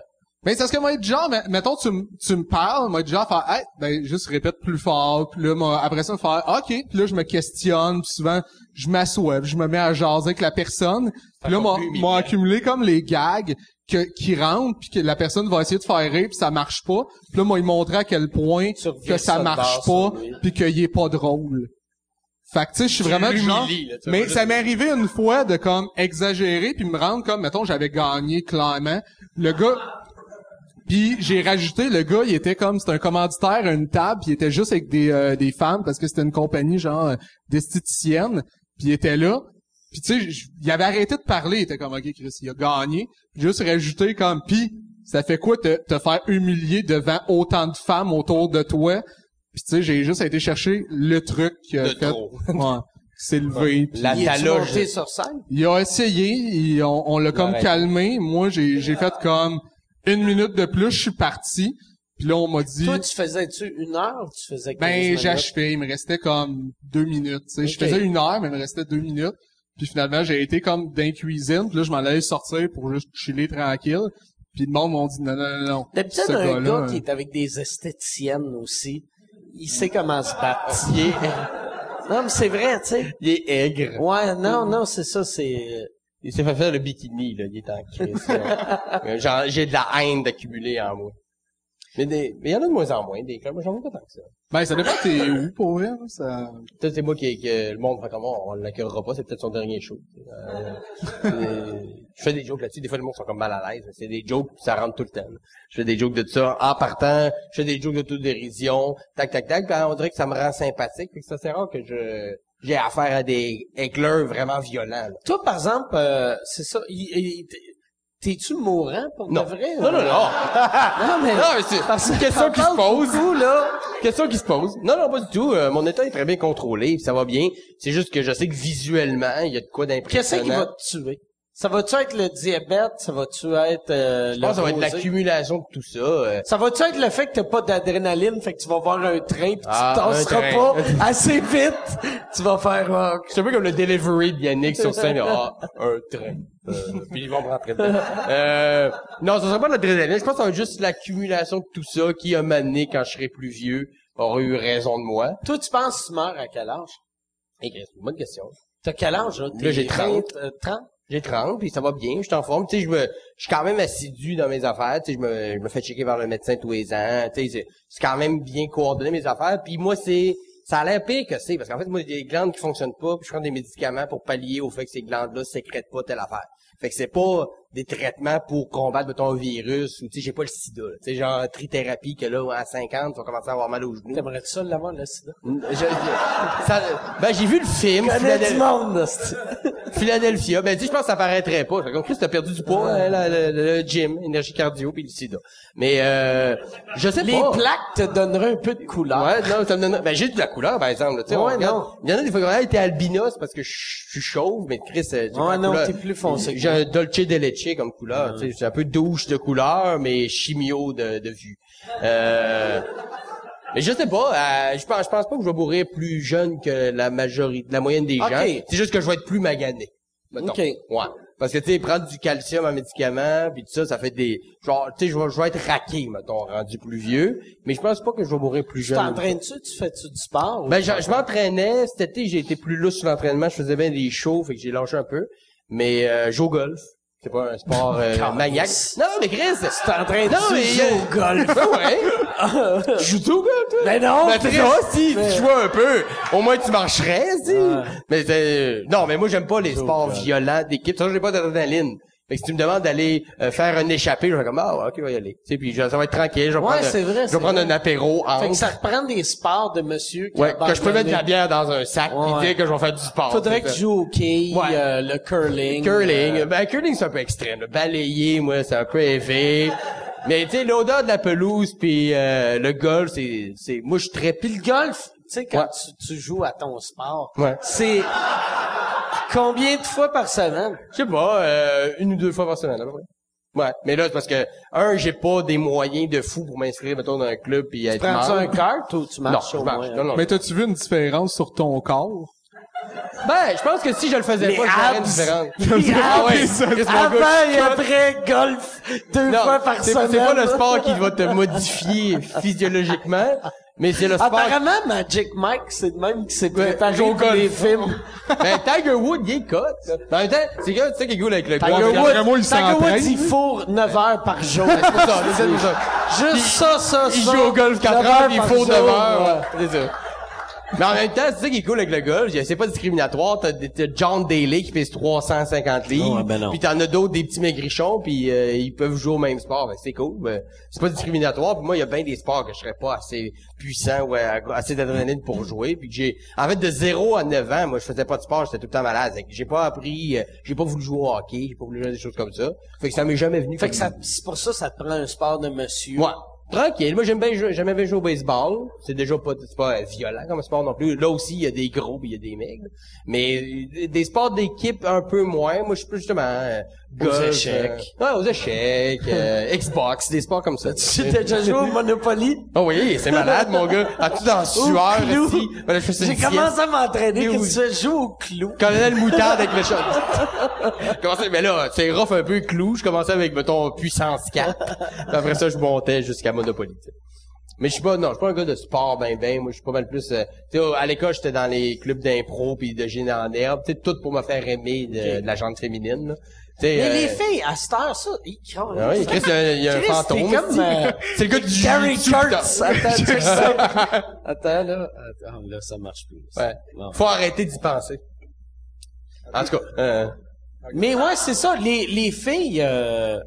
Mais c'est parce que moi, être genre, mais- mettons, tu, m- tu me parles, moi, être genre, faire, hey, ben, juste répète plus fort, puis là, moi, après ça, faire, ah, ok, puis là, je me questionne, puis souvent, je m'assois, puis je me mets à jaser avec la personne, puis là, va m'a plus humilier. m'a accumulé comme les gags que, qui rentrent, puis que la personne va essayer de faire rire, puis ça marche pas, puis là, moi, il montrait à quel point Tu reviens que ça sur le marche bord, pas, sur lui. puis qu'il est pas drôle. Fait que, tu sais, je suis vraiment du genre... l'humilies, là, tu vois, mais juste- ça m'est arrivé une fois de, comme, exagérer, puis me rendre comme, mettons, j'avais gagné clairement. Le gars... Puis j'ai rajouté, le gars, il était comme, c'était un commanditaire à une table, puis il était juste avec des, euh, des femmes, parce que c'était une compagnie, genre, euh, d'esthéticienne, puis il était là. Puis tu sais, j- il avait arrêté de parler, il était comme, OK, Chris, il a gagné. Puis juste rajouté comme, puis ça fait quoi te, te faire humilier devant autant de femmes autour de toi? Puis tu sais, j'ai juste été chercher le truc qu'il a De fait. trop. *laughs* Ouais. S'est levé. puis- La il est-tu taloche. monté sur scène? il a essayé, il- on, on l'a comme arrêté. calmé. Moi, j'ai, j'ai fait comme une minute de plus, je suis parti. Puis là, on m'a dit, Toi, tu faisais-tu une heure ou tu faisais 15 ben, minutes? j'ai achevé. Il me restait comme deux minutes. tu sais. Je Ok. faisais une heure, mais il me restait deux minutes. Puis finalement, j'ai été comme dans la cuisine. Puis là, je m'en allais sortir pour juste chiller tranquille. Puis le monde m'a dit, non, non, non, non. D'habitude, Ce un gars-là, gars hein. qui est avec des esthéticiennes aussi, il sait comment se battre. Il *laughs* est- Non, mais c'est vrai, tu sais. Il est aigre. Ouais, non, non, c'est ça, c'est... euh, Il s'est fait faire le bikini, là. Il est en *laughs* crise. là. Euh, genre, j'ai de la haine d'accumuler en moi. Mais des, mais il y en a de moins en moins, des clubs. Moi, j'en ai pas tant que ça. Ben, ça dépend t'es où pour vrai. là, Ça... Peut-être c'est moi qui, qui- le monde fait comme oh, on, on l'accueillera pas, c'est peut-être son dernier show. *laughs* Euh, euh, je fais des jokes là-dessus, des fois le monde sont comme mal à l'aise, mais c'est des jokes, ça rentre tout le temps. là. Je fais des jokes de tout ça en partant, je fais des jokes d'autodérision, tac tac tac, puis on dirait que ça me rend sympathique, puis que ça c'est rare que je j'ai affaire à des éclairs vraiment violents. là. Toi, par exemple, euh, c'est ça, il- il- t'es-tu mourant pour Non. de vrai? hein? non, non, non. Non, mais... Non, mais c'est Parce une que question t'en qui se parles pose. beaucoup, là. Question qui se pose. Non, non, pas du tout. Euh, mon état est très bien contrôlé, puis ça va bien. C'est juste que je sais que visuellement, il y a de quoi Qu'est-ce d'impressionnant. qui va te tuer? Ça va-tu être le diabète? Ça va-tu être euh, Je le pense que ça va être rosé? l'accumulation de tout ça. euh, Ça va-tu être le fait que t'as pas d'adrénaline, fait que tu vas voir un train pis Ah, tu te un tasseras train. pas *laughs* assez vite, tu vas faire euh, C'est un peu comme le delivery de Yannick sur scène. Ah, un train. Euh, puis ils vont me rentrer dedans. Euh, non, ce serait pas de l'adrénaline. Je pense que ça va être juste l'accumulation de tout ça qui a m'amené quand je serai plus vieux aurait eu raison de moi. Toi, tu penses que tu meurs à quel âge? Et c'est une bonne question. T'as quel âge, là? T'es Là, j'ai 30. 20, euh, 30? J'ai 30, puis ça va bien, je suis en forme. Tu sais, je me, je suis quand même assidu dans mes affaires. Tu sais, je me, je me fais checker vers le médecin tous les ans. Tu sais, c'est- c'est quand même bien coordonné mes affaires. Puis moi, c'est, ça a l'air pire que c'est, parce qu'en fait, moi, j'ai des glandes qui fonctionnent pas, puis je prends des médicaments pour pallier au fait que ces glandes-là sécrètent pas telle affaire. Fait que c'est pas des traitements pour combattre, mettons, un virus, ou tu sais, j'ai pas le sida. là. Tu sais, genre, trithérapie, que là, à 50, tu vas commencer à avoir mal aux genoux. T'aimerais-tu ça l'avoir, le sida? Je- je- ça- ben, j'ai vu le film. Connais Philadel- du monde, là, c'est- Philadelphia. Ben, dis, je pense que ça paraîtrait pas. Fait comme Chris, t'as perdu du poids, hein, la- la- le, gym, énergie cardio, puis le sida. Mais, euh, je sais Les pas. plaques te donneraient un peu de couleur. Ouais, non, ça me donne, ben, j'ai de la couleur, par exemple, là, tu sais, on Ouais, regarde- non. Il y en a des fois, qui disent, hey, t'es albinos parce que je je suis chauve, mais Chris, euh, j'ai pas Ouais, la non, couleur. t'es plus foncé. J'ai un Dolce de Leche, pitché comme couleur. tu sais. C'est un peu douche de couleur, mais chimio de, de vue. Euh, mais je sais pas, euh, je pense, je pense pas que je vais mourir plus jeune que la majorité, la moyenne des Ok. gens. C'est juste que je vais être plus magané. mettons. Ok. Ouais. Parce que, tu sais, prendre du calcium en médicament, puis tout ça, ça fait des... Genre, tu sais, je vais- je vais être raqué, mettons, rendu plus vieux. Mais je pense pas que je vais mourir plus Tu jeune. t'entraînes-tu? Tu fais-tu du sport? ou- Ben, je, je m'entraînais. Cet été, j'ai été plus lousse sur l'entraînement. Je faisais bien des shows, fait que j'ai lâché un peu. Mais euh, je joue au golf. C'est pas un sport euh, maniaque. Non, mais Chris... Tu t'entraînes-tu Non, mais, jouer euh, au *laughs* golf? Ben ouais! *laughs* tu joues au golf, toi? Ben non! Ben, Chris. Chris, si tu jouais un peu, au moins tu marcherais, si. Mais euh, non, mais moi j'aime pas les sports violents d'équipe. Ça, j'ai pas d'adrénaline. Fait que si tu me demandes d'aller euh, faire un échappé, je vais comme ah ouais, ok, on va y aller. Tu sais, puis je- ça va être tranquille. Je vais prendre, c'est vrai, je c'est vais prendre vrai. un apéro en Fait que ça reprend des sports de monsieur qui ouais, que je peux abandonne mettre de la le- bière dans un sac Ouais, pis ouais. dire que je vais faire du sport. Faudrait C'est que ça. tu joues au quai, Ouais. euh, le curling. Curling. euh, Ben, curling, c'est un peu extrême. là. Balayer, moi, c'est un peu élevé. Mais, tu sais, l'odeur de la pelouse puis euh, le golf, c'est, c'est, moi, je suis très... Puis le golf, tu sais, quand Ouais. tu, tu joues à ton sport, Ouais. c'est combien de fois par semaine? Je sais pas, euh, une ou deux fois par semaine, à peu près. Ouais, mais là, c'est parce que, un, j'ai pas des moyens de fou pour m'inscrire, mettons, dans un club puis être Prends-tu un membre. kart ou tu Non, marches je au marche. moins? hein? Non, non. Mais t'as-tu vu une différence sur ton corps? ben, je pense que si je le faisais Les pas, j'aurais une abs. différence. Les ah *laughs* ouais, abs. Chris, mon Avant gars, je et suis cut. après golf, deux Non, fois par c'est, semaine. c'est pas le sport qui va te modifier physiologiquement, mais Ah, c'est le sport Apparemment, Magic Mike, c'est le même qui s'est Ouais, préparé joue au pour golf. les films. ben, Tiger Wood, il est cut. là. Mais En même temps, c'est que, tu sais, qui est cool avec le golf, Tiger d'après Woods, moi, il Tiger Woods, s'entraîne. il fourre 9 heures par jour. *laughs* C'est pour ça, c'est pour ça. Juste ça, ça, ça. Il joue au golf 4 9 heures, puis il par faut 9 jour, heures. ouais. ouais, C'est ça. Mais en même temps, c'est ça qui est cool avec le golf. C'est pas discriminatoire. T'as des- t'as John Daly qui pèse 350 livres. Ouais, ben non. Puis t'en as d'autres, des petits maigrichons, puis euh, ils peuvent jouer au même sport. Ben, c'est cool. Ben, c'est pas discriminatoire. Puis moi, il y a bien des sports que je serais pas assez puissant ou euh, assez d'adrénaline pour jouer. Puis que j'ai, en fait, de 0 à 9 ans, moi, je faisais pas de sport. J'étais tout le temps malade. Fait que J'ai pas appris, euh, j'ai pas voulu jouer au hockey, j'ai pas voulu jouer à des choses comme ça. Fait que ça m'est jamais venu. Fait comme que ça, c'est pour ça, ça te prend un sport de monsieur. Ouais. Tranquille. Moi, j'aime bien jouer, j'aimais bien jouer au baseball. C'est déjà pas, c'est pas euh, violent comme sport non plus. Là aussi, il y a des gros pis il y a des mecs. Mais euh, des sports d'équipe un peu moins. Moi, je suis plus justement, euh, golf, échecs. euh, ouais, aux échecs, *laughs* euh, Xbox, des sports comme ça. tu J'ai sais. déjà joué au Monopoly. Oh oui, c'est malade, mon gars. À tout en sueur, Au clou. ici. Voilà, je J'ai fais une sieste. commencé à m'entraîner Mais que oui. tu fais jouer au clou. Colonel Moutarde avec le chat. Commencez, mais là, c'est rough un peu clou. Je commençais avec, mettons, puissance 4. Puis après ça, je montais jusqu'à Monopoly. tu sais. Mais je suis pas, non, je suis pas un gars de sport, ben, ben. Moi, je suis pas mal plus, euh, tu sais, à l'école, j'étais dans les clubs d'impro puis de gin en herbe. Tu sais, tout pour me faire aimer de, de la gente féminine, là. Tu sais, Mais euh, les filles, à cette heure, ça, ils crament. ah oui, Chris, il y a- il y a un Chris, fantôme. t'es comme, aussi. euh, C'est le gars du Gary jiu-jitsu, putain. Kurtz. Attends, *laughs* check *laughs* ça. Attends, là. Attends, là, ça marche plus. Ouais. Non. Faut arrêter d'y penser. En tout cas, euh, Mais ouais, c'est ça. Les, les filles, euh,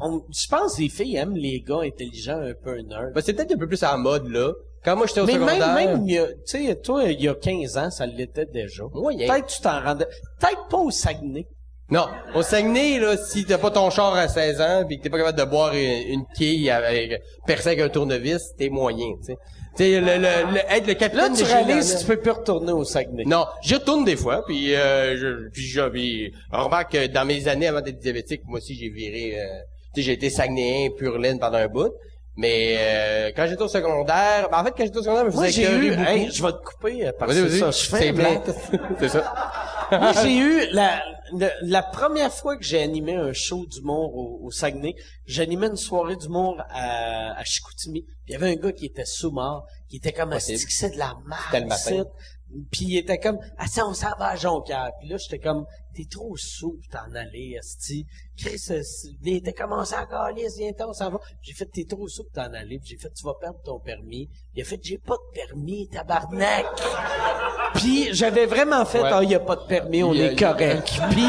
on- je pense que les filles aiment les gars intelligents un peu nerds. ben, c'est peut-être un peu plus en mode, là. Quand moi, j'étais au Mais même, secondaire. même, il y a- tu sais, toi, il y a 15 ans, ça l'était déjà. Moyen. Peut-être que tu t'en rendais, peut-être pas au Saguenay. Non, au Saguenay, là, si t'as pas ton char à 16 ans puis que t'es pas capable de boire une, une quille avec percée avec un tournevis, t'es moyen, tu sais. Tu sais, le, le, le- être le Là, capitaine tu des Gilets réalises d'Orient. que tu peux plus retourner au Saguenay. Non, j'y retourne des fois, puis euh, je, puis je, puis on remarque que dans mes années avant d'être diabétique, moi aussi j'ai viré, euh, tu sais, j'ai été Saguenayen pur laine pendant un bout, mais euh, quand j'étais au secondaire, ben, en fait quand j'étais au secondaire, je me Moi, faisais j'ai écœurer eu, beaucoup. hey, je vais te couper euh, parce Vas-y, que c'est vas-y. ça, je fais. C'est mais- plate. *laughs* c'est ça. Moi, j'ai eu la, le- la première fois que j'ai animé un show d'humour au, au Saguenay, j'animais une soirée d'humour à, à Chicoutimi. Puis Il y avait un gars qui était sous-mort, qui était comme, Possible. Asti que c'est de la C'était le merde. matin. c'est- Puis il était comme, ah ça, on s'en va à Jonquière. Puis là, j'étais comme, t'es trop sous pour t'en aller, Asti. Chris, euh, il était commencé à caler, viens-t'en, on s'en va. J'ai fait, t'es trop sous pour t'en aller. Puis j'ai fait, tu vas perdre ton permis. Il a fait, j'ai pas de permis, tabarnak. Puis j'avais vraiment fait, Ouais. ah, il y a pas de permis, on Il y a- est correct. *laughs* Puis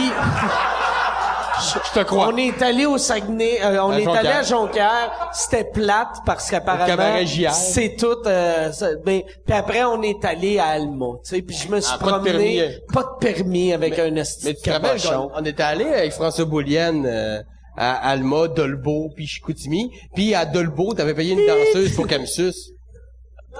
Je te crois. on est allé au Saguenay, euh, on À est allé Jonquière. à Jonquière, c'était plate parce qu'apparemment cabaret JR. c'est tout euh, ça- ben, puis après on est allé à Alma, tu sais, puis je me suis Ah, pas de permis, euh. promené pas de permis avec un esti Mais de tu te rappelles, cabochon. on, on était allé avec François Boulienne euh, à Alma, Dolbeau, puis Chicoutimi. Puis à Dolbeau, t'avais payé une danseuse pour Camusus.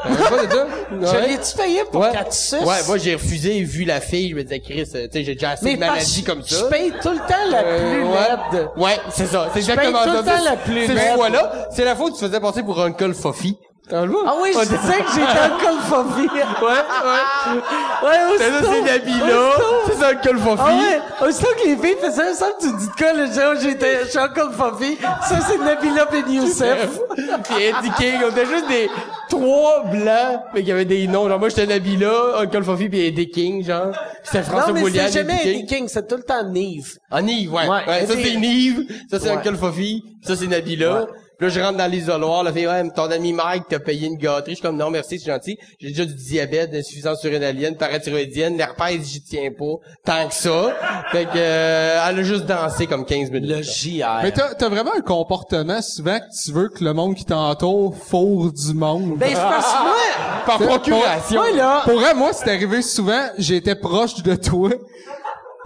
T'avais pas de ça? Je Ouais. l'ai-tu payé pour Ouais. 4 6? Ouais, moi j'ai refusé vu la fille, je me disais Chris, euh, tu sais j'ai déjà assez de maladies comme ça. Je paye tout le temps la Euh, plus ouais. laide. Ouais, c'est ça. C'est Je paye exactement tout ça. le temps la C'est- plus c'est laide. ce fois-là, c'est la fois où tu te faisais passer pour Uncle Fofi. Ah Ah oui, je disais que j'étais un colphobie. Ouais, ah. ouais. Ouais, T'as aussitôt. ça, ces habits-là. aussitôt- C'est ça, Uncle Fofi. Ah ouais, aussitôt que les filles faisaient ça, tu dis de quoi, là, genre, j'étais, je suis un colphobie. Ça, c'est Nabila Ben *laughs* Youssef. Puis Eddie King, on était juste des trois blancs, mais qui avaient des noms. Genre, moi, j'étais Nabila, Uncle Fofi, puis Eddie King, genre. Puis C'était Non, François mais Boulian, c'est jamais Eddie Eddie King, c'est tout le temps Nive. Ah, Nive, ouais. Ouais, ouais, ça, Eddie- c'est Nive. Ça, c'est Ouais. Uncle Fofi. Ça, c'est Nabila. Puis là, je rentre dans l'isoloir. La fille, ouais, mais ton ami Mike t'a payé une gâterie. Je suis comme, non, merci, c'est gentil. J'ai déjà du diabète, insuffisance surrénalienne, parathyroïdienne, l'herpès, j'y tiens pas. Tant que ça. Fait que, euh, elle a juste dansé comme 15 minutes. là. Mais JR. t'as, t'as vraiment un comportement souvent que tu veux que le monde qui t'entoure fourre du monde. Ben, c'est parce que moi, Par procuration. moi, là- Pour elle, moi, c'est arrivé souvent, j'étais proche de toi,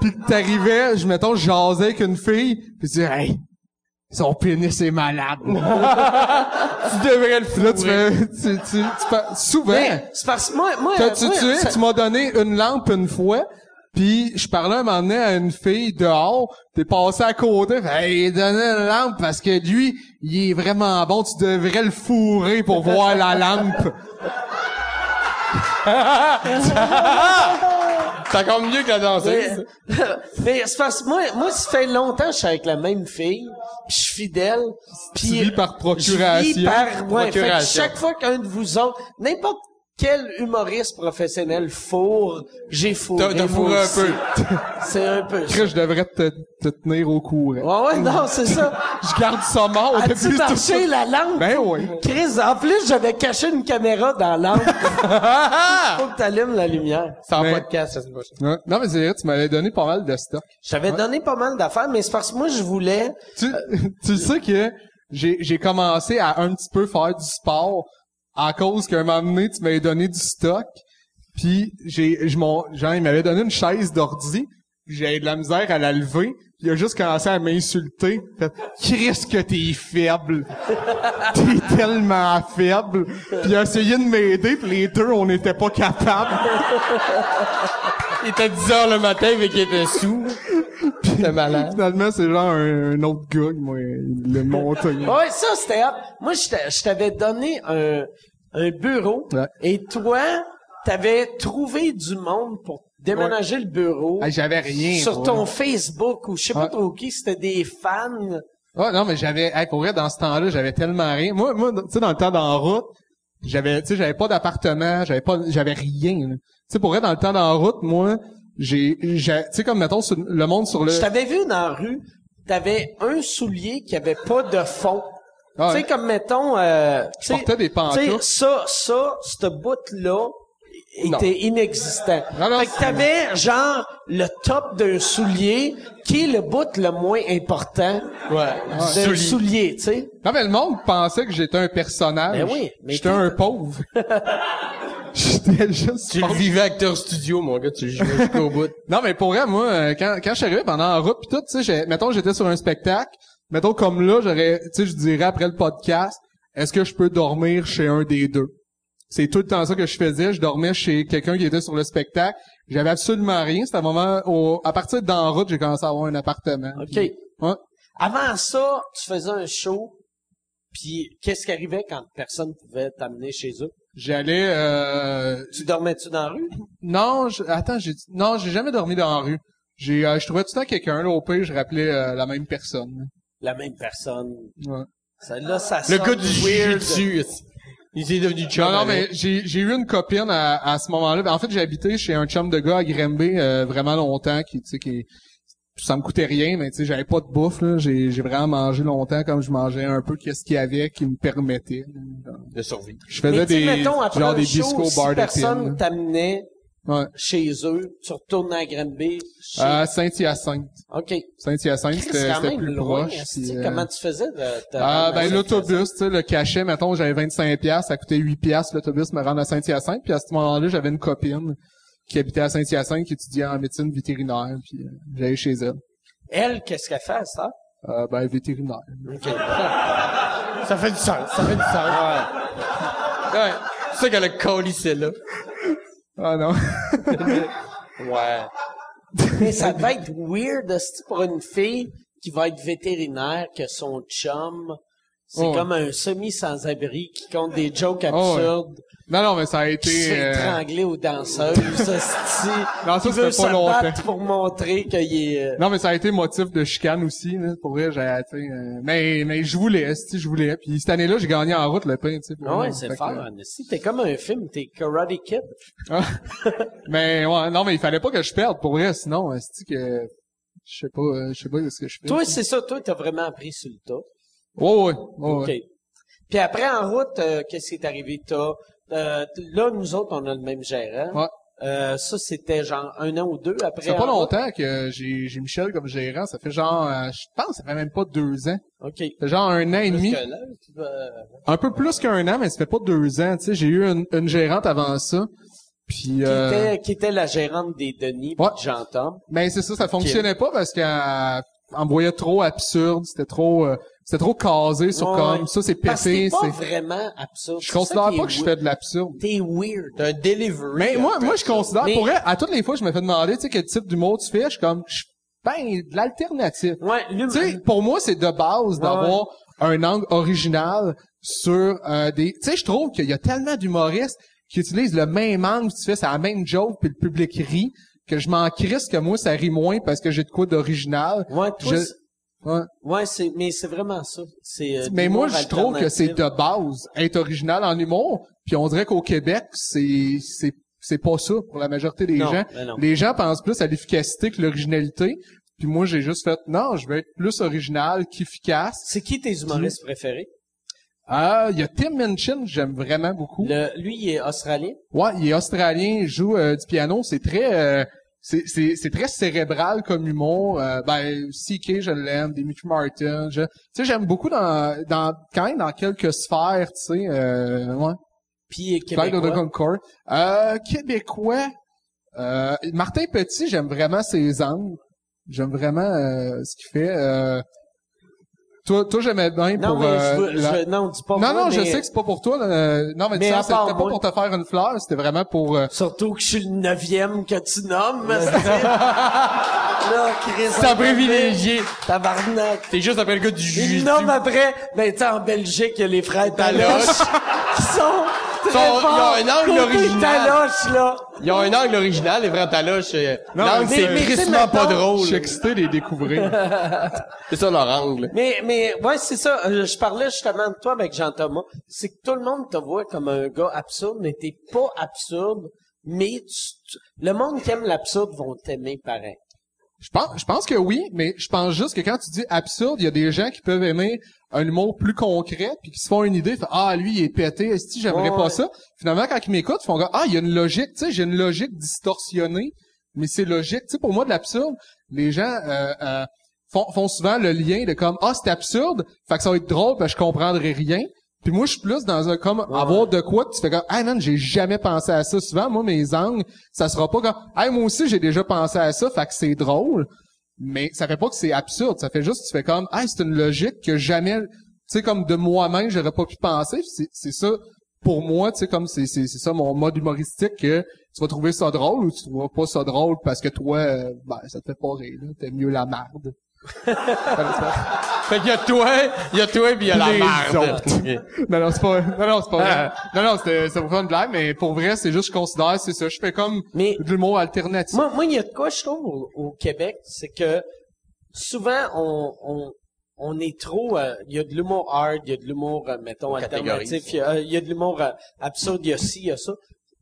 puis que t'arrivais, je mettons, je jasais avec une fille, puis tu dis, hey, son pénis est *laughs* malade. tu devrais le Puis Là, tu fais, tu, tu, tu fais- souvent. ben, c'est parce que moi, moi, T'as- tu, moi, tu, ça- tu m'as donné une lampe une fois, puis je parlais un moment donné à une fille dehors, t'es passé à côté, fait, hey, donnez une lampe parce que lui, il est vraiment bon, tu devrais le fourrer pour voir la lampe. C'est encore mieux que la danseuse. Mais, *laughs* mais c'est parce que moi, moi, ça fait longtemps que je suis avec la même fille, puis je suis fidèle, puis Tu vis par procuration. Je vis par, ouais, fait que Procuration. chaque fois qu'un de vous autres, n'importe quel humoriste professionnel fourre, j'ai fourré. T'as- t'as moi fourré un aussi. C'est un peu. ça. Chris, je devrais te, te tenir au courant. Ouais, ouais, non, c'est ça. *laughs* Je garde ça mort As-tu depuis tout ça. marché la lampe? Ben oui. Chris, en plus, j'avais caché une caméra *laughs* dans la lampe. Faut que t'allumes la lumière. Sans Mais- podcast, ça, c'est pas ça. Ouais. Non, mais c'est vrai, tu m'avais donné pas mal de stock. Je t'avais donné pas mal d'affaires, mais c'est parce que moi, je voulais... tu, *laughs* tu sais que j'ai, j'ai commencé à un petit peu faire du sport à cause qu'à un moment donné, tu m'avais donné du stock. Puis j'ai, je m'en, genre, il m'avait donné une chaise d'ordi. J'avais de la misère à la lever. puis Il a juste commencé à m'insulter. Fait, Chris que t'es *laughs* faible. t'es tellement faible. Puis il a essayé de m'aider. Puis les deux, on n'était pas capables. Il était 10 heures le matin, mais qu'il était sous. C'était malade. Finalement, c'est genre un, un autre gars qui m'a il l'a monté. Ouais, ça, c'était hop. Moi, je t'a- je t'avais donné un, un bureau. Ouais. Et toi, t'avais trouvé du monde pour déménager le bureau. Ah, J'avais rien. sur moi. ton Facebook ou je sais pas Ouais. trop qui, c'était des fans. Ah non, mais j'avais, hey, pour vrai, dans ce temps-là, j'avais tellement rien. Moi, moi, tu sais, dans le temps d'en route, j'avais, tu sais, j'avais pas d'appartement, j'avais pas, j'avais rien. là. Tu sais, pour vrai, dans le temps d'en route, moi, j'ai, j'ai- tu sais, comme mettons sur- le monde sur le. Je t'avais vu dans la rue, t'avais un soulier qui avait pas de fond. Ah, tu sais, ouais. comme mettons... Euh, tu sais- portais des pantoufles. tu sais, Ça, ça, ce bout-là était Non. inexistant. Non, non, fait que c'est- t'avais genre le top d'un soulier qui est le bout le moins important Ouais. d'un soulier, tu sais. Non, mais le monde pensait que j'étais un personnage. Ben oui, mais J'étais t'es- un *laughs* pauvre. j'étais juste. Tu le pauvre. vivais acteur studio, mon gars, tu le jouais jusqu'au bout. Non, mais pour vrai, moi, euh, quand, quand je suis arrivé pendant en route pis tout, tu sais, j'ai- mettons, j'étais sur un spectacle. Mettons, comme là, j'aurais, tu sais, je dirais après le podcast, est-ce que je peux dormir chez un des deux? C'est tout le temps ça que je faisais. Je dormais chez quelqu'un qui était sur le spectacle. J'avais absolument rien. C'était un moment où, à partir d'en route, j'ai commencé à avoir un appartement. OK. Ouais. Avant ça, tu faisais un show, puis qu'est-ce qui arrivait quand personne pouvait t'amener chez eux? J'allais, euh, Tu dormais-tu dans la rue? non, je- attends, j'ai, non, j'ai jamais dormi dans la rue. J'ai, euh, je trouvais tout le temps quelqu'un, là, au pire, je rappelais euh, la même personne. La même personne. Ouais. Ça, là, ça Le sonne gars du weird. jujitsu. Il est devenu chum. Non, non, mais avec. j'ai j'ai eu une copine à, à ce moment-là. Ben, En fait, j'ai habité chez un chum de gars à Grimby euh, vraiment longtemps, qui, tu sais, qui, ça me coûtait rien, mais tu sais, j'avais pas de bouffe. là. J'ai j'ai vraiment mangé longtemps, comme je mangeais un peu qu'est-ce qu'il y avait qui me permettait. De survivre. Je Mais faisais tu sais, des mettons, après genre un des show, biscots si bar de personne pin, là. t'amenait Ouais. chez eux, tu retournes à Granby. Chez... À Saint-Hyacinthe. OK. Saint-Hyacinthe, Chris, C'est Ah. c'était quand c'était même plus loin. proche. esti. puis, euh, Comment tu faisais de te Ah rendre à ben cette l'autobus, tu sais, le cachet, mettons, j'avais 25 pièces, ça coûtait 8 pièces l'autobus me rendre à Saint-Hyacinthe, puis à ce moment-là, j'avais une copine qui habitait à Saint-Hyacinthe qui étudiait en médecine vétérinaire, puis euh, j'allais chez elle. place? Elle, qu'est-ce qu'elle fait à ça? Euh, ben vétérinaire. Ça fait du sens. Ça fait du sens. Ouais. C'est ça qu'elle a collissé là. Ah *laughs* non. Ouais. *laughs* Mais ça devait être weird hostie, pour une fille qui va être vétérinaire que son chum, c'est Oh. comme un semi-sans-abri qui compte des jokes Oh, ouais. absurdes. non, non, mais ça a Qui été... s'est euh, étranglé aux danseuses, *laughs* hostie, Non, ça, qui c'était veut pas se longtemps. battre pour montrer qu'il est... euh, Non, mais ça a été motif de chicane aussi, là. Pour vrai, j'ai, tu sais, euh, mais, mais je voulais, si je voulais. Puis cette année-là, j'ai gagné en route le pain, tu sais. pour Ah vrai. ouais, c'est Fait que, fort, euh, hostie. T'es comme un film, t'es Karate Kid. Ah. *laughs* mais ouais, non, mais il fallait pas que je perde pour vrai, sinon, cest que je sais pas, euh, je sais pas ce que je fais. Toi, c'est ça. Toi, t'as vraiment appris sur le tas. Ouais, ouais, ouais, ouais. OK. Puis après, en route, euh, qu'est-ce qui est arrivé? T'as, euh, t- là, nous autres, on a le même gérant. Ouais. Euh, ça, c'était genre un an ou deux après. Ça fait pas en route. longtemps que j'ai, j'ai Michel comme gérant. Ça fait genre, euh, je pense, que ça fait même pas deux ans. OK. Ça fait genre un an et demi. Parce que là, tu euh, vas- Un peu plus qu'un an, mais ça fait pas deux ans. Tu sais, j'ai eu une, une gérante avant ça. Puis, Qui, euh, était, qui était la gérante des Denis, Ouais. j'entends. Mais ben, c'est ça, ça fonctionnait pas parce qu'elle elle me voyait trop absurde, c'était trop euh, c'était trop casé sur Ouais, comme ouais. ça c'est Parce que t'es pété, pas c'est vraiment absurde. je C'est ça considère qui pas est que je weird. fais de l'absurde. T'es weird. T'as un delivery. Mais Ben, moi après. moi je considère Mais- pour vrai, à toutes les fois je me fais demander tu sais quel type d'humour tu fais, je suis comme je suis ben de l'alternative. Ouais, lui, Tu sais pour moi c'est de base d'avoir un angle original sur euh, des tu sais je trouve qu'il y a tellement d'humoristes qui utilisent le même angle, tu fais c'est la même joke puis le public rit que je m'en crisse que moi ça rit moins parce que j'ai de quoi d'original. ouais, toi, Je- c'est- Ouais. ouais, c'est, mais c'est vraiment ça. C'est, euh, Mais moi, l'humour je trouve que c'est de base être original en humour. Puis on dirait qu'au Québec, c'est c'est c'est pas ça pour la majorité des Non, gens. ben non. Les gens pensent plus à l'efficacité que l'originalité. Puis moi, j'ai juste fait non, je vais être plus original qu'efficace. C'est qui tes humoristes préférés? Ah, il y a Tim Minchin, que j'aime vraiment beaucoup. Le, lui, il est australien. Ouais, il est australien, il joue euh, du piano, c'est très euh, c'est c'est c'est très cérébral comme humour. Euh, ben CK, je l'aime, Dimitri Martin, je- tu sais j'aime beaucoup dans dans quand même dans quelques sphères, tu sais euh, ouais. Puis il est Clyde de québécois. Concord. Euh, québécois. Euh, Martin Petit, j'aime vraiment ses angles. J'aime vraiment euh, ce qu'il fait. Euh, toi, toi j'aimais bien Non, pour. mais euh, je, veux, la- je, non, dis pas non, moi, non, je mais sais que c'est pas pour toi. là, euh, Non, mais, Mais tu à sais, c'était part pas moi- pour te faire une fleur, c'était vraiment pour. euh, Surtout que je suis le neuvième que tu nommes, c'est-à-dire- *laughs* Là, Chris. T'as privilégié. Tabarnak. T'es juste après le gars du Il jus. nomme après, ben, tu sais, en Belgique, il y a les frères Taloche, *laughs* Taloche. qui sont très Ils sont- forts. ils ont un angle Côté original. Taloche, là. Ils ont un angle original, les vrais taloches. euh, Non, L'angle, mais- c'est mais- tristement mais- pas mettons, Je drôle. suis excité de les découvrir. C'est ça leur angle. Mais, mais, ouais, c'est ça. Euh, Je parlais justement de toi avec Jean-Thomas. C'est que tout le monde te voit comme un gars absurde, mais t'es pas absurde, mais tu- tu- le monde qui aime l'absurde vont t'aimer pareil. je pense, je pense que oui, mais je pense juste que quand tu dis absurde, il y a des gens qui peuvent aimer un humour plus concret, puis qui se font une idée, fait, ah lui il est pété, est-ce que j'aimerais Ouais, pas ouais. ça. Finalement quand ils m'écoutent, ils font ah il y a une logique, tu sais, j'ai une logique distorsionnée, mais c'est logique, tu sais pour moi de l'absurde, les gens euh, euh, font, font souvent le lien de comme ah c'est absurde, fait que ça va être drôle parce que je comprendrai rien. Puis moi je suis plus dans un comme avoir de quoi que tu fais comme ah man j'ai jamais pensé à ça souvent moi mes angles ça sera pas comme ah moi aussi j'ai déjà pensé à ça fait que c'est drôle mais ça fait pas que c'est absurde ça fait juste que tu fais comme ah c'est une logique que jamais tu sais comme de moi-même j'aurais pas pu penser Puis c'est c'est ça pour moi tu sais comme c'est c'est c'est ça mon mode humoristique que tu vas trouver ça drôle ou tu trouveras pas ça drôle parce que toi euh, ben ça te fait pas rire là t'aimes mieux la merde Fait qu'il y a toi, il y a toi pis il y a la Les merde. autres. Ok. non, non, c'est pas, non, non, c'est pas Ah. vrai. Non, non, c'était, c'est pour faire une blague, mais pour vrai, c'est juste, je considère, c'est ça. Je fais comme Mais- de l'humour alternatif. Moi, moi, il y a de quoi, je trouve, au, au Québec, c'est que souvent, on, on, on est trop... euh, Il y a de l'humour hard, il y a de l'humour, euh, mettons, Catégorie. alternatif, il y, a, euh, il y a de l'humour euh, absurde, il y a ci, il y a ça.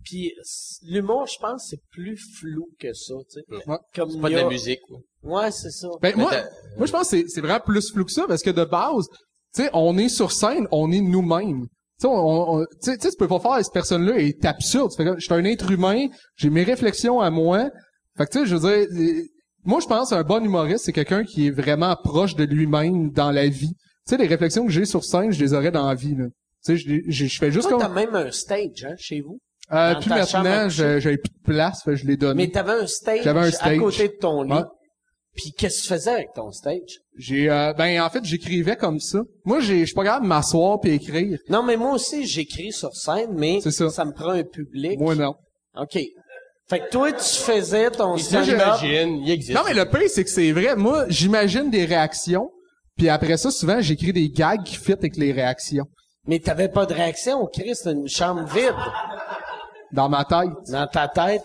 Puis c- l'humour, je pense, c'est plus flou que ça, tu sais. Ouais. Comme C'est pas il de y la a- musique. quoi. Ouais, c'est ça. Ben, Mais moi, t'as- moi, je pense que c'est, c'est vraiment plus flou que ça, parce que de base, tu sais, on est sur scène, on est nous-mêmes. Tu sais, on, on- tu sais, tu sais, tu peux pas faire, cette personne-là est absurde. Tu fais comme, je suis un être humain, j'ai mes réflexions à moi. Fait que, tu sais, je veux dire, euh, moi, je pense qu'un bon humoriste, c'est quelqu'un qui est vraiment proche de lui-même dans la vie. Tu sais, les réflexions que j'ai sur scène, je les aurais dans la vie, là. Tu sais, je, les- je, je fais juste Toi, comme... t'as même un stage, hein, chez vous. Euh, Dans puis ta chambre à maintenant, coucher. je- j'avais plus de place, fait que je l'ai donné. Mais t'avais un stage, J'avais un à stage. côté de ton lit. Ouais. Puis qu'est-ce que tu faisais avec ton stage? J'ai, euh, ben, en fait, j'écrivais comme ça. Moi, j'ai, je suis pas capable de m'asseoir puis écrire. Non, mais moi aussi, j'écris sur scène, mais C'est ça. ça me prend un public. Moi, non. OK. Fait que toi, tu faisais ton Ça, stand-up. j'imagine, il existe. Non, mais le pire, c'est que c'est vrai. Moi, j'imagine des réactions, puis après ça, souvent, j'écris des gags qui fit avec les réactions Mais t'avais pas de réaction, Chris, t'as une chambre vide dans ma tête. dans ta tête.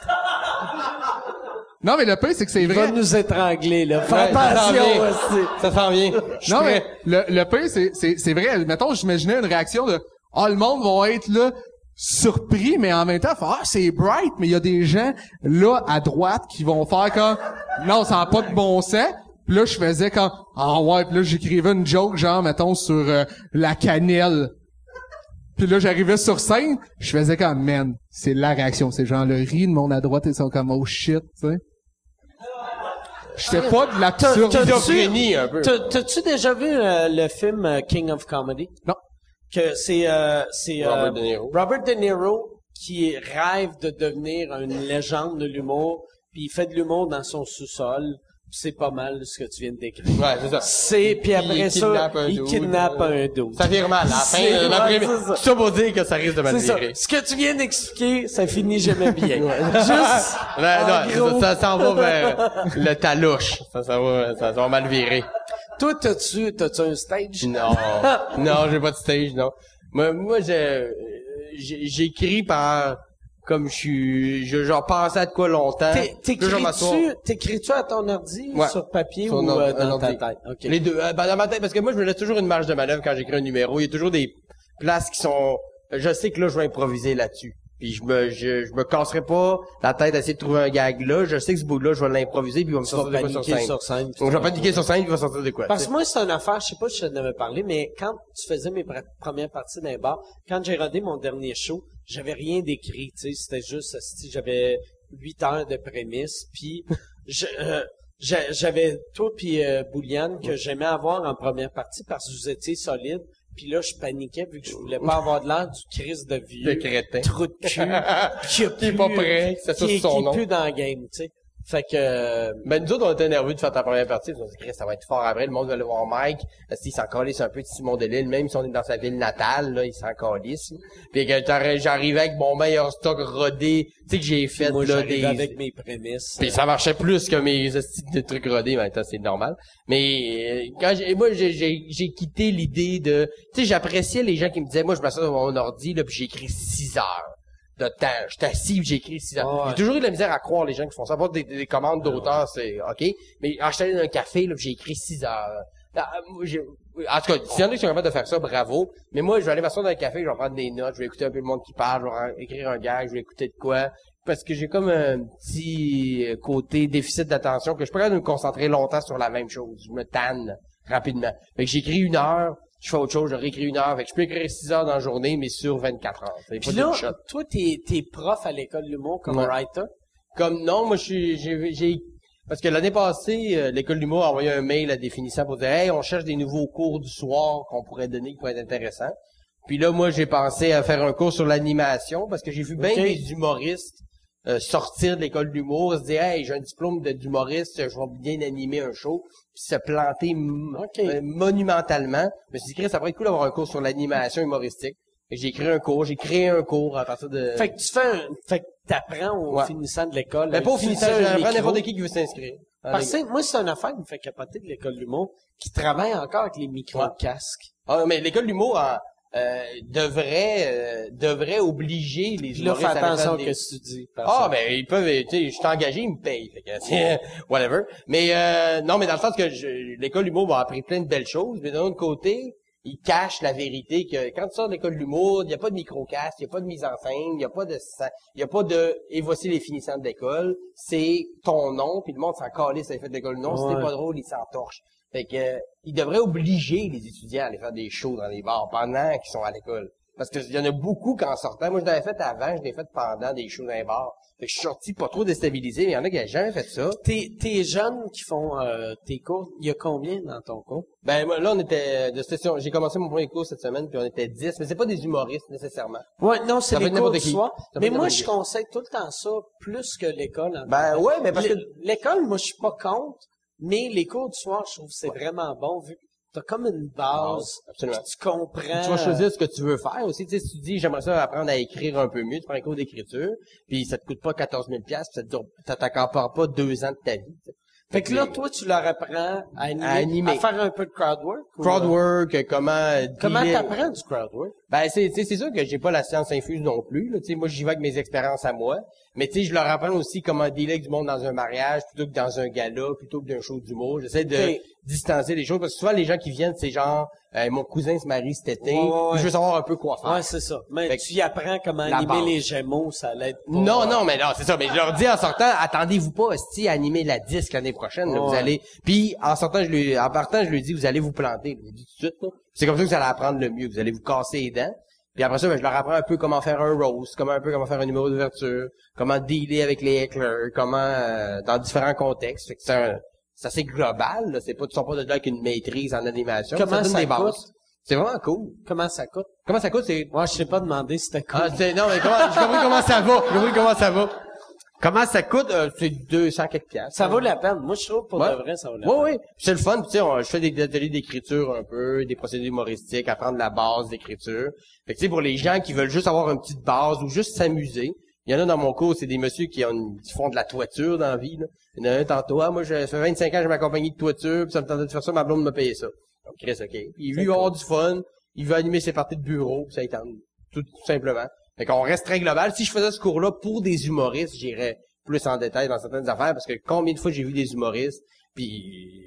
Non, mais le pire, c'est que c'est Il va vrai. nous étrangler, là. Fais Ouais, ça s'en attention, vient. aussi. Ça s'en vient. Je Non, suis mais prêt. le, le pire, c'est, c'est, c'est vrai. Mettons, j'imaginais une réaction de « Ah, le monde va être là, surpris, mais en même temps, faire, ah, c'est bright, mais il y a des gens, là, à droite, qui vont faire comme « Non, ça n'a pas de bon sens. » Puis là, je faisais comme « Ah ouais. » Puis là, j'écrivais une joke, genre, mettons, sur euh, la cannelle. Puis là, j'arrivais sur scène, je faisais comme « Man, c'est la réaction. Ces gens-là rient de mon à droite, ils sont comme « Oh shit, tu sais. » J'étais pas de T'as- l'absurde. t'as- Schizophrénie, un peu. T'as- T'as-tu déjà vu euh, le film euh, King of Comedy? Non. Que c'est euh, c'est euh, Robert De Niro. Robert De Niro qui rêve de devenir une légende de l'humour, puis il fait de l'humour dans son sous-sol. puis C'est pas mal ce que tu viens de décrire. Ouais, c'est ça. C'est puis après il ça, kidnappe un il dude. kidnappe un dos. Ça vire mal à la fin. C'est- euh, ouais, l'après-midi. c'est ça. Tout ça pour dire que ça risque de mal C'est ça. virer. Ce que tu viens d'expliquer, ça finit *laughs* jamais bien. Juste. Ouais, non, en c'est gros. ça, ça s'en *laughs* va vers le talouche. Ça, ça va, ça, ça va mal virer. Toi, t'as-tu, t'as-tu un stage? Non. non, j'ai pas de stage, non. Moi, moi je- euh, j'ai- j'écris par, comme je suis, je, genre, pensais à de quoi longtemps. T'é- Puis là, je vais m'asseoir. T'écris-tu, t'écris-tu à ton ordi, Ouais. sur papier Sur ou un euh, ordi- un dans ta ordi. tête? OK. Les deux. Euh, ben, dans ma tête, parce que moi, je me laisse toujours une marge de manœuvre quand j'écris un numéro. Il y a toujours des places qui sont... Je sais que là, je vais improviser là-dessus. Puis je me, je, je me casserai pas la tête à essayer de trouver un gag là. Je sais que ce bout-là, je vais l'improviser, puis il va me Tu vas sortir de quoi sur paniquer scène. sur scène. puis Donc, je tu vais vas- paniquer sur scène, puis il va sortir de quoi. Parce que moi, c'est une affaire, je sais pas si je t'en avais parlé, mais quand tu faisais mes pr- premières parties dans les bars, quand j'ai rodé mon dernier show, j'avais rien d'écrit, tu sais, c'était juste, asti, j'avais huit heures de prémisse, *laughs* puis je- euh, j'a- j'avais toi puis euh, Bouliane que j'aimais avoir en première partie parce que vous étiez solide, puis là, je paniquais vu que je voulais pas avoir de l'air du Christ de vieux. De crétin. Trou *laughs* de cul. qui, a Qui est pas prêt, c'est ça, qui, c'est son qui nom. pue dans le game, tu sais. Fait que... euh, Ben, nous autres, on était nerveux de faire ta première partie. On s'est dit, Christ, ça va être fort après. Le monde va le voir Mike. Parce qu'il s'en calisse un peu de Simon Delille. Même si on est dans sa ville natale, là, il s'en calisse. Puis que t'aurais- j'arrivais avec mon meilleur stock rodé. Tu sais que j'ai fait, moi, là, j'arrive des... avec mes prémices. Puis ça marchait plus que mes hosties de trucs rodés, mais en même temps, c'est normal. Mais euh, quand j'ai, moi, j'ai, j'ai, j'ai quitté l'idée de... Tu sais, j'appréciais les gens qui me disaient, moi, je m'assois devant mon ordi, là, puis j'écris 6 heures de temps. Je suis assis, puis j'écris 6 heures. Ouais. J'ai toujours eu de la misère à croire les gens qui font ça. Pas des, des commandes d'auteur, c'est OK. Mais acheter un café, là, puis j'ai écrit 6 heures. Ah, moi, j'ai- En tout cas, s'il y en a qui sont capables de faire ça, bravo. Mais moi, je vais aller m'asseoir dans un café, je vais prendre des notes, je vais écouter un peu le monde qui parle, je vais écrire un gag, je vais écouter de quoi parce que j'ai comme un petit euh, côté déficit d'attention que je suis pas capable de me concentrer longtemps sur la même chose. Je me tanne rapidement. Fait que j'écris une heure, je fais autre chose, je réécris une heure. Fait que je peux écrire 6 heures dans la journée, mais sur 24 heures. C'est Puis pas là, d'une shot. toi, t'es, t'es prof à l'école de l'humour comme Ouais. writer. Comme non, moi je suis- j'ai j'ai parce que l'année passée, euh, l'école d'humour a envoyé un mail à définissant pour dire Hey, on cherche des nouveaux cours du soir qu'on pourrait donner qui pourraient être intéressants. Puis là, moi, j'ai pensé à faire un cours sur l'animation parce que j'ai vu bien Ok. des humoristes euh, sortir de l'école d'humour, se dire Hey, j'ai un diplôme de- d'humoriste, je vais bien animer un show puis se planter m- Ok. euh, monumentalement. Je me suis dit, Chris, ça pourrait être cool d'avoir un cours sur l'animation humoristique. Fait que J'ai écrit un cours, j'ai créé un cours à partir de. Fait que tu fais un, fait que t'apprends au Ouais. finissant de l'école. Mais pas au Tu finissant, fais Ben, un j'apprends micro. n'importe qui qui veut s'inscrire. Ah, Parce que moi, c'est une affaire qui me fait capoter de l'école de l'humour, qui travaille encore avec les micro-casques. Ah, mais l'école de l'humour hein, euh, devrait euh, devrait obliger les Puis là, fais humoristes à faire attention à des- ce que tu dis. parce Ah que- ben ils peuvent euh, tu sais je suis engagé, ils me payent fait que, tiens, *laughs* whatever. Mais euh, non mais dans le sens que je- l'école de l'humour m'a appris plein de belles choses, mais d'un autre côté, ils cachent la vérité que quand tu sors de l'école de l'humour, il n'y a pas de microcast, il n'y a pas de mise en scène, il n'y a pas de sa- il y a pas de et voici les finissants de l'école, c'est ton nom puis le monde s'en calisse ça fait de l'école non, Ouais. c'était pas drôle, ils s'en torchent. Fait que euh, ils devraient obliger les étudiants à aller faire des shows dans les bars pendant qu'ils sont à l'école. Parce qu'il y en a beaucoup qu'en sortant. Moi, je l'avais fait avant, je l'ai fait pendant des shows dans les bars. Fait que je suis sorti pas trop déstabilisé, mais il y en a qui n'avaient jamais fait ça. Tes, tes jeunes qui font euh, tes cours, il y a combien dans ton cours? Ben moi, là, on était euh, de session. J'ai commencé mon premier cours cette semaine, puis on était 10, mais c'est pas des humoristes nécessairement. Ouais, non, c'est Ça peut les être cours n'importe du qui. soir. Ça peut Mais être moi, n'importe je qui. conseille tout le temps ça, plus que l'école. en Ben fait. ouais, mais parce L'é- que- L'école, moi, je suis pas contre, Mais les cours du soir, je trouve que c'est vraiment bon vu que t'as comme une base. Base, absolument. puis Tu comprends. Tu vas choisir ce que tu veux faire aussi. Tu sais, si tu dis, j'aimerais ça apprendre à écrire un peu mieux, tu prends un cours d'écriture, puis ça te coûte pas 14 000 puis ça te dure- ça t'accapare pas deux ans de ta vie. tu sais. Fait que là, toi, tu leur apprends à animer, à, À animer. faire un peu de crowdwork. ou- Crowdwork, euh, comment... euh, Comment dealer- t'apprends du crowdwork? Ben, c'est, tu sais, c'est sûr que j'ai pas la science infuse non plus, là. Tu sais, moi, j'y vais avec mes expériences à moi. Mais, tu sais, je leur apprends aussi comment délai du monde dans un mariage, plutôt que dans un gala, plutôt que d'un show d'humour. J'essaie de Ok. distancer les choses, parce que souvent, les gens qui viennent, c'est genre, euh, mon cousin se marie cet été, Ouais, ouais, ouais. je veux savoir un peu quoi faire. Ouais, c'est ça. Mais Ah. Fait que- tu y apprends comment La animer base. les gémeaux, ça l'aide pas. Non, non, mais non, c'est ça. Mais je leur dis en sortant, attendez-vous pas, hostie, à animer la disque l'année prochaine. là, Vous Ouais. allez. Puis en sortant, je lui, en partant, je lui dis, vous allez vous planter. Je lui dis tout de suite. là. C'est comme ça que vous allez apprendre le mieux. Vous allez vous casser les dents. Puis après ça, ben, je leur apprends un peu comment faire un roast, comment un peu comment faire un numéro d'ouverture, comment dealer avec les hecklers, comment euh, dans différents contextes. Fait que c'est un, c'est assez global. Là. C'est pas, tu sors pas de là avec une maîtrise en animation. Comment donne ça des bases. coûte? C'est vraiment cool. Comment ça coûte? Comment ça coûte C'est Moi, je sais pas demander c'était cool. ah, c'est, non, mais comment, j'ai compris comment ça va. J'ai compris comment ça va. Comment ça coûte? Euh, c'est 200 quelques piastres. ça vaut la peine. Moi, je trouve pour Ouais. de vrai, ça vaut la Oui, peine. oui. C'est le fun. Puis, tu sais, on- je fais des ateliers d'écriture un peu, des procédés humoristiques, apprendre la base d'écriture. Fait que, tu sais, pour les gens qui veulent juste avoir une petite base ou juste s'amuser, il y en a dans mon cours, c'est des messieurs qui, ont une- qui font de la toiture dans la vie. là. Il y en a un tantôt, ah, moi, je, ça fait 25 ans que j'ai ma compagnie de toiture, puis ça me tentait de faire ça, ma blonde me payait ça. Donc, Chris, OK. Puis, il veut avoir du fun, il veut animer ses parties de bureau, puis ça étend tout, tout simplement. Fait qu'on reste très global. Si je faisais ce cours-là pour des humoristes, j'irais plus en détail dans certaines affaires, parce que combien de fois j'ai vu des humoristes,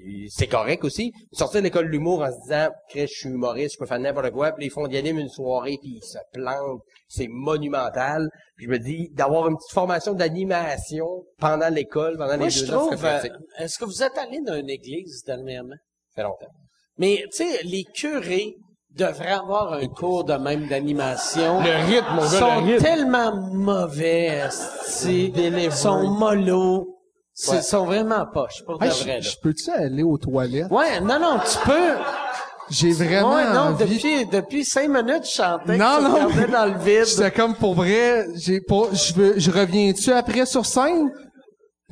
puis c'est correct aussi, sortir de l'école de l'humour en se disant, Chris, je suis humoriste, je peux faire n'importe quoi, puis ils font d'y anime une soirée, puis ils se plantent, c'est monumental. Puis je me dis, d'avoir une petite formation d'animation pendant l'école, pendant Moi, les je deux ans, trouve, c'est pratique. euh, est-ce que vous êtes allé dans une église dernièrement? Ça fait longtemps. Mais, tu sais, les curés devraient avoir un cours de même d'animation. Le rythme, mon Ils gars, sont le rythme. tellement mauvais, esti. Ils sont mollo. C'est- Ils Ouais. sont vraiment poches, pour de Hey, vrai, je, là. je peux-tu aller aux toilettes? Ouais, non, non, tu peux. J'ai vraiment Ouais, non, envie... depuis, depuis cinq minutes, je chantais Non, que tu non, regardais mais- dans le vide. J'étais comme pour vrai, j'ai pas, je veux, je reviens-tu après sur scène?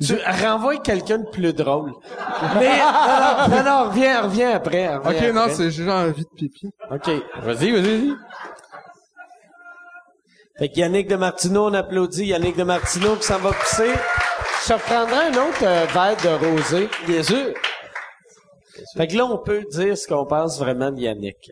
Tu renvoies quelqu'un de plus drôle. *laughs* Mais, non, non, non, non, reviens, reviens après, Ok, reviens non, après. c'est j'ai envie de pipi. OK. Vas-y, vas-y, vas-y. Fait que Yannick de Martineau, on applaudit Yannick de Martineau qui s'en va pousser. Je te reprendrai un autre euh, verre de rosé. Bien sûr. Fait que là, on peut dire ce qu'on pense vraiment de Yannick.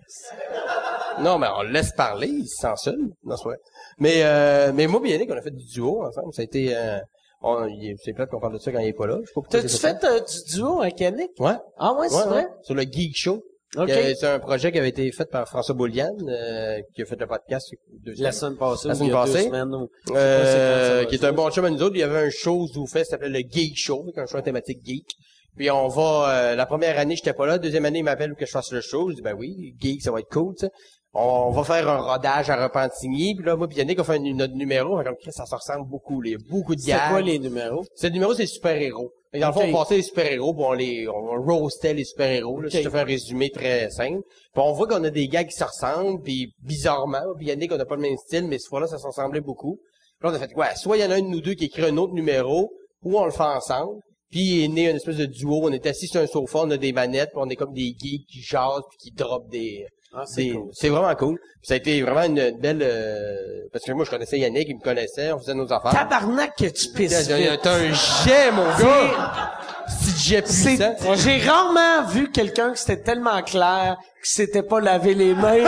Non, mais on le laisse parler, il se sent seul. Non, c'est vrai. Mais, euh, mais moi et Yannick, on a fait du duo ensemble. Ça a été... euh, on- il- c'est plate qu'on parle de ça quand il est pas là. Je sais pas pourquoi T'as-tu j'ai fait euh, du duo avec Yannick? ça. Ouais. Ah ouais, Euh, c'est Ouais, vrai? ouais. Sur le Geek Show. Ok. Il y avait- C'est un projet qui avait été fait par François Boulian, euh, qui a fait le podcast deux La semaines. semaine passée, La ou semaine il y a deux passée. semaines. ou- je sais pas c'est quand Euh, ça va qui est jouer. un bon chum à nous autres. Il y avait un show où fait, ça s'appelait le Geek Show, un show à thématique geek. Puis on va, euh, la première année, j'étais pas là. Deuxième année, il m'appelle pour que je fasse le show. Je dis, ben oui, geek, ça va être cool, tu sais. On va faire un rodage à Repentigny. Puis là, moi, puis Yannick, on fait un- notre numéro. Fait comme, Chris, ça se ressemble beaucoup. là. Il y a beaucoup de C'est gags. quoi les numéros? C'est le numéro, c'est super-héros. Fait que Dans le Ok. fond, on passait les super-héros, puis on les, on roastait les super-héros, là, Ok. si je te fais un résumé très simple. Puis on voit qu'on a des gars qui se ressemblent, puis bizarrement, puis Yannick, on n'a pas le même style, mais ce fois-là, ça se ressemblait beaucoup. Puis là, on a fait, ouais, soit il y en a un de nous deux qui écrit un autre numéro, ou on le fait ensemble. Puis est né une espèce de duo, on est assis sur un sofa, on a des manettes, puis on est comme des geeks qui jasent, puis qui dropent des... Ah, C'est c'est vraiment cool. Puis ça a été vraiment une belle... euh, parce que moi, je connaissais Yannick, il me connaissait, on faisait nos affaires. Tabarnak que tu pisses T'as vite. t'as un jet, mon gars! Si jet C'est- puissant. J'ai rarement vu quelqu'un qui c'était tellement clair qui s'était pas lavé les mains.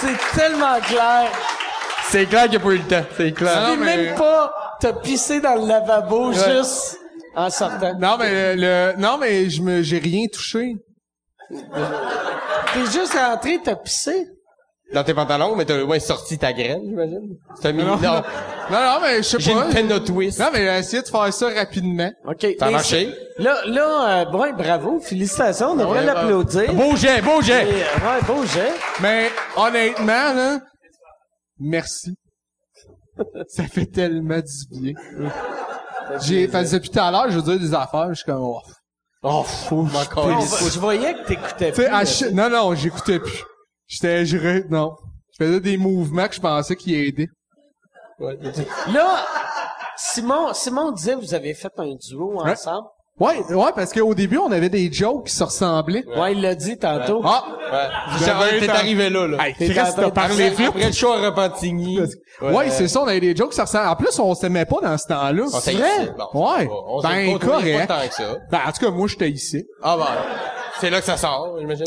c'est, c'est tellement clair. C'est clair qu'il n'y a pas eu le temps, c'est clair. Puis Non, mais- même pas t'as pissé dans le lavabo juste en sortant. Non, mais le, le- non, mais je me, j'ai rien touché. T'es juste rentré, t'as pissé. Dans tes pantalons, mais t'as au moins sorti ta graine, j'imagine. C'est un mini... Non, non, non, mais je sais j'ai pas. une peine de twist. Non, mais j'ai essayé de faire ça rapidement. OK. Ça a Mais marché. Ah c'est- Là, là, euh, ouais, bravo, félicitations, on devrait Ouais, bravo. l'applaudir. Beau jet, beau Et, euh, jet! ouais, beau jet. Mais honnêtement, là, merci. Ça fait tellement du bien. J'ai, parce que depuis tout à l'heure, je veux dire des affaires, je suis comme, oh, Oh, fou, je On calisse. va- Je voyais que t'écoutais Tu sais, plus, à là. chi- non, non, j'écoutais plus. J'étais, je, re- non. Je faisais des mouvements que je pensais qui aidaient. Ouais, Là, Simon, Simon disait que vous avez fait un duo Ouais. ensemble. Ouais, ouais, parce qu'au début, on avait des jokes qui se ressemblaient. Ouais, il l'a dit tantôt. Ah! Ouais. J'avais J'avais- T'es été- arrivé là, là. Hey, Chris, en train t'as de parlé après, vite. après le show à Repentigny. Ouais, c'est ça, on avait des jokes qui se ressemblaient. En plus, on s'aimait pas dans ce temps-là. On C'est s'est vrai? Bon, ouais. On s'est- ben, on trouvait correct. pas tant que ça. Ben, en tout cas, moi, j'étais ici. Ah, ben. C'est là que ça sort, j'imagine.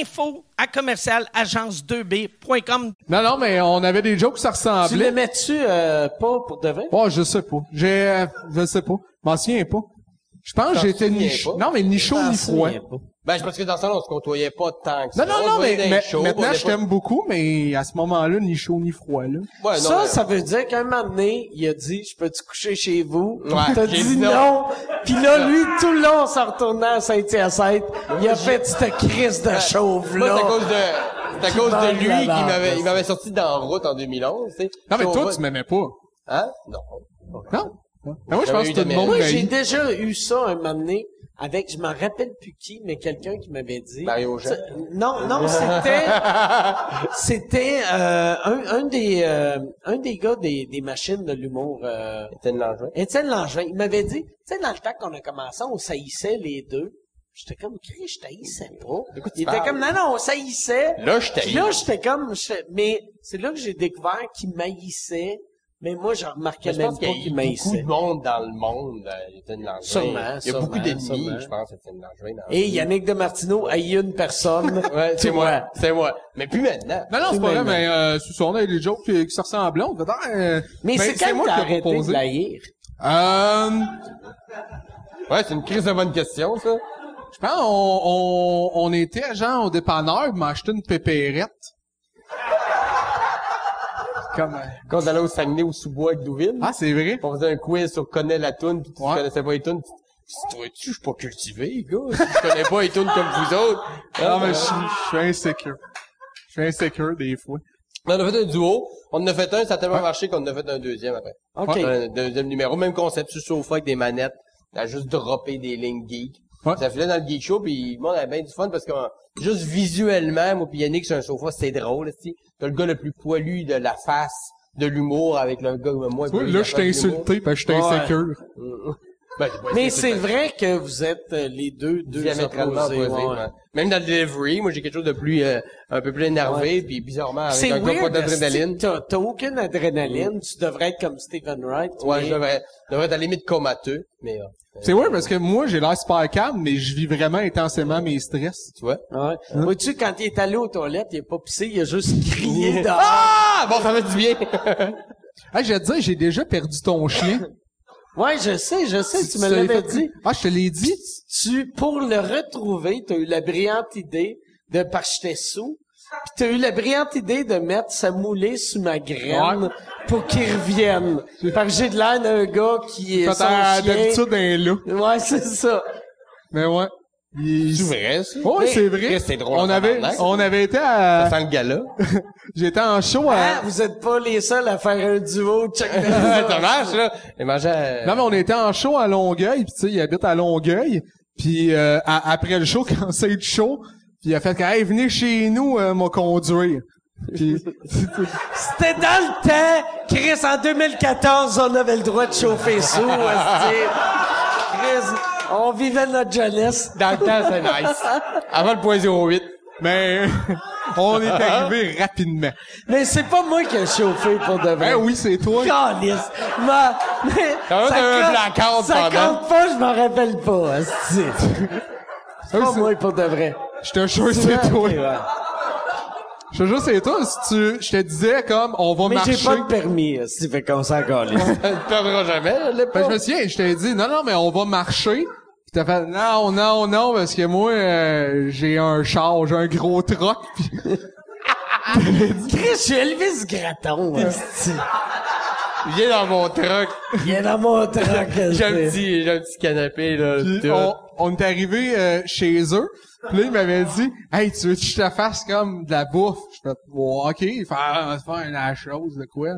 info à commercial agence2b.com. Non, non, mais on avait des jokes qui se Tu le ressemblaient. mets-tu euh, pas pour de vrai? Oh, je sais Ah, pas. J'ai, euh, je sais pas. M'en souviens pas. Je pense que j'étais ni, ch- souviens pas? non, mais ni chaud Ah, ni ça, froid. il y a pas. Ben, je pense que dans ce temps-là, on se côtoyait pas tant que Non, ça. non, On non, se mais, voyait dans les mais- shows, on maintenant, est je pas- t'aime beaucoup, mais à ce moment-là, ni chaud ni froid, là. Ouais, non, ça, mais- ça veut dire qu'un moment donné, il a dit, je peux-tu coucher chez vous? Ouais, T'as j'ai dit dit non. non. Puis là, lui, tout le long, s'en retournait à Saint-Hyacinthe. Il a fait cette crise de Moi, c'est à chauve-là. cause de, c'est à Tu cause de manques lui la qui barbe, m'avait, ça. il m'avait sorti d'en route en 2011, tu sais. Non, mais Sur- toi, tu m'aimais pas. Hein? Non. Non? Ben, moi, je J'avais pense que eu tout de le monde Moi, m'a j'ai eu. déjà eu ça un moment donné avec, je m'en rappelle plus qui, mais quelqu'un qui m'avait dit. Mario Jean. Ça- Non, non, *laughs* c'était, c'était euh, un, un des, euh, un des gars des, des machines de l'humour. euh, Étienne Langevin. Étienne Langevin, il m'avait dit, tu sais, dans le temps qu'on a commencé, on saillissait les deux. J'étais comme, Chris, je taillissais Oh, pas. quoi tu Il était parles? comme, non, non, on saillissait. Là, je Puis t'haïs. là, j'étais comme, je- mais c'est là que j'ai découvert qu'il maillissait, mais moi, je remarquais Mais je même pense pas qu'il y a qu'il beaucoup maillissait. de monde dans le monde, euh, Étienne Langevin. Sûrement, Il y a sûrement, beaucoup sûrement. d'ennemis, je pense, Étienne Langevin. Dans Et Yannick Demartino a eu une personne. *laughs* Ouais, tu c'est vois. moi. C'est moi. Mais plus maintenant. Non, non, c'est pas vrai, Humaine. mais, euh, sous son, on avait des jokes euh, qui, qui se ressemblaient. On devait, euh, Mais ben, c'est quand moi t'as qui ai arrêté proposé. de l'haïr? Euh, Ouais, c'est une crise de bonne question, ça. je pense, on, on, on était, genre, au dépanneur, il m'a acheté une pépérette. Comme, euh, Quand on allait au Saguenay, au Sous-Bois, avec Douville. ah, c'est vrai? On faisait un quiz sur connais la toune, puis tu Ouais. connaissais pas les tounes. Tu tu trouvais-tu, je suis pas cultivé, gars. Si Je connais pas les tounes comme vous autres. Non, Ah, mais je suis- je suis insécure. Je suis insécure des fois. Mais on a fait un duo. On en a fait un, ça a tellement marché qu'on en a fait un deuxième après. OK. Un deuxième numéro. Même concept, sur sofa avec des manettes. On a juste droppé des lignes geek. Ouais. Ça filait dans le geek show, puis le monde avait bien du fun parce que euh, juste visuellement, moi pis Yannick sur un sofa, c'était drôle, tu T'as le gars le plus poilu de la face de l'humour avec le gars comme moi. Tu vois, poilu de là, la je face t'ai de l'humour. insulté parce que je Ouais. t'insécure. Ben, j'ai pas Mais insulté, c'est vrai que vous êtes euh, les deux, deux diamétralement opposés. opposé. ouais. ouais. Même dans le delivery, moi j'ai quelque chose de plus euh, un peu plus énervé, puis bizarrement avec C'est un gars pas weird, d'adrénaline. esti, T'as t'as aucune adrénaline. Tu devrais être comme Stephen Wright. Ouais, mais- je devrais, je devrais être à la limite comateux, mais euh, C'est vrai parce que moi, j'ai l'air super calme, mais je vis vraiment intensément mes stress. tu vois. Ouais. Hein? Vois-tu, quand il est allé aux toilettes, il a pas pissé, il *laughs* a juste crié dehors. Ah! Bon, ça fait du bien! Ah, je vais te dire, j'ai déjà perdu ton chien. Ouais, je sais, je sais, *laughs* tu me l'as l'avais fait- dit. Ah, je te l'ai dit. Tu, pour le retrouver, t'as eu la brillante idée de, parce que j'étais sous, pis t'as eu la brillante idée de mettre sa moulée sous ma graine Ouais. pour qu'il revienne. Parce que j'ai de l'air d'un gars qui est Quand son t'as- chien. D'habitude, Euh. elle est là. Ouais, c'est ça. Mais ouais. Il- C'est vrai, ça? Ouais, c'est vrai. Chris, c'est drôle, On en avait, hein? tabarnak. on avait été Ça à, sent le *laughs* gala. j'étais en show à, Ah, vous êtes pas les seuls à faire un *laughs* duo, check that *laughs* out. ça marche, là! Et manger à... *laughs* non, mais on était en show à Longueuil, puis tu sais, il habite à Longueuil, puis euh, à- après le show, *laughs* quand c'est le show, puis il a fait que, hey, venez chez nous, euh, m'a conduire. Puis, C'était dans le temps, Chris, en 2014, on avait le droit de *laughs* chauffer sous, esti. Chris, on vivait notre jeunesse. *laughs* Dans le temps, c'est nice. Avant le point 08. mais *laughs* on est arrivé rapidement. Mais c'est pas moi qui ai chauffé pour de vrai. Ben oui, c'est toi. Calisse. Ma- mais Quand même, ça t'as eu un compte- blackout Ça pendant. compte pas, je m'en rappelle pas, esti. C'est Ah oui, pas c'est- moi pour de vrai. Je te jure, c'est toi. Ok, ouais. Je sais juste, c'est toi, si tu, je te disais, comme, on va Mais marcher. j'ai pas de permis, euh, si fait qu'on s'en calisse. *laughs* Elle ne perdra jamais, elle l'a Ben, pas. je me souviens, je t'ai dit, non, non, mais on va marcher. Pis t'as fait, non, non, non, parce que moi, euh, j'ai un char, j'ai un gros truck. Pis Chris, je suis Elvis Gratton. esti. Viens dans mon truck. Il est dans *laughs* mon truck. J'ai un esti. petit, j'ai un petit canapé, là. pis tout. on, Euh, on est arrivé euh, chez eux. Pis là, il m'avait dit, hey, tu veux que je te fasse comme de la bouffe? Je fais, Ouais, ok. Il fait, ah, on va se faire la chose, de quoi?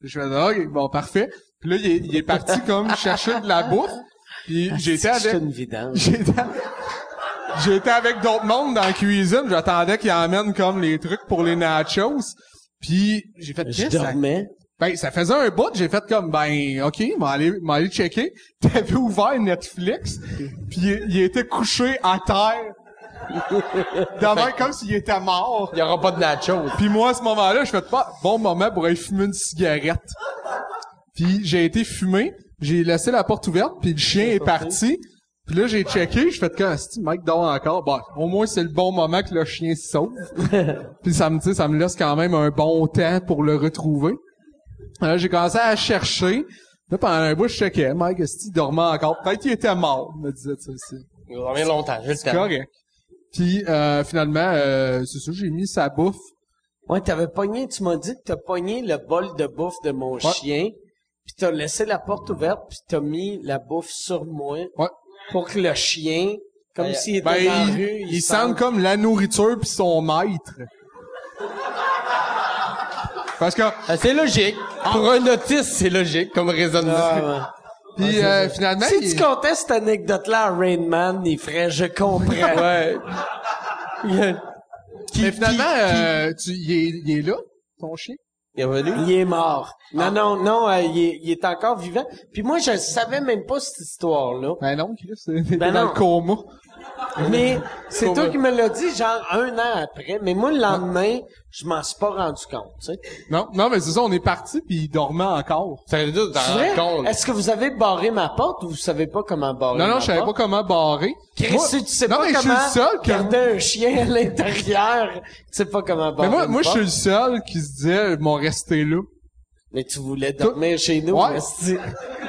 Je fais, ok, bon, parfait. Pis là, il est, il est parti comme chercher de la bouffe. Pis j'étais C'est avec... une vidange. J'étais, j'étais avec d'autres mondes dans la cuisine. J'attendais qu'ils emmènent comme les trucs pour les nachos. Puis j'ai fait Je Qu'est-ce que ça- dormais. Ben ça faisait un bout. J'ai fait comme ben ok, m'en aller, m'en aller checker. *laughs* T'avais ouvert Netflix. Puis il, il était couché à terre. *laughs* D'avant comme s'il était mort. Il n'y aura pas de nachos. Puis moi à ce moment-là, je fais pas bon moment pour aller fumer une cigarette. Puis j'ai été fumé, j'ai laissé la porte ouverte, puis le chien est parti. Puis là, j'ai checké, je fais quand si Mike dort encore. Bon, au moins c'est le bon moment que le chien se sauve. puis ça me dit, ça me laisse quand même un bon temps pour le retrouver. Alors j'ai commencé à chercher. Là, pendant un bout, je checkais. Mike, est-ce qu'il dormait encore? Peut-être qu'il était mort, me disait-tu aussi. Il va dormir longtemps, j'ai le C'est temps. correct. Puis euh, finalement, euh, c'est ça, j'ai mis sa bouffe Ouais, t'avais pogné, tu m'as dit que t'as pogné le bol de bouffe de mon chien, puis t'as laissé la porte ouverte, puis t'as mis la bouffe sur moi Ouais. pour que le chien, comme Ben, s'il était Ben, dans la il, rue, il semble comme la nourriture puis son maître. Parce que Ah, C'est logique. Pour un autiste, c'est logique comme raisonnement. Ah, puis ouais. euh, finalement si il- tu comptais cette anecdote-là à Rain Man, il ferait « Je comprends Ouais. qui, mais finalement euh, tu il est, il est là ton chien. qui- Il est revenu? ». Il est mort. Ah. Non, non, non, euh, il, est, il est encore vivant. Puis moi, je savais même pas cette histoire-là. Ben non, Chris, il est Ben dans non. le coma. Mais c'est Pour toi me- qui me l'as dit, genre, un an après. Mais moi, le lendemain, je m'en suis pas rendu compte, tu sais. Non, non mais c'est ça, on est parti puis il dormait encore. Ça veut dire que C'est t'en vrai? rends compte. Est-ce que vous avez barré ma porte ou vous savez pas comment barrer Non ma non, porte? je savais pas comment barrer. Chris, Moi- si tu sais non, pas mais comment je suis le seul qui a- garder un chien à l'intérieur, tu sais pas comment barrer Mais moi, une moi je suis porte. le seul qui se disait ils m'ont resté là. Mais tu voulais dormir chez nous, Ouais. esti.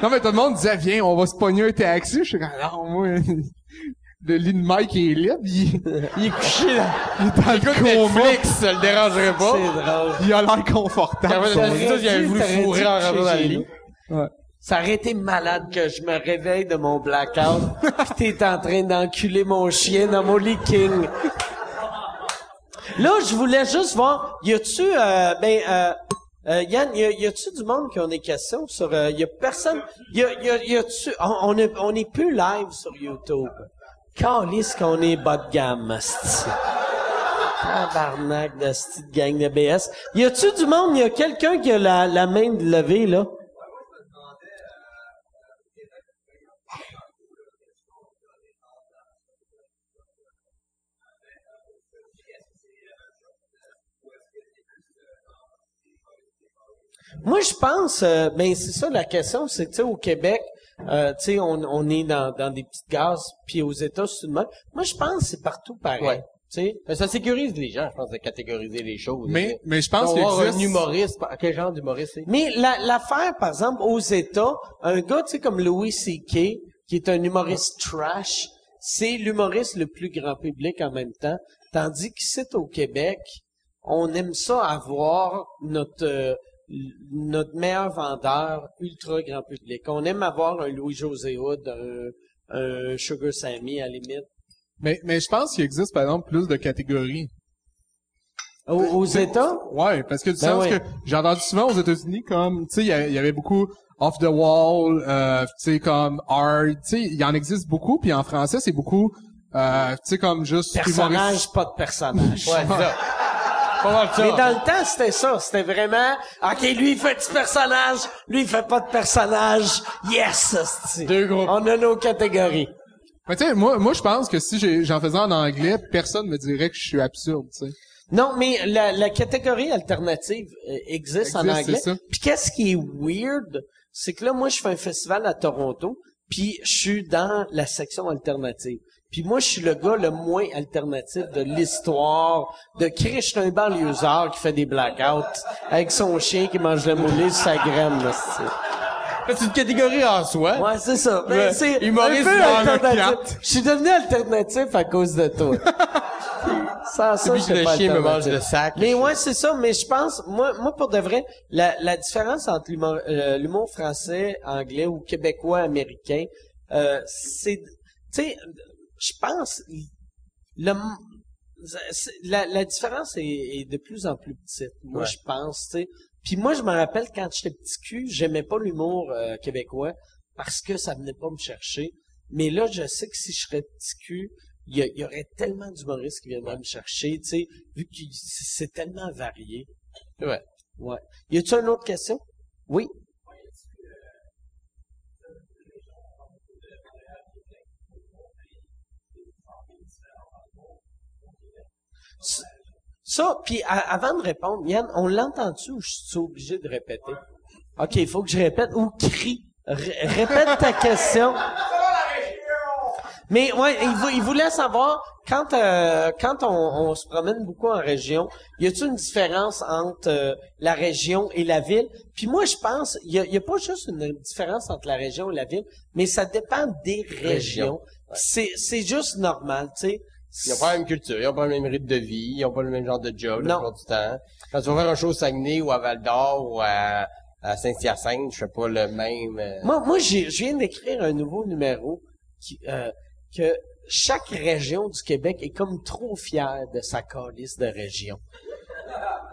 Non mais tout le monde disait viens, on va se pogner un taxi. Je suis comme ah, non moi *laughs* le lit de Mike est libre, il, Il est couché là. il est dans le coma. Netflix, ça le dérangerait C'est pas. drôle. Il a l'air Quand confortable. même, T'aurais il avait dit- voulu t'aurais dit fourrer en couché rentrant dans le chez lit. nous. Ouais. Ça aurait été malade que je me réveille de mon *laughs* blackout pis t'es en train d'enculer mon chien dans mon lit king. Là, je voulais juste voir, y a-tu, euh, ben, euh, euh, Yann, y, a- y a-tu du monde qui a des questions sur, euh, y a personne, y, a, y, a- y a-tu, on, on, est, on est plus live sur YouTube. Calisse qu'on est bas de gamme, asti. Tabarnak de cette gang de BS. Y a-tu du monde, y a quelqu'un qui a la, la main de levée, là? Moi, je pense, euh, ben c'est ça la question, c'est que tu sais, au Québec, euh, tu sais, on, on est dans, dans des petites gaz, puis aux États, c'est tout de même. Moi, je pense que c'est partout pareil. Ouais. Tu sais, Mais Ça sécurise les gens, je pense, de catégoriser les choses. Mais- mais je pense Donc, qu'il voir existe- un humoriste, par- quel genre d'humoriste c'est? Mais la- l'affaire, par exemple, aux États, un gars, tu sais, comme Louis C.K., qui est un humoriste trash, c'est l'humoriste le plus grand public en même temps. Tandis qu'ici, au Québec, on aime ça avoir notre, euh, l- notre meilleur vendeur ultra grand public. On aime avoir un Louis-José Hood, un, un Sugar Sammy, à la limite. Mais, mais je pense qu'il existe, par exemple, plus de catégories. Aux, aux États? Ouais, parce que du Ben sens oui. que j'ai entendu souvent aux États-Unis comme, tu sais, il y a- il y, avait beaucoup off the wall, euh, tu sais, comme art, tu sais, il en existe beaucoup, puis en français, c'est beaucoup, euh, tu sais, comme juste... humoriste. Personnage, pas de personnage. Ouais, c'est *laughs* ça. Pas mal ça. Mais dans le temps, c'était ça. C'était vraiment, OK, lui, il fait du personnage. Lui, il fait pas de personnage. Yes! hostie. Deux groupes. On a nos catégories. Mais tu sais, moi, moi je pense que si j'ai- j'en faisais en anglais, personne me dirait que je suis absurde, tu sais. Non, mais la, la catégorie alternative euh, existe, en Existe, anglais. c'est ça. Puis qu'est-ce qui est weird, c'est que là, moi, je fais un festival à Toronto, puis je suis dans la section alternative. Puis moi, je suis le gars le moins alternatif de l'histoire de Chris, je suis un banlieusard qui fait des blackouts avec son chien qui mange le moulé sur sa graine. là, c'est- C'est une catégorie en soi. Ouais, c'est ça. Mais Ouais. c'est Humoriste un peu dans le alternatif. quatre. Je suis devenu alternatif à cause de *laughs* toi. Sans ça, Depuis je que serais le pas chien me mange alternatif. le sac. Mais ouais, c'est ça. Mais je pense, moi, moi pour de vrai, la, la différence entre l'humour, euh, l'humour français, anglais ou québécois, américain, euh, c'est, tu sais, je pense, le, m- c'est- la, la différence est, est de plus en plus petite. Moi, Ouais. je pense, tu sais. Puis moi, je me rappelle quand j'étais petit cul, j'aimais pas l'humour euh, québécois parce que ça venait pas me chercher. Mais là, je sais que si je serais petit cul, il y, a- il y aurait tellement d'humoristes qui viendraient me chercher, tu sais, vu que c'est tellement varié. Ouais. Ouais. Y a-tu une autre question? Oui. Ça- Ça, puis a- avant de répondre, Yann, on l'entend-tu ou je suis obligé de répéter? OK, il faut que je répète ou crie. Ré- répète ta question. Mais ouais, il, vou- il voulait savoir quand euh, quand on, on se promène beaucoup en région, y a-t-il une différence entre euh, la région et la ville Puis moi, je pense, y a, y a pas juste une différence entre la région et la ville, mais ça dépend des régions. C'est c'est juste normal, tu sais. Ils ont pas la même culture, ils ont pas le même rythme de vie, ils ont pas le même genre de job Non. la plupart du temps. Quand tu vas faire un show au Saguenay ou à Val-d'Or ou à, à Saint-Hyacinthe, je fais pas le même... euh, Moi, moi, j'ai- je viens d'écrire un nouveau numéro qui, euh, que chaque région du Québec est comme trop fière de sa calice de région.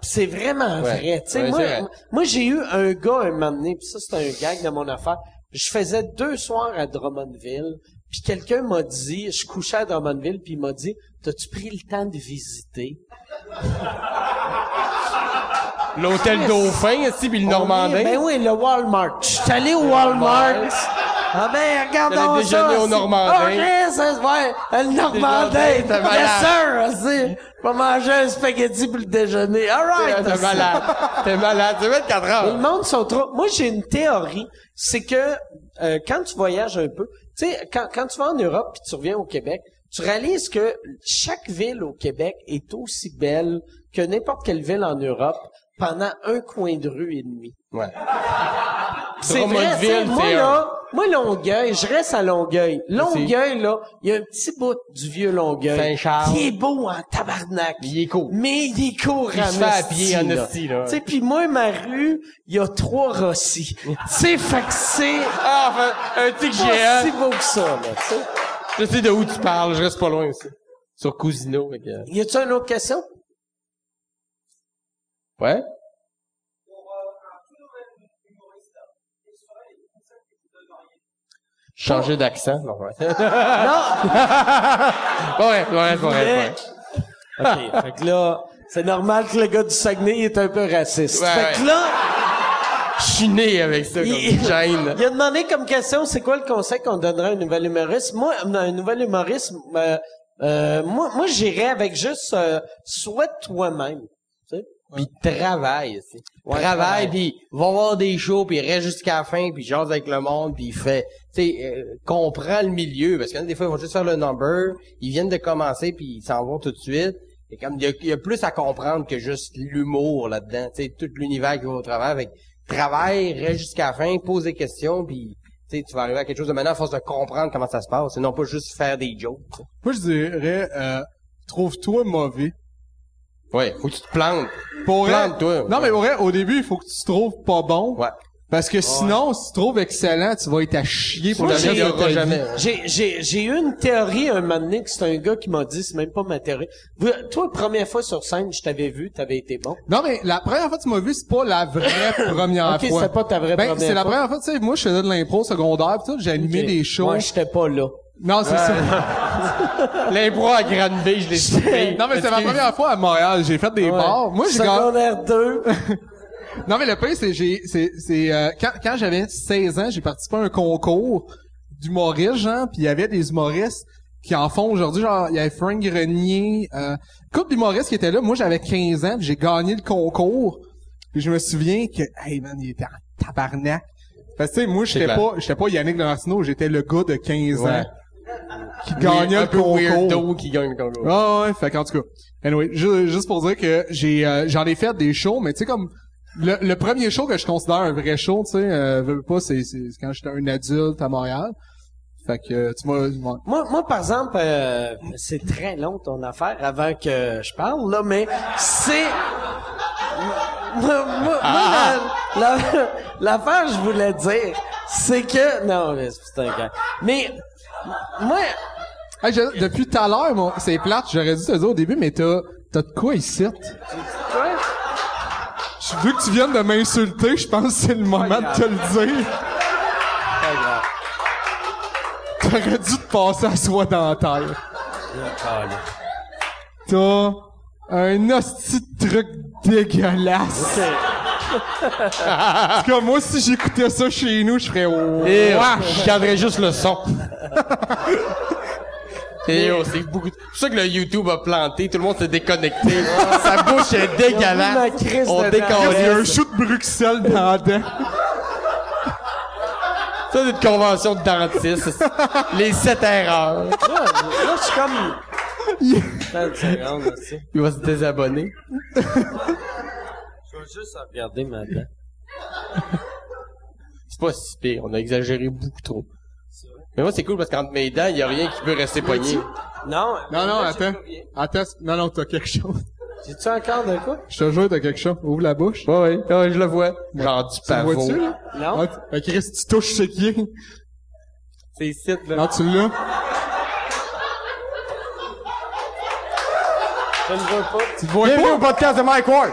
Pis C'est vraiment Ouais. vrai. Tu sais, Ouais, moi, c'est vrai. moi- moi, j'ai eu un gars un moment donné, puis ça, c'est un gag de mon affaire. Je faisais deux soirs à Drummondville, puis quelqu'un m'a dit, je couchais à Drummondville, puis il m'a dit, « T'as-tu pris le temps de visiter? » Ah, L'hôtel Dauphin, aussi, puis le Normandin. Oui, Ben oui, le Walmart. Je suis allé au Walmart. Walmart. Ah ben, regarde donc T'allais déjeuner ça, au aussi. Normandin. Ah, yes, yes, ouais, euh, le Normandin. Normandin, t'es malade. Yes, sir, aussi. Je vais manger un spaghetti pour le déjeuner. All right. Ah, T'es aussi. malade. T'es malade. Tu vas être 4 Mais le ans. monde sont trop... Moi, j'ai une théorie, c'est que euh, quand tu voyages un peu, tu sais, quand, quand tu vas en Europe puis tu reviens au Québec, tu réalises que chaque ville au Québec est aussi belle que n'importe quelle ville en Europe pendant un coin de rue et demi. Ouais. C'est vrai, Drummondville, tu sais, moi c'est là, moi Longueuil, je reste à Longueuil. Longueuil là, il y a un petit bout du vieux Longueuil Saint-Charles. qui est beau en tabarnak. Il est cool. Mais il est court Il en se fait à esti, pied en là. esti, là. Tu sais, puis moi ma rue, il y a trois Rossi. *laughs* tu sais, fait que c'est Ah, enfin, un tic pas si géant. beau que ça là. tu sais. Je sais de où tu parles, je reste pas loin aussi. Sur Cousino. fait que- Y a-tu une autre question Ouais? Changer d'accent? Non, ouais. *laughs* Non. Ouais, ouais, ouais, ouais. OK, fait que là, c'est normal que le gars du Saguenay il est un peu raciste. Ouais, fait que ouais. là, Je suis né avec ça, comme Il- gêne. Il a demandé comme question, c'est quoi le conseil qu'on donnerait à un nouvel humoriste? Moi, euh, un nouvel humoriste, euh, euh, moi, moi j'irais avec juste euh, sois toi-même. tu sais. Puis travaille, aussi. Ouais, travaille. travaille, puis va voir des shows, puis reste jusqu'à la fin, puis jase avec le monde, puis fait, tu sais, euh, comprend le milieu, parce que des fois, ils vont juste faire le number, ils viennent de commencer, puis ils s'en vont tout de suite. Et comme il y a- il y, a plus à comprendre que juste l'humour là-dedans, tu sais, tout l'univers qui va au travers. Avec travaille, reste jusqu'à la fin, pose des questions, puis tu sais, tu vas arriver à quelque chose de maintenant à force de comprendre comment ça se passe, et non pas juste faire des jokes. Moi, je dirais, euh, trouve-toi mauvais. Ouais, faut que tu te plantes. Pour vrai- Plante-toi. Non, mais pour vrai, au début, il faut que tu te trouves pas bon. Ouais. Parce que sinon, si tu te trouves excellent, tu vas être à chier pour Moi, le reste j'ai- de ta vie. jamais. J'ai, j'ai, j'ai eu une théorie un moment donné que c'est un gars qui m'a dit, c'est même pas ma théorie. Vous- toi, première fois sur scène, je t'avais vu, t'avais été bon. Non, mais la première fois que tu m'as vu, c'est pas la vraie première Ok, fois. c'était pas ta vraie ben, première c'est la fois. première fois, tu sais, moi, je faisais de l'impro secondaire, pis tout, j'animais Ok. des shows. Moi, j'étais pas là. Non, c'est ça. *laughs* L'impro à grande B, je l'ai suivi. Non, mais c'est ma première fois à Montréal, j'ai fait des bars. Moi, j'ai quand- Secondaire *laughs* 2. Non, mais le pire, c'est, j'ai, c'est, c'est, euh, quand, quand j'avais 16 ans, j'ai participé à un concours d'humoristes, genre, puis il y avait des humoristes qui en font aujourd'hui, genre, il y avait Frank Grenier, euh, couple d'humoristes qui étaient là. Moi, j'avais 15 ans, puis j'ai gagné le concours. Puis je me souviens que, hey man, il était en tabarnak. Parce que, tu sais, moi, j'étais clair. pas, j'étais pas Yannick Lamartino, j'étais le gars de 15 Ouais. ans. qui gagnait un le peu concours. weirdo qui gagne le concours. Ah ouais, fait qu'en tout cas. Anyway, ju- juste pour dire que j'ai euh, j'en ai fait des shows, mais tu sais comme le, le premier show que je considère un vrai show, tu sais, euh, veux, veux pas, c'est c'est- c'est quand j'étais un adulte à Montréal. Fait que euh, tu vois, ouais. Moi, moi, par exemple, euh, c'est très long ton affaire avant que je parle, là, mais c'est... Moi, moi- Ah. moi, la- la- l'affaire que je voulais dire, c'est que... Non, mais c'est putain, gars. Mais, moi... Hey, je- depuis tout à l'heure, mon- c'est plate, j'aurais dû te le dire au début, mais t'as t'as de quoi ici? Toi, Je veux que tu viennes de m'insulter, je pense que c'est le moment de te le dire. T'aurais dû te passer à soi dans la terre. T'as un hostie de truc dégueulasse. en tout cas, moi, si j'écoutais ça chez nous, je ferais... Et Ouais. je garderais juste le son. *laughs* Et oh, c'est beaucoup. C'est pour ça que le YouTube a planté, tout le monde s'est déconnecté. Sa bouche est Ils ont dégueulasse. mis ma crise de On Il y a décolle. un shoot de Bruxelles dans la dent. Ça, c'est une convention de dentiste. Les sept erreurs. là, là, je suis comme... Attends une seconde, là, tu sais. Il va se désabonner. Je vais juste regarder maintenant. C'est pas si pire. On a exagéré beaucoup trop. Mais moi, c'est cool parce qu'entre mes dents, il y a rien qui peut rester poigné. Non, Non, non, là, j'ai attends. plus rien. Attends, non, non, t'as quelque chose. J'ai-tu encore de quoi? Je te jure, t'as quelque chose. Ouvre la bouche. Ouais, ouais, ouais, je le vois. Genre du Tu le pavot. vois-tu, là? Non. Ah, t- ah, Chris, tu touches c'est qui? C'est ici, là. Non, tu l'as. Je ne veux pas. Tu le vois Bienvenue pas? au podcast de Mike Ward.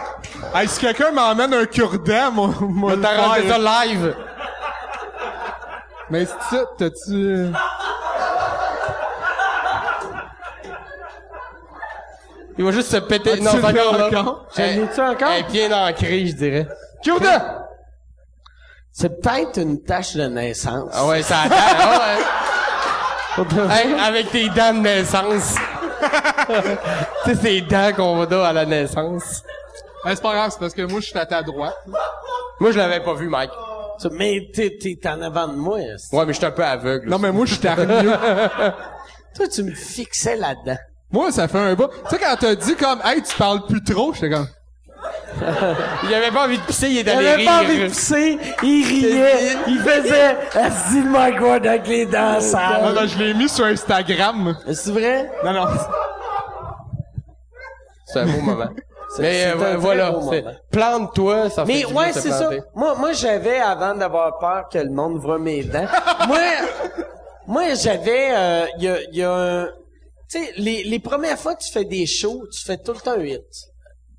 Hey, si quelqu'un m'emmène un cure-dent, moi, moi, On le va t'arranger faire. ça live. Mais c'est ça, t'as-tu... euh, Il va juste se péter. Non, tu c'est le encore fais là. encore? Je Eh, l'ai-tu encore? eh, bien ancré, je dirais. Cute! C'est peut-être une tâche de naissance. Ah ouais, ça attend. ah ouais. Hey, avec tes dents de naissance. tu sais, ces dents qu'on va donner à la naissance. Ben, c'est pas grave, c'est parce que moi, je suis à ta droite. Moi, je l'avais pas vu, Mike. Tu- Mais t'es, t'es en avant de moi. est-ce que- Ouais, mais j'étais un peu aveugle. Non, mais moi, je suis mieux. *laughs* Toi, tu me fixais là-dedans. moi, ça fait un bout. Tu sais, quand t'as dit comme, hey, tu parles plus trop, j'étais comme, Il avait pas envie de pisser, il est Il allé avait rire. pas envie de pisser, il riait, il faisait Asti de Mike Ward avec les dents non, sales. non, je l'ai mis sur Instagram. C'est vrai? Non, non. C'est un beau moment. *laughs* c'est Mais euh, un très voilà, beau moment. c'est- plante-toi, ça Mais fait ouais, du bien de se c'est ça. planter. Moi, moi j'avais, avant d'avoir peur que le monde voit mes dents, moi, moi j'avais, euh, il y a, il y a un... Tu sais, les, les premières fois que tu fais des shows, tu fais tout le temps un hit.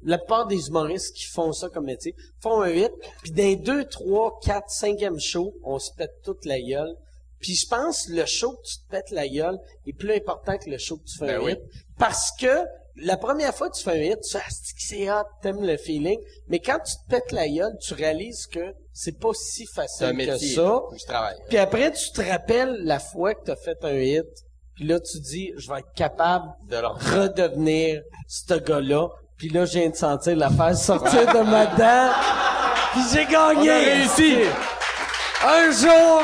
La plupart des humoristes qui font ça comme métier font un hit, puis dans les deux, trois, quatre, cinquième show, on se pète toute la gueule. Puis je pense que le show que tu te pètes la gueule est plus important que le show que tu fais Ben un oui. hit. Parce que la première fois que tu fais un hit, tu fais Asti que c'est hot, t'aimes le feeling. Mais quand tu te pètes la gueule, tu réalises que c'est pas si C'est un facile que métier. ça. Faut que Je travaille. Puis après, tu te rappelles la fois que t'as fait un hit. Puis là, tu dis, je vais être capable De leur- redevenir ce gars-là. Puis là, je viens de sentir l'affaire sortir de ma dent. Puis j'ai gagné. On a réussi. Un jour,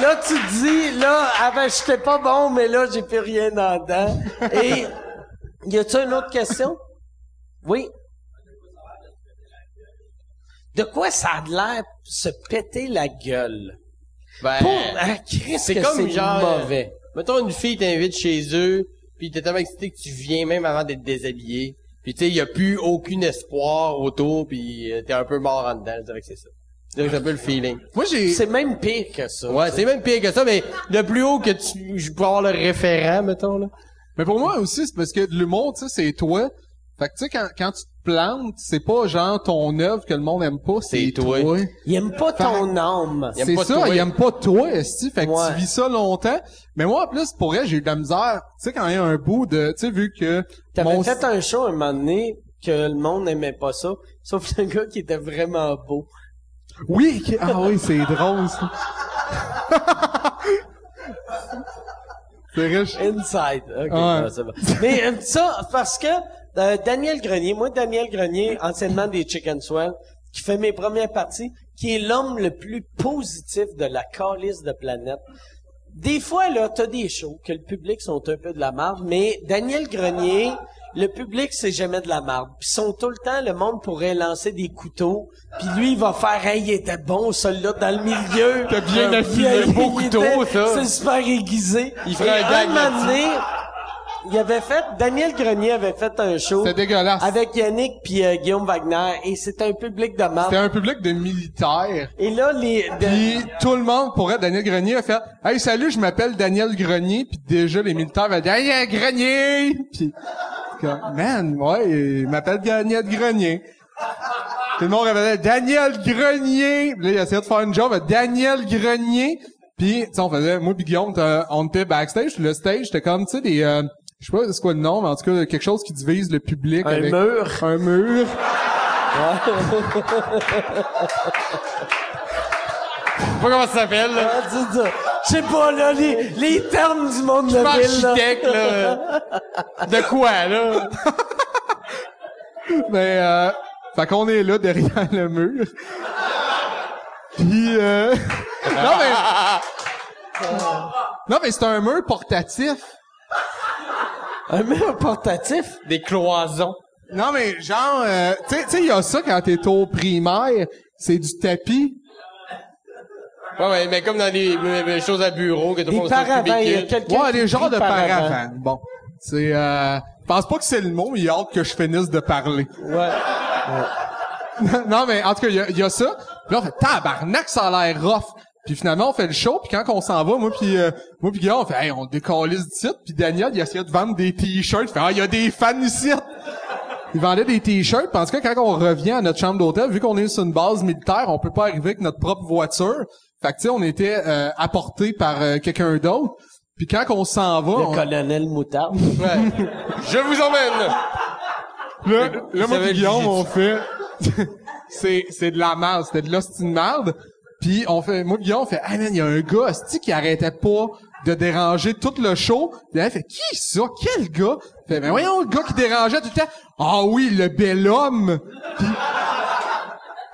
là, tu te dis, là, avant, j'étais pas bon, mais là, j'ai plus rien dans la dent. Et, y a-tu une autre question? Oui. De quoi ça a l'air se péter la gueule? Ben, Pour, ah, Christ, c'est que comme genre, mauvais. euh, mettons une fille t'invite chez eux, puis t'es tellement excité que tu viens même avant d'être déshabillé. Puis tu sais, y a plus aucun espoir autour, puis euh, t'es un peu mort en dedans. Je dirais que c'est ça. Je dirais que C'est un peu le feeling. Moi, j'ai... euh, C'est même pire que ça. Ouais, c'est même pire que ça, mais le plus haut que tu, je peux avoir le référent, mettons là. Mais pour moi aussi, c'est parce que l'humour, tu sais, c'est toi. Fait que, tu sais, quand, quand tu te plantes, c'est pas genre ton œuvre que le monde aime pas, c'est C'est toi. toi. Il aime pas ton âme. Il aime C'est pas ça, toi. il aime pas toi, Esti. Fait que Ouais. tu vis ça longtemps. Mais moi, en plus, pour elle, j'ai eu de la misère. Tu sais, quand il y a un bout de, tu sais, vu que T'avais mon- fait un show un moment donné que le monde n'aimait pas ça, sauf *laughs* le gars qui était vraiment beau. Oui, qui- ah oui, c'est drôle, ça. *laughs* c'est riche. Inside. OK, Ouais. bon, c'est bon. Mais euh, ça, parce que euh, Daniel Grenier, moi, Daniel Grenier, anciennement des Chicken Swell, qui fait mes premières parties, qui est l'homme le plus positif de la calice de planète. des fois, là, t'as des shows que le public sont un peu de la marde, mais Daniel Grenier, le public, c'est jamais de la marde. Puis ils sont tout le temps, le monde pourrait lancer des couteaux, puis lui, il va faire « Hey, il était bon, celui-là, dans le milieu. » T'as bien Euh, affiné il- le beau il couteau, était- ça. C'est super aiguisé. Il ferait Et un gag moment là-dessus. donné, il avait fait... Daniel Grenier avait fait un show... C'était dégueulasse. Avec Yannick puis euh, Guillaume Wagner, et c'était un public de marde. C'était un public de militaires. Et là, les... de- Puis tout le monde pourrait Daniel Grenier a fait Hey salut, je m'appelle Daniel Grenier puis déjà les militaires vont dire Hey Grenier puis comme, Man, ouais, il m'appelle Daniel Grenier. Tout le monde répétait Daniel Grenier. Puis Là, il essayait de faire une job à Daniel Grenier. Puis, tu sais, on faisait, moi puis Guillaume, t'as- on était backstage. Le stage, c'était comme, tu sais, des, euh, je sais pas c'est quoi le nom, mais en tout cas, quelque chose qui divise le public. avec mur. Un mur. sais pas comment ça s'appelle, là. Ah, dis ça. Je sais pas, là, les, les termes du monde de la ville, là. architecte, là. De quoi, là? *laughs* Mais euh, fait qu'on est là derrière le mur. Puis euh, *laughs* non mais non mais c'est un mur portatif. Un mur portatif. Des cloisons. Non mais genre euh, tu sais tu sais il y a ça quand t'es au primaire, c'est du tapis. Ouais, ouais, mais comme dans les, les- les choses à bureau que tout le Des monde se paravents. Il y a cubicule. quelqu'un Ouais, qui des genres crie de paravent. paravent. Bon, c'est euh, je pense pas que c'est le mot, mais il a hâte que je finisse de parler. Ouais. *laughs* non, mais en tout cas, il y a- il y, a ça. Puis là, on fait tabarnak, ça a l'air rough. Puis finalement, on fait le show, puis quand on s'en va, moi puis euh, moi puis Guillaume, on fait hey, on décalise d'ici. Puis Daniel, il essayait de vendre des t-shirts. Il fait ah, il y a des fans ici. Il vendait des t-shirts parce que quand on revient à notre chambre d'hôtel, vu qu'on est sur une base militaire, on peut pas arriver avec notre propre voiture. Fait que tu sais, on était euh, apporté par euh, quelqu'un d'autre. Puis quand on s'en va, Le on- colonel Moutarde. Ben. Ouais. Je vous emmène! Là, là moi savait pis Guillaume, le on fait... *laughs* c'est, c'est de la merde. C'était de l'hostie de merde. Puis on fait... Moi pis Guillaume, on fait... Hey, man, il y a un gars, hostie, qui arrêtait pas de déranger tout le show. Puis là, il fait... Qui ça? Quel gars? Fait, ben voyons, le gars qui dérangeait tout le temps. Ah oui, le bel homme! Puis...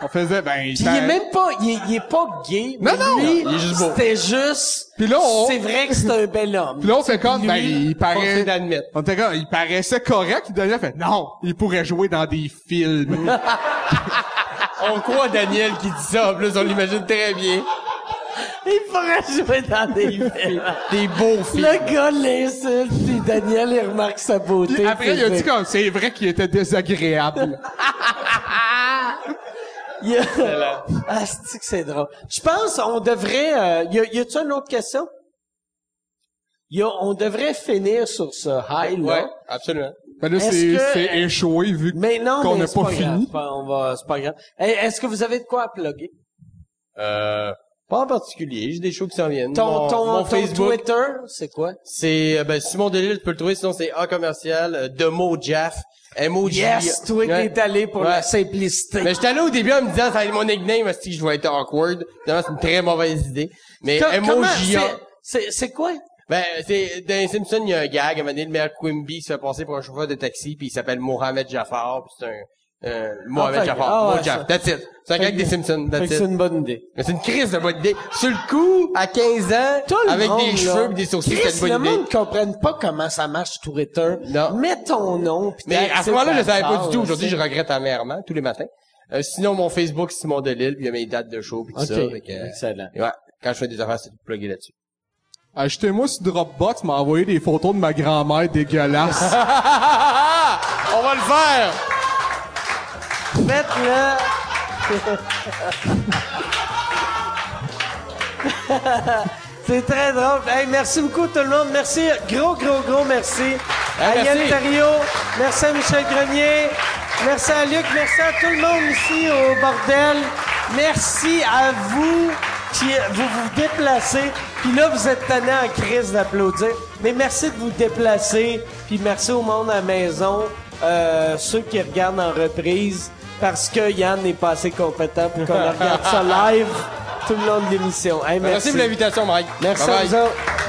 On faisait... Ben, Puis il est même pas, il est, il est pas gay. Non, mais non. lui, Il est juste beau. C'était juste. Puis là, on- C'est vrai que c'est un bel homme. Puis là, on fait comme, Lui, ben, il forcé paraît... d'admettre. On était comme, il paraissait correct. Puis Daniel fait, non, il pourrait jouer dans des films. *laughs* On croit Daniel qui dit ça, en plus, on l'imagine très bien. Il pourrait jouer dans des films. Des beaux films. Le gars l'insulte, puis Daniel, il remarque sa beauté. Puis après, il a puis- dit comme, c'est vrai qu'il était désagréable. Il y a- *laughs* Ah, c'est que c'est drôle. Je pense on devrait... Euh, y a- y a-tu une autre question? Y a, on devrait finir sur ce high-là. Ouais, absolument. Ben là, Est-ce c'est que- c'est échoué vu Mais non, qu'on mais n'a c'est pas, grave. fini. C'est pas- on va, c'est pas grave. Eh, Est-ce que vous avez de quoi à plugger? Euh, pas en particulier, j'ai des shows qui s'en viennent. Ton, mon, ton, mon ton Facebook, Twitter, c'est quoi? c'est, euh, ben, Simon Delille, tu peux le trouver, sinon c'est A commercial, euh, de mots Jaff, M-O-J. Yes, toi qui Ouais. est allé pour Ouais. la simplicité. Mais j'étais allé au début en me disant, ça va être mon nickname, parce que je vais être awkward. Finalement, c'est une très mauvaise idée. Mais Co- comment- M-O-J-A. c'est- C'est c'est quoi? Ben, c'est, dans les Simpsons, il y a un gag, à un moment donné, le maire Quimby se fait passer pour un chauffeur de taxi, puis il s'appelle Mohamed Jaffar, puis c'est un, euh, Mohamed Ah, fait- Jaffar, ah, Mo ouais, Jaff, ça. that's it. C'est un gag des Simpsons, Fait that's que it. C'est une bonne idée. Mais c'est une crise de bonne idée. Sur le coup, à 15 ans, Tout le avec monde, des là. cheveux et des sourcils, Chris, c'était une bonne le idée. monde ne comprenne pas comment ça marche Twitter. Non. Mets ton nom. puis Mais à t'acceptes ce moment-là, je la le savais pas star, du tout. Aujourd'hui, là, je regrette amèrement, tous les matins. Euh, sinon, mon Facebook, Simon Delille, puis il y a mes dates de show, puis tout Ok, ça. fait que, euh, excellent. Ouais, quand je fais des affaires, c'est tout plugué là-dessus. Achetez-moi sur Dropbox, m'a envoyé des photos de ma grand-mère dégueulasse. On va le faire! *laughs* Faites-le. C'est très drôle. Hey, merci beaucoup tout le monde. Merci. Gros, gros, gros merci. à merci. Yann Terriot. Merci à Michel Grenier. Merci à Luc. Merci à tout le monde ici au bordel. Merci à vous qui vous vous déplacez. Puis là, vous êtes tannés en crise d'applaudir. Mais merci de vous déplacer. Puis merci au monde à la maison, euh, ceux qui regardent en reprise, parce que Yann n'est pas assez compétent pour qu'on regarde ça live tout le long de l'émission. Hey, Merci, pour l'invitation, Mike. Merci Bye à bye. vous autres.